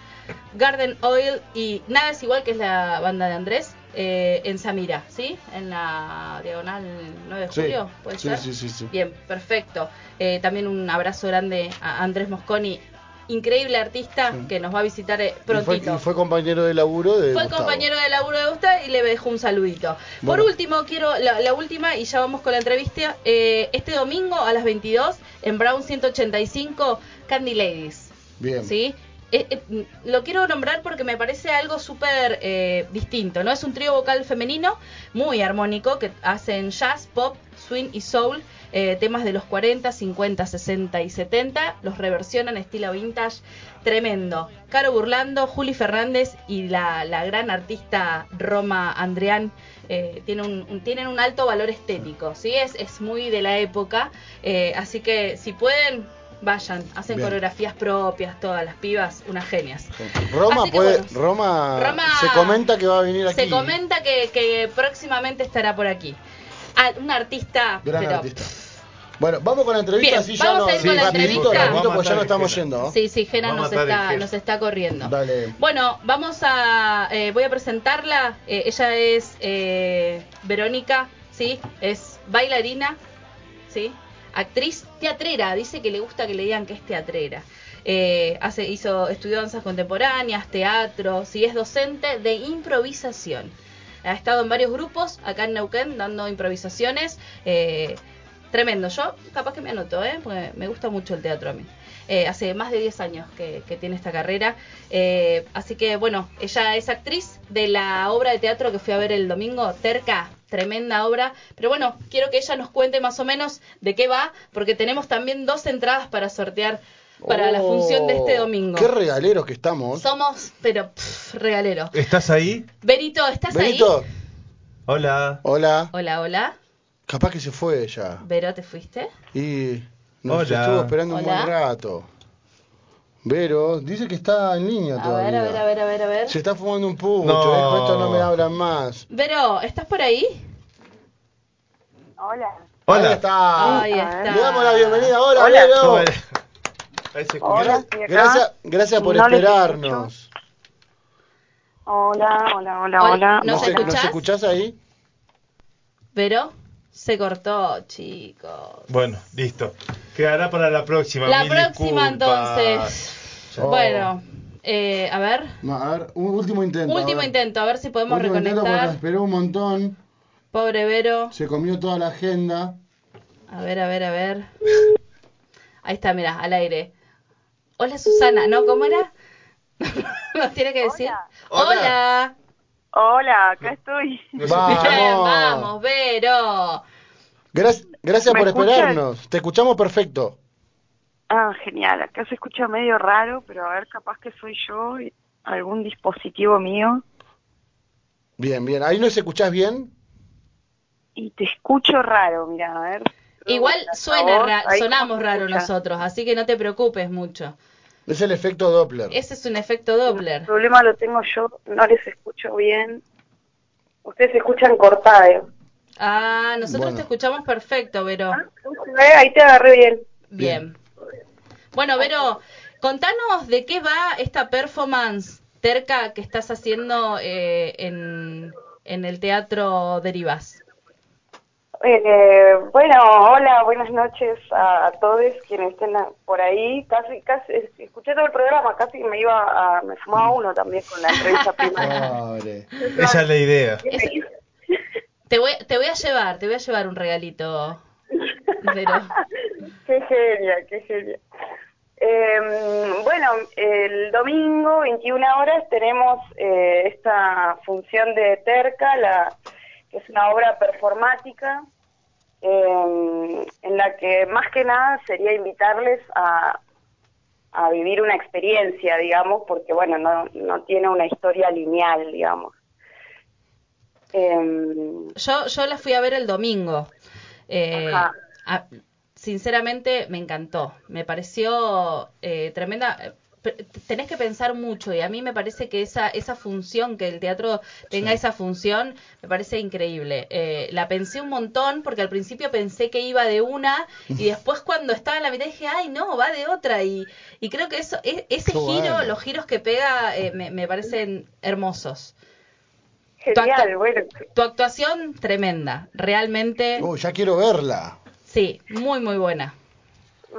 Garden Oil y Nada es Igual, que es la banda de Andrés, eh, en Samira, ¿sí? En la diagonal 9 de Sí, julio, ¿puede sí, ser? sí, sí, sí. Bien, perfecto. Eh, también un abrazo grande a Andrés Mosconi, increíble artista que nos va a visitar eh, Y fue, prontito. y fue compañero de laburo de Fue el Gustavo. compañero de laburo de Gusta y le dejó un saludito. Bueno. Por último, quiero la, la última y ya vamos con la entrevista. Eh, este domingo a las 22 en Brown 185, Candy Ladies. Bien. ¿Sí? Eh, eh, lo quiero nombrar porque me parece algo súper eh, distinto, ¿no? Es un trío vocal femenino muy armónico que hacen jazz, pop, swing y soul, eh, temas de los 40, 50, 60 y 70, los reversionan estilo vintage, tremendo. Caro Burlando, Juli Fernández y la, la gran artista Roma Andreán eh, tiene un- un- tienen un alto valor estético, ¿sí? Es, es muy de la época, eh, así que si pueden, vayan, hacen Bien. coreografías propias, todas las pibas, unas genias. Roma Así que puede, bueno. Roma, Roma- se comenta que va a venir aquí. Se comenta que, que próximamente estará por aquí. Ah, un artista, Gran pero- artista. Bueno, vamos con la entrevista, Bien, así ya vamos no, a ir con la rapidito, entrevista. rapidito, porque ya no Vamos a matar estamos yendo. ¿no? Sí, sí, Jena Vamos nos a matar el está, Jena. nos está corriendo. Dale. Bueno, vamos a. eh, voy a presentarla. Eh, ella es eh, Verónica, ¿sí? Es bailarina, ¿sí? Actriz teatrera. Dice que le gusta que le digan que es teatrera. Eh, hace, hizo, estudió danzas contemporáneas, teatro, sí, es docente de improvisación. Ha estado en varios grupos acá en Neuquén dando improvisaciones. eh, Tremendo, yo capaz que me anoto, ¿eh? porque me gusta mucho el teatro a mí. Eh, hace más de 10 años que, que tiene esta carrera. Eh, así que bueno, ella es actriz de la obra de teatro que fui a ver el domingo, Terca, tremenda obra. Pero bueno, quiero que ella nos cuente más o menos de qué va, porque tenemos también dos entradas para sortear para la función de este Oh, domingo. Qué regaleros que estamos. Somos, pero pff, regalero. ¿Estás ahí? Benito, ¿estás ahí? Benito. Hola. Hola. Hola, hola. Capaz que se fue ya. Vero, ¿te fuiste? Y nos Hola. estuvo esperando un Hola. buen rato. Vero dice que está en línea A ver, todavía. a ver, a ver, a ver, a ver. Se está fumando un pucho, No. eh, con esto no me hablan más. Vero, ¿estás por ahí? Hola. Ahí Hola. está. Ahí está. Le damos la bienvenida. Hola, Vero. Hola. Ahí se escucha. Hola, estoy acá. Gracias, gracias por No les esperarnos. Hola, hola, hola, Hola, hola. ¿nos hola. escuchás? ¿Nos escuchás ahí? Pero se cortó, chicos. Bueno, listo. Quedará para la próxima. La mil próxima disculpas. entonces. Oh. Bueno, eh, a ver. No, a ver, un último intento. a Último ver. intento, a ver si podemos Último intento porque reconectar. nos esperó un montón. Pobre Vero. Se comió toda la agenda. A ver, a ver, a ver. Ahí está, mira, al aire. Hola Susana, ¿no? ¿Cómo era? Nos tiene que decir. Hola. Hola, acá estoy. Bien, Vamos. vamos, Vero. Gracias, gracias ¿Me por escuchan? esperarnos. Te escuchamos perfecto. Ah, genial. Acá se escucha medio raro, pero a ver, capaz que soy yo, y algún dispositivo mío. Bien, bien. ¿Ahí nos escuchás bien? Y te escucho raro, mira, a ver. Igual La suena voz, ra- ahí sonamos cómo se raro escucha. nosotros, así que no te preocupes mucho. Es el efecto Doppler. Ese es un efecto Doppler. El problema lo tengo yo, no les escucho bien. Ustedes se escuchan eh. cortado. Ah, nosotros Bueno. Ah, te escuchamos perfecto, Vero. Ahí te agarré bien. Bien. Bueno, Vero, contanos de qué va esta performance terca que estás haciendo eh, en, en el Teatro Derivas. Eh, bueno, hola, buenas noches a, a todos quienes estén a- por ahí. Casi, casi, es- escuché todo el programa, casi me iba a, me fumaba uno también con la entrevista primera. Pobre. Esa es la idea. Te voy, te voy a llevar, te voy a llevar un regalito, Vero. Qué genia, qué genia. Eh, bueno, el domingo, 21 horas, tenemos eh, esta función de Terca, la, que es una obra performática, eh, en la que más que nada sería invitarles a, a vivir una experiencia, digamos, porque bueno, no, no tiene una historia lineal, digamos. Em, Yo, yo la fui a ver el domingo. Eh, a- sinceramente me encantó. Me pareció eh, tremenda. eh, pe- Tenés que pensar mucho y a mí me parece que esa, esa función, que el teatro tenga esa función, me parece increíble. Eh, la pensé un montón porque al principio pensé que iba de una y después cuando estaba en la mitad dije, ay no, va de otra. Y, y creo que eso, e- ese Qué giro, bueno. los giros que pega, eh, me, me parecen hermosos. Genial, actu- bueno. Tu actuación tremenda, realmente. Oh, ya quiero verla. Sí, muy, muy buena.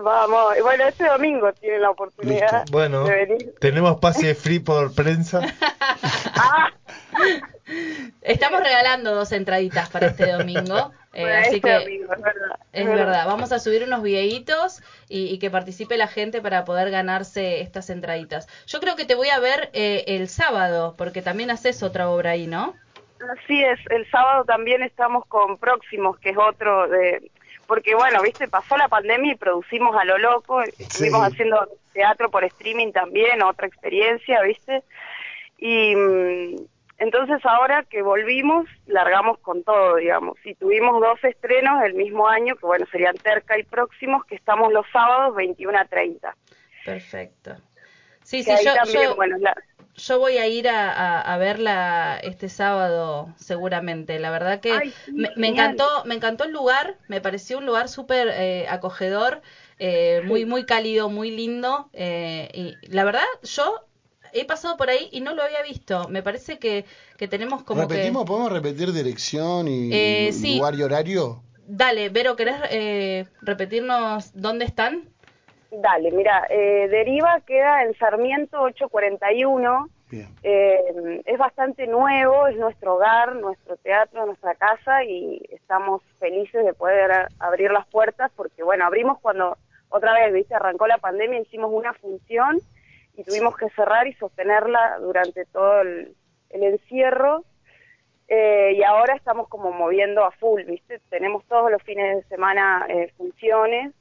Vamos, y bueno, este domingo tienen la oportunidad Bueno, de venir. tenemos pase free por prensa. Estamos regalando dos entraditas para este domingo. eh, Bueno, así este que domingo, es verdad. es verdad, vamos a subir unos videitos y, y que participe la gente para poder ganarse estas entraditas. Yo creo que te voy a ver eh, el sábado, porque también haces otra obra ahí, ¿no? Así es, el sábado también estamos con Próximos, que es otro de... Porque bueno, viste, pasó la pandemia y producimos a lo loco, estuvimos haciendo teatro por streaming también, otra experiencia, viste. Y mm, entonces ahora que volvimos, largamos con todo, digamos. Y tuvimos dos estrenos el mismo año, que bueno, serían Terca y Próximos, que estamos los sábados 21 a 30. Perfecto. Sí, Que sí, ahí yo, también, yo- bueno, la- yo voy a ir a, a- a verla este sábado seguramente. La verdad que me, me genial. encantó, me encantó el lugar, me pareció un lugar súper eh, acogedor, eh, muy, muy cálido, muy lindo. eh, y la verdad, yo he pasado por ahí y no lo había visto. Me parece que, que tenemos como ¿Repetimos? ¿Podemos repetir dirección y Eh, sí. lugar y horario? que... Dale, Vero, ¿querés eh, repetirnos dónde están? Dale, mira, eh, Deriva queda en Sarmiento 841. Eh, es bastante nuevo, es nuestro hogar, nuestro teatro, nuestra casa y estamos felices de poder a- abrir las puertas porque, bueno, abrimos cuando otra vez, viste, arrancó la pandemia, hicimos una función y tuvimos que cerrar y sostenerla durante todo el, el encierro eh, y ahora estamos como moviendo a full, viste, tenemos todos los fines de semana eh, funciones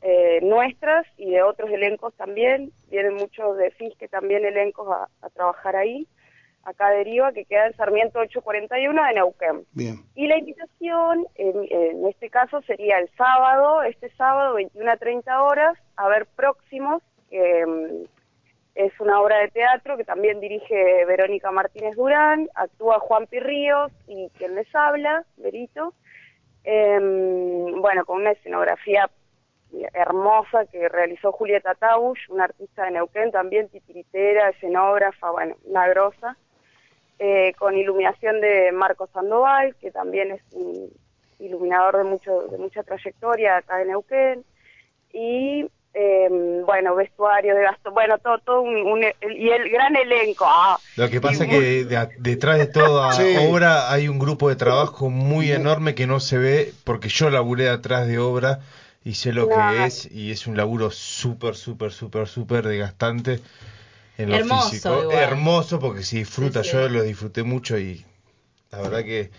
eh, nuestras y de otros elencos también. Vienen muchos de FIS que también elencos a, a trabajar ahí. Acá deriva que queda en Sarmiento 841 de Neuquén. Bien. Y la invitación en, en este caso sería el sábado, este sábado 21 a 30 horas, a ver Próximos, que mm, es una obra de teatro que también dirige Verónica Martínez Durán, actúa Juan Pirríos y quien les habla, Verito. Em, bueno, con una escenografía hermosa que realizó Julieta Tausch, una artista de Neuquén, también titiritera, escenógrafa, bueno, una grosa, eh, con iluminación de Marco Sandoval, que también es un iluminador de, mucho, de mucha trayectoria acá en Neuquén, y eh, bueno, vestuario de gasto, bueno, todo, todo un, un- el- y el gran elenco, ¡ah! Lo que pasa que de a- detrás de toda Sí. obra hay un grupo de trabajo muy enorme que no se ve porque yo laburé atrás de obra y sé lo que es y es un laburo súper, súper, súper, súper desgastante en lo Hermoso físico. igual. Hermoso porque se disfruta, Sí, sí. yo lo disfruté mucho y la verdad que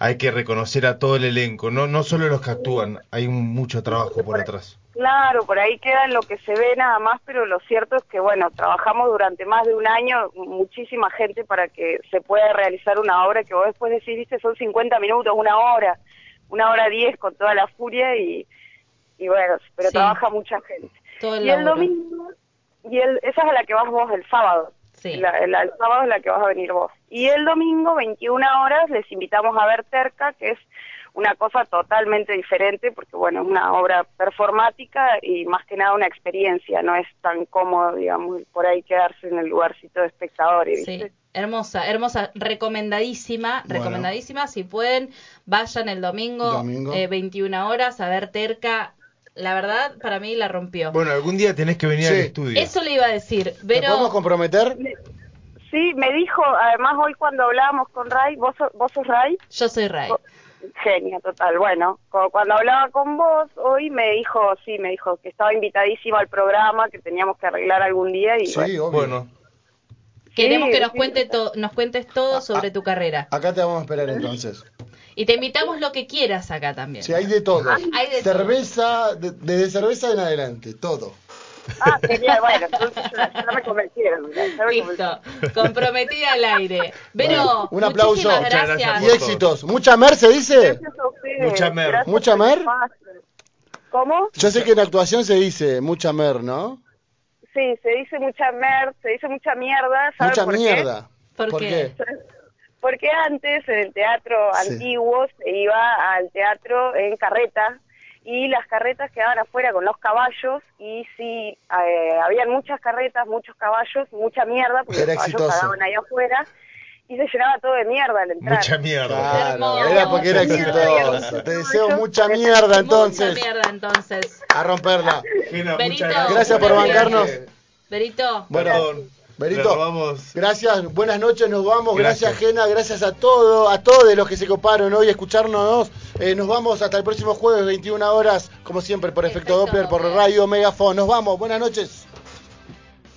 hay que reconocer a todo el elenco, no, no solo los que actúan, hay un- mucho trabajo por atrás. Claro, por ahí queda en lo que se ve nada más, pero lo cierto es que, bueno, trabajamos durante más de un año muchísima gente para que se pueda realizar una obra que vos después decís, viste, son 50 minutos, una hora, una hora 10 con toda la furia y, y bueno, pero Sí. trabaja mucha gente. Todo el y el laburo. domingo, y el, esa es a la que vas vos el sábado. Sí. La- la- el sábado es la que vas a venir vos. Y el domingo, 21 horas, les invitamos a ver Terca, que es una cosa totalmente diferente, porque bueno, es una obra performática y más que nada una experiencia, no es tan cómodo, digamos, por ahí quedarse en el lugarcito de espectadores, Sí, ¿viste? hermosa, hermosa, recomendadísima, Bueno. recomendadísima. Si pueden, vayan el domingo, Domingo. eh, 21 horas a ver Terca. La verdad, para mí la rompió. Bueno, algún día tenés que venir al estudio. Eso le iba a decir, pero comprometer? Sí, me dijo, además hoy cuando hablábamos con Ray, ¿vos, so- vos sos Ray? Yo soy Ray. Genia, total. Bueno, co- cuando hablaba con vos hoy me dijo, sí, me dijo que estaba invitadísima al programa, que teníamos que arreglar algún día y bueno. Bueno, queremos Sí, que nos, sí. cuente to- nos cuentes todo sobre tu carrera. Acá te vamos a esperar entonces. Y te invitamos lo que quieras acá también. Si hay de todo. Hay de todo. cerveza, de- desde cerveza en adelante, todo. Ah, genial, bueno, entonces ya, ya me convencieron. ya- ya me Listo, comprometida al aire. Pero, Bueno, un aplauso muchísimas gracias. y éxitos. Mucha mer se dice. Gracias a ustedes. Eh, Mucha mer. Gracias Mucha por el mer. espacio. ¿Cómo? Yo sé que en actuación se dice mucha mer, ¿no? Sí, se dice mucha mer, se dice mucha mierda. ¿saben Mucha por qué? mierda. ¿Por qué? Porque antes en el teatro Sí. antiguo se iba al teatro en carreta y las carretas quedaban afuera con los caballos y sí, eh, habían muchas carretas, muchos caballos, mucha mierda, porque Era los caballos exitoso. cagaban ahí afuera y se llenaba todo de mierda al entrar. mucha mierda. Claro, era porque era exitoso. Te deseo mucha mierda Mucha entonces. mierda, entonces. A romperla. Benito, Gracias por bancarnos. Berito, Bueno, Le Berito, robamos. gracias, buenas noches, nos vamos, gracias, Gracias. Jena, gracias a todos, a todos los que se coparon hoy a escucharnos, Eh, nos vamos hasta el próximo jueves, 21 horas, como siempre, por Efecto Doppler, por Radio Megafon, nos vamos, buenas noches.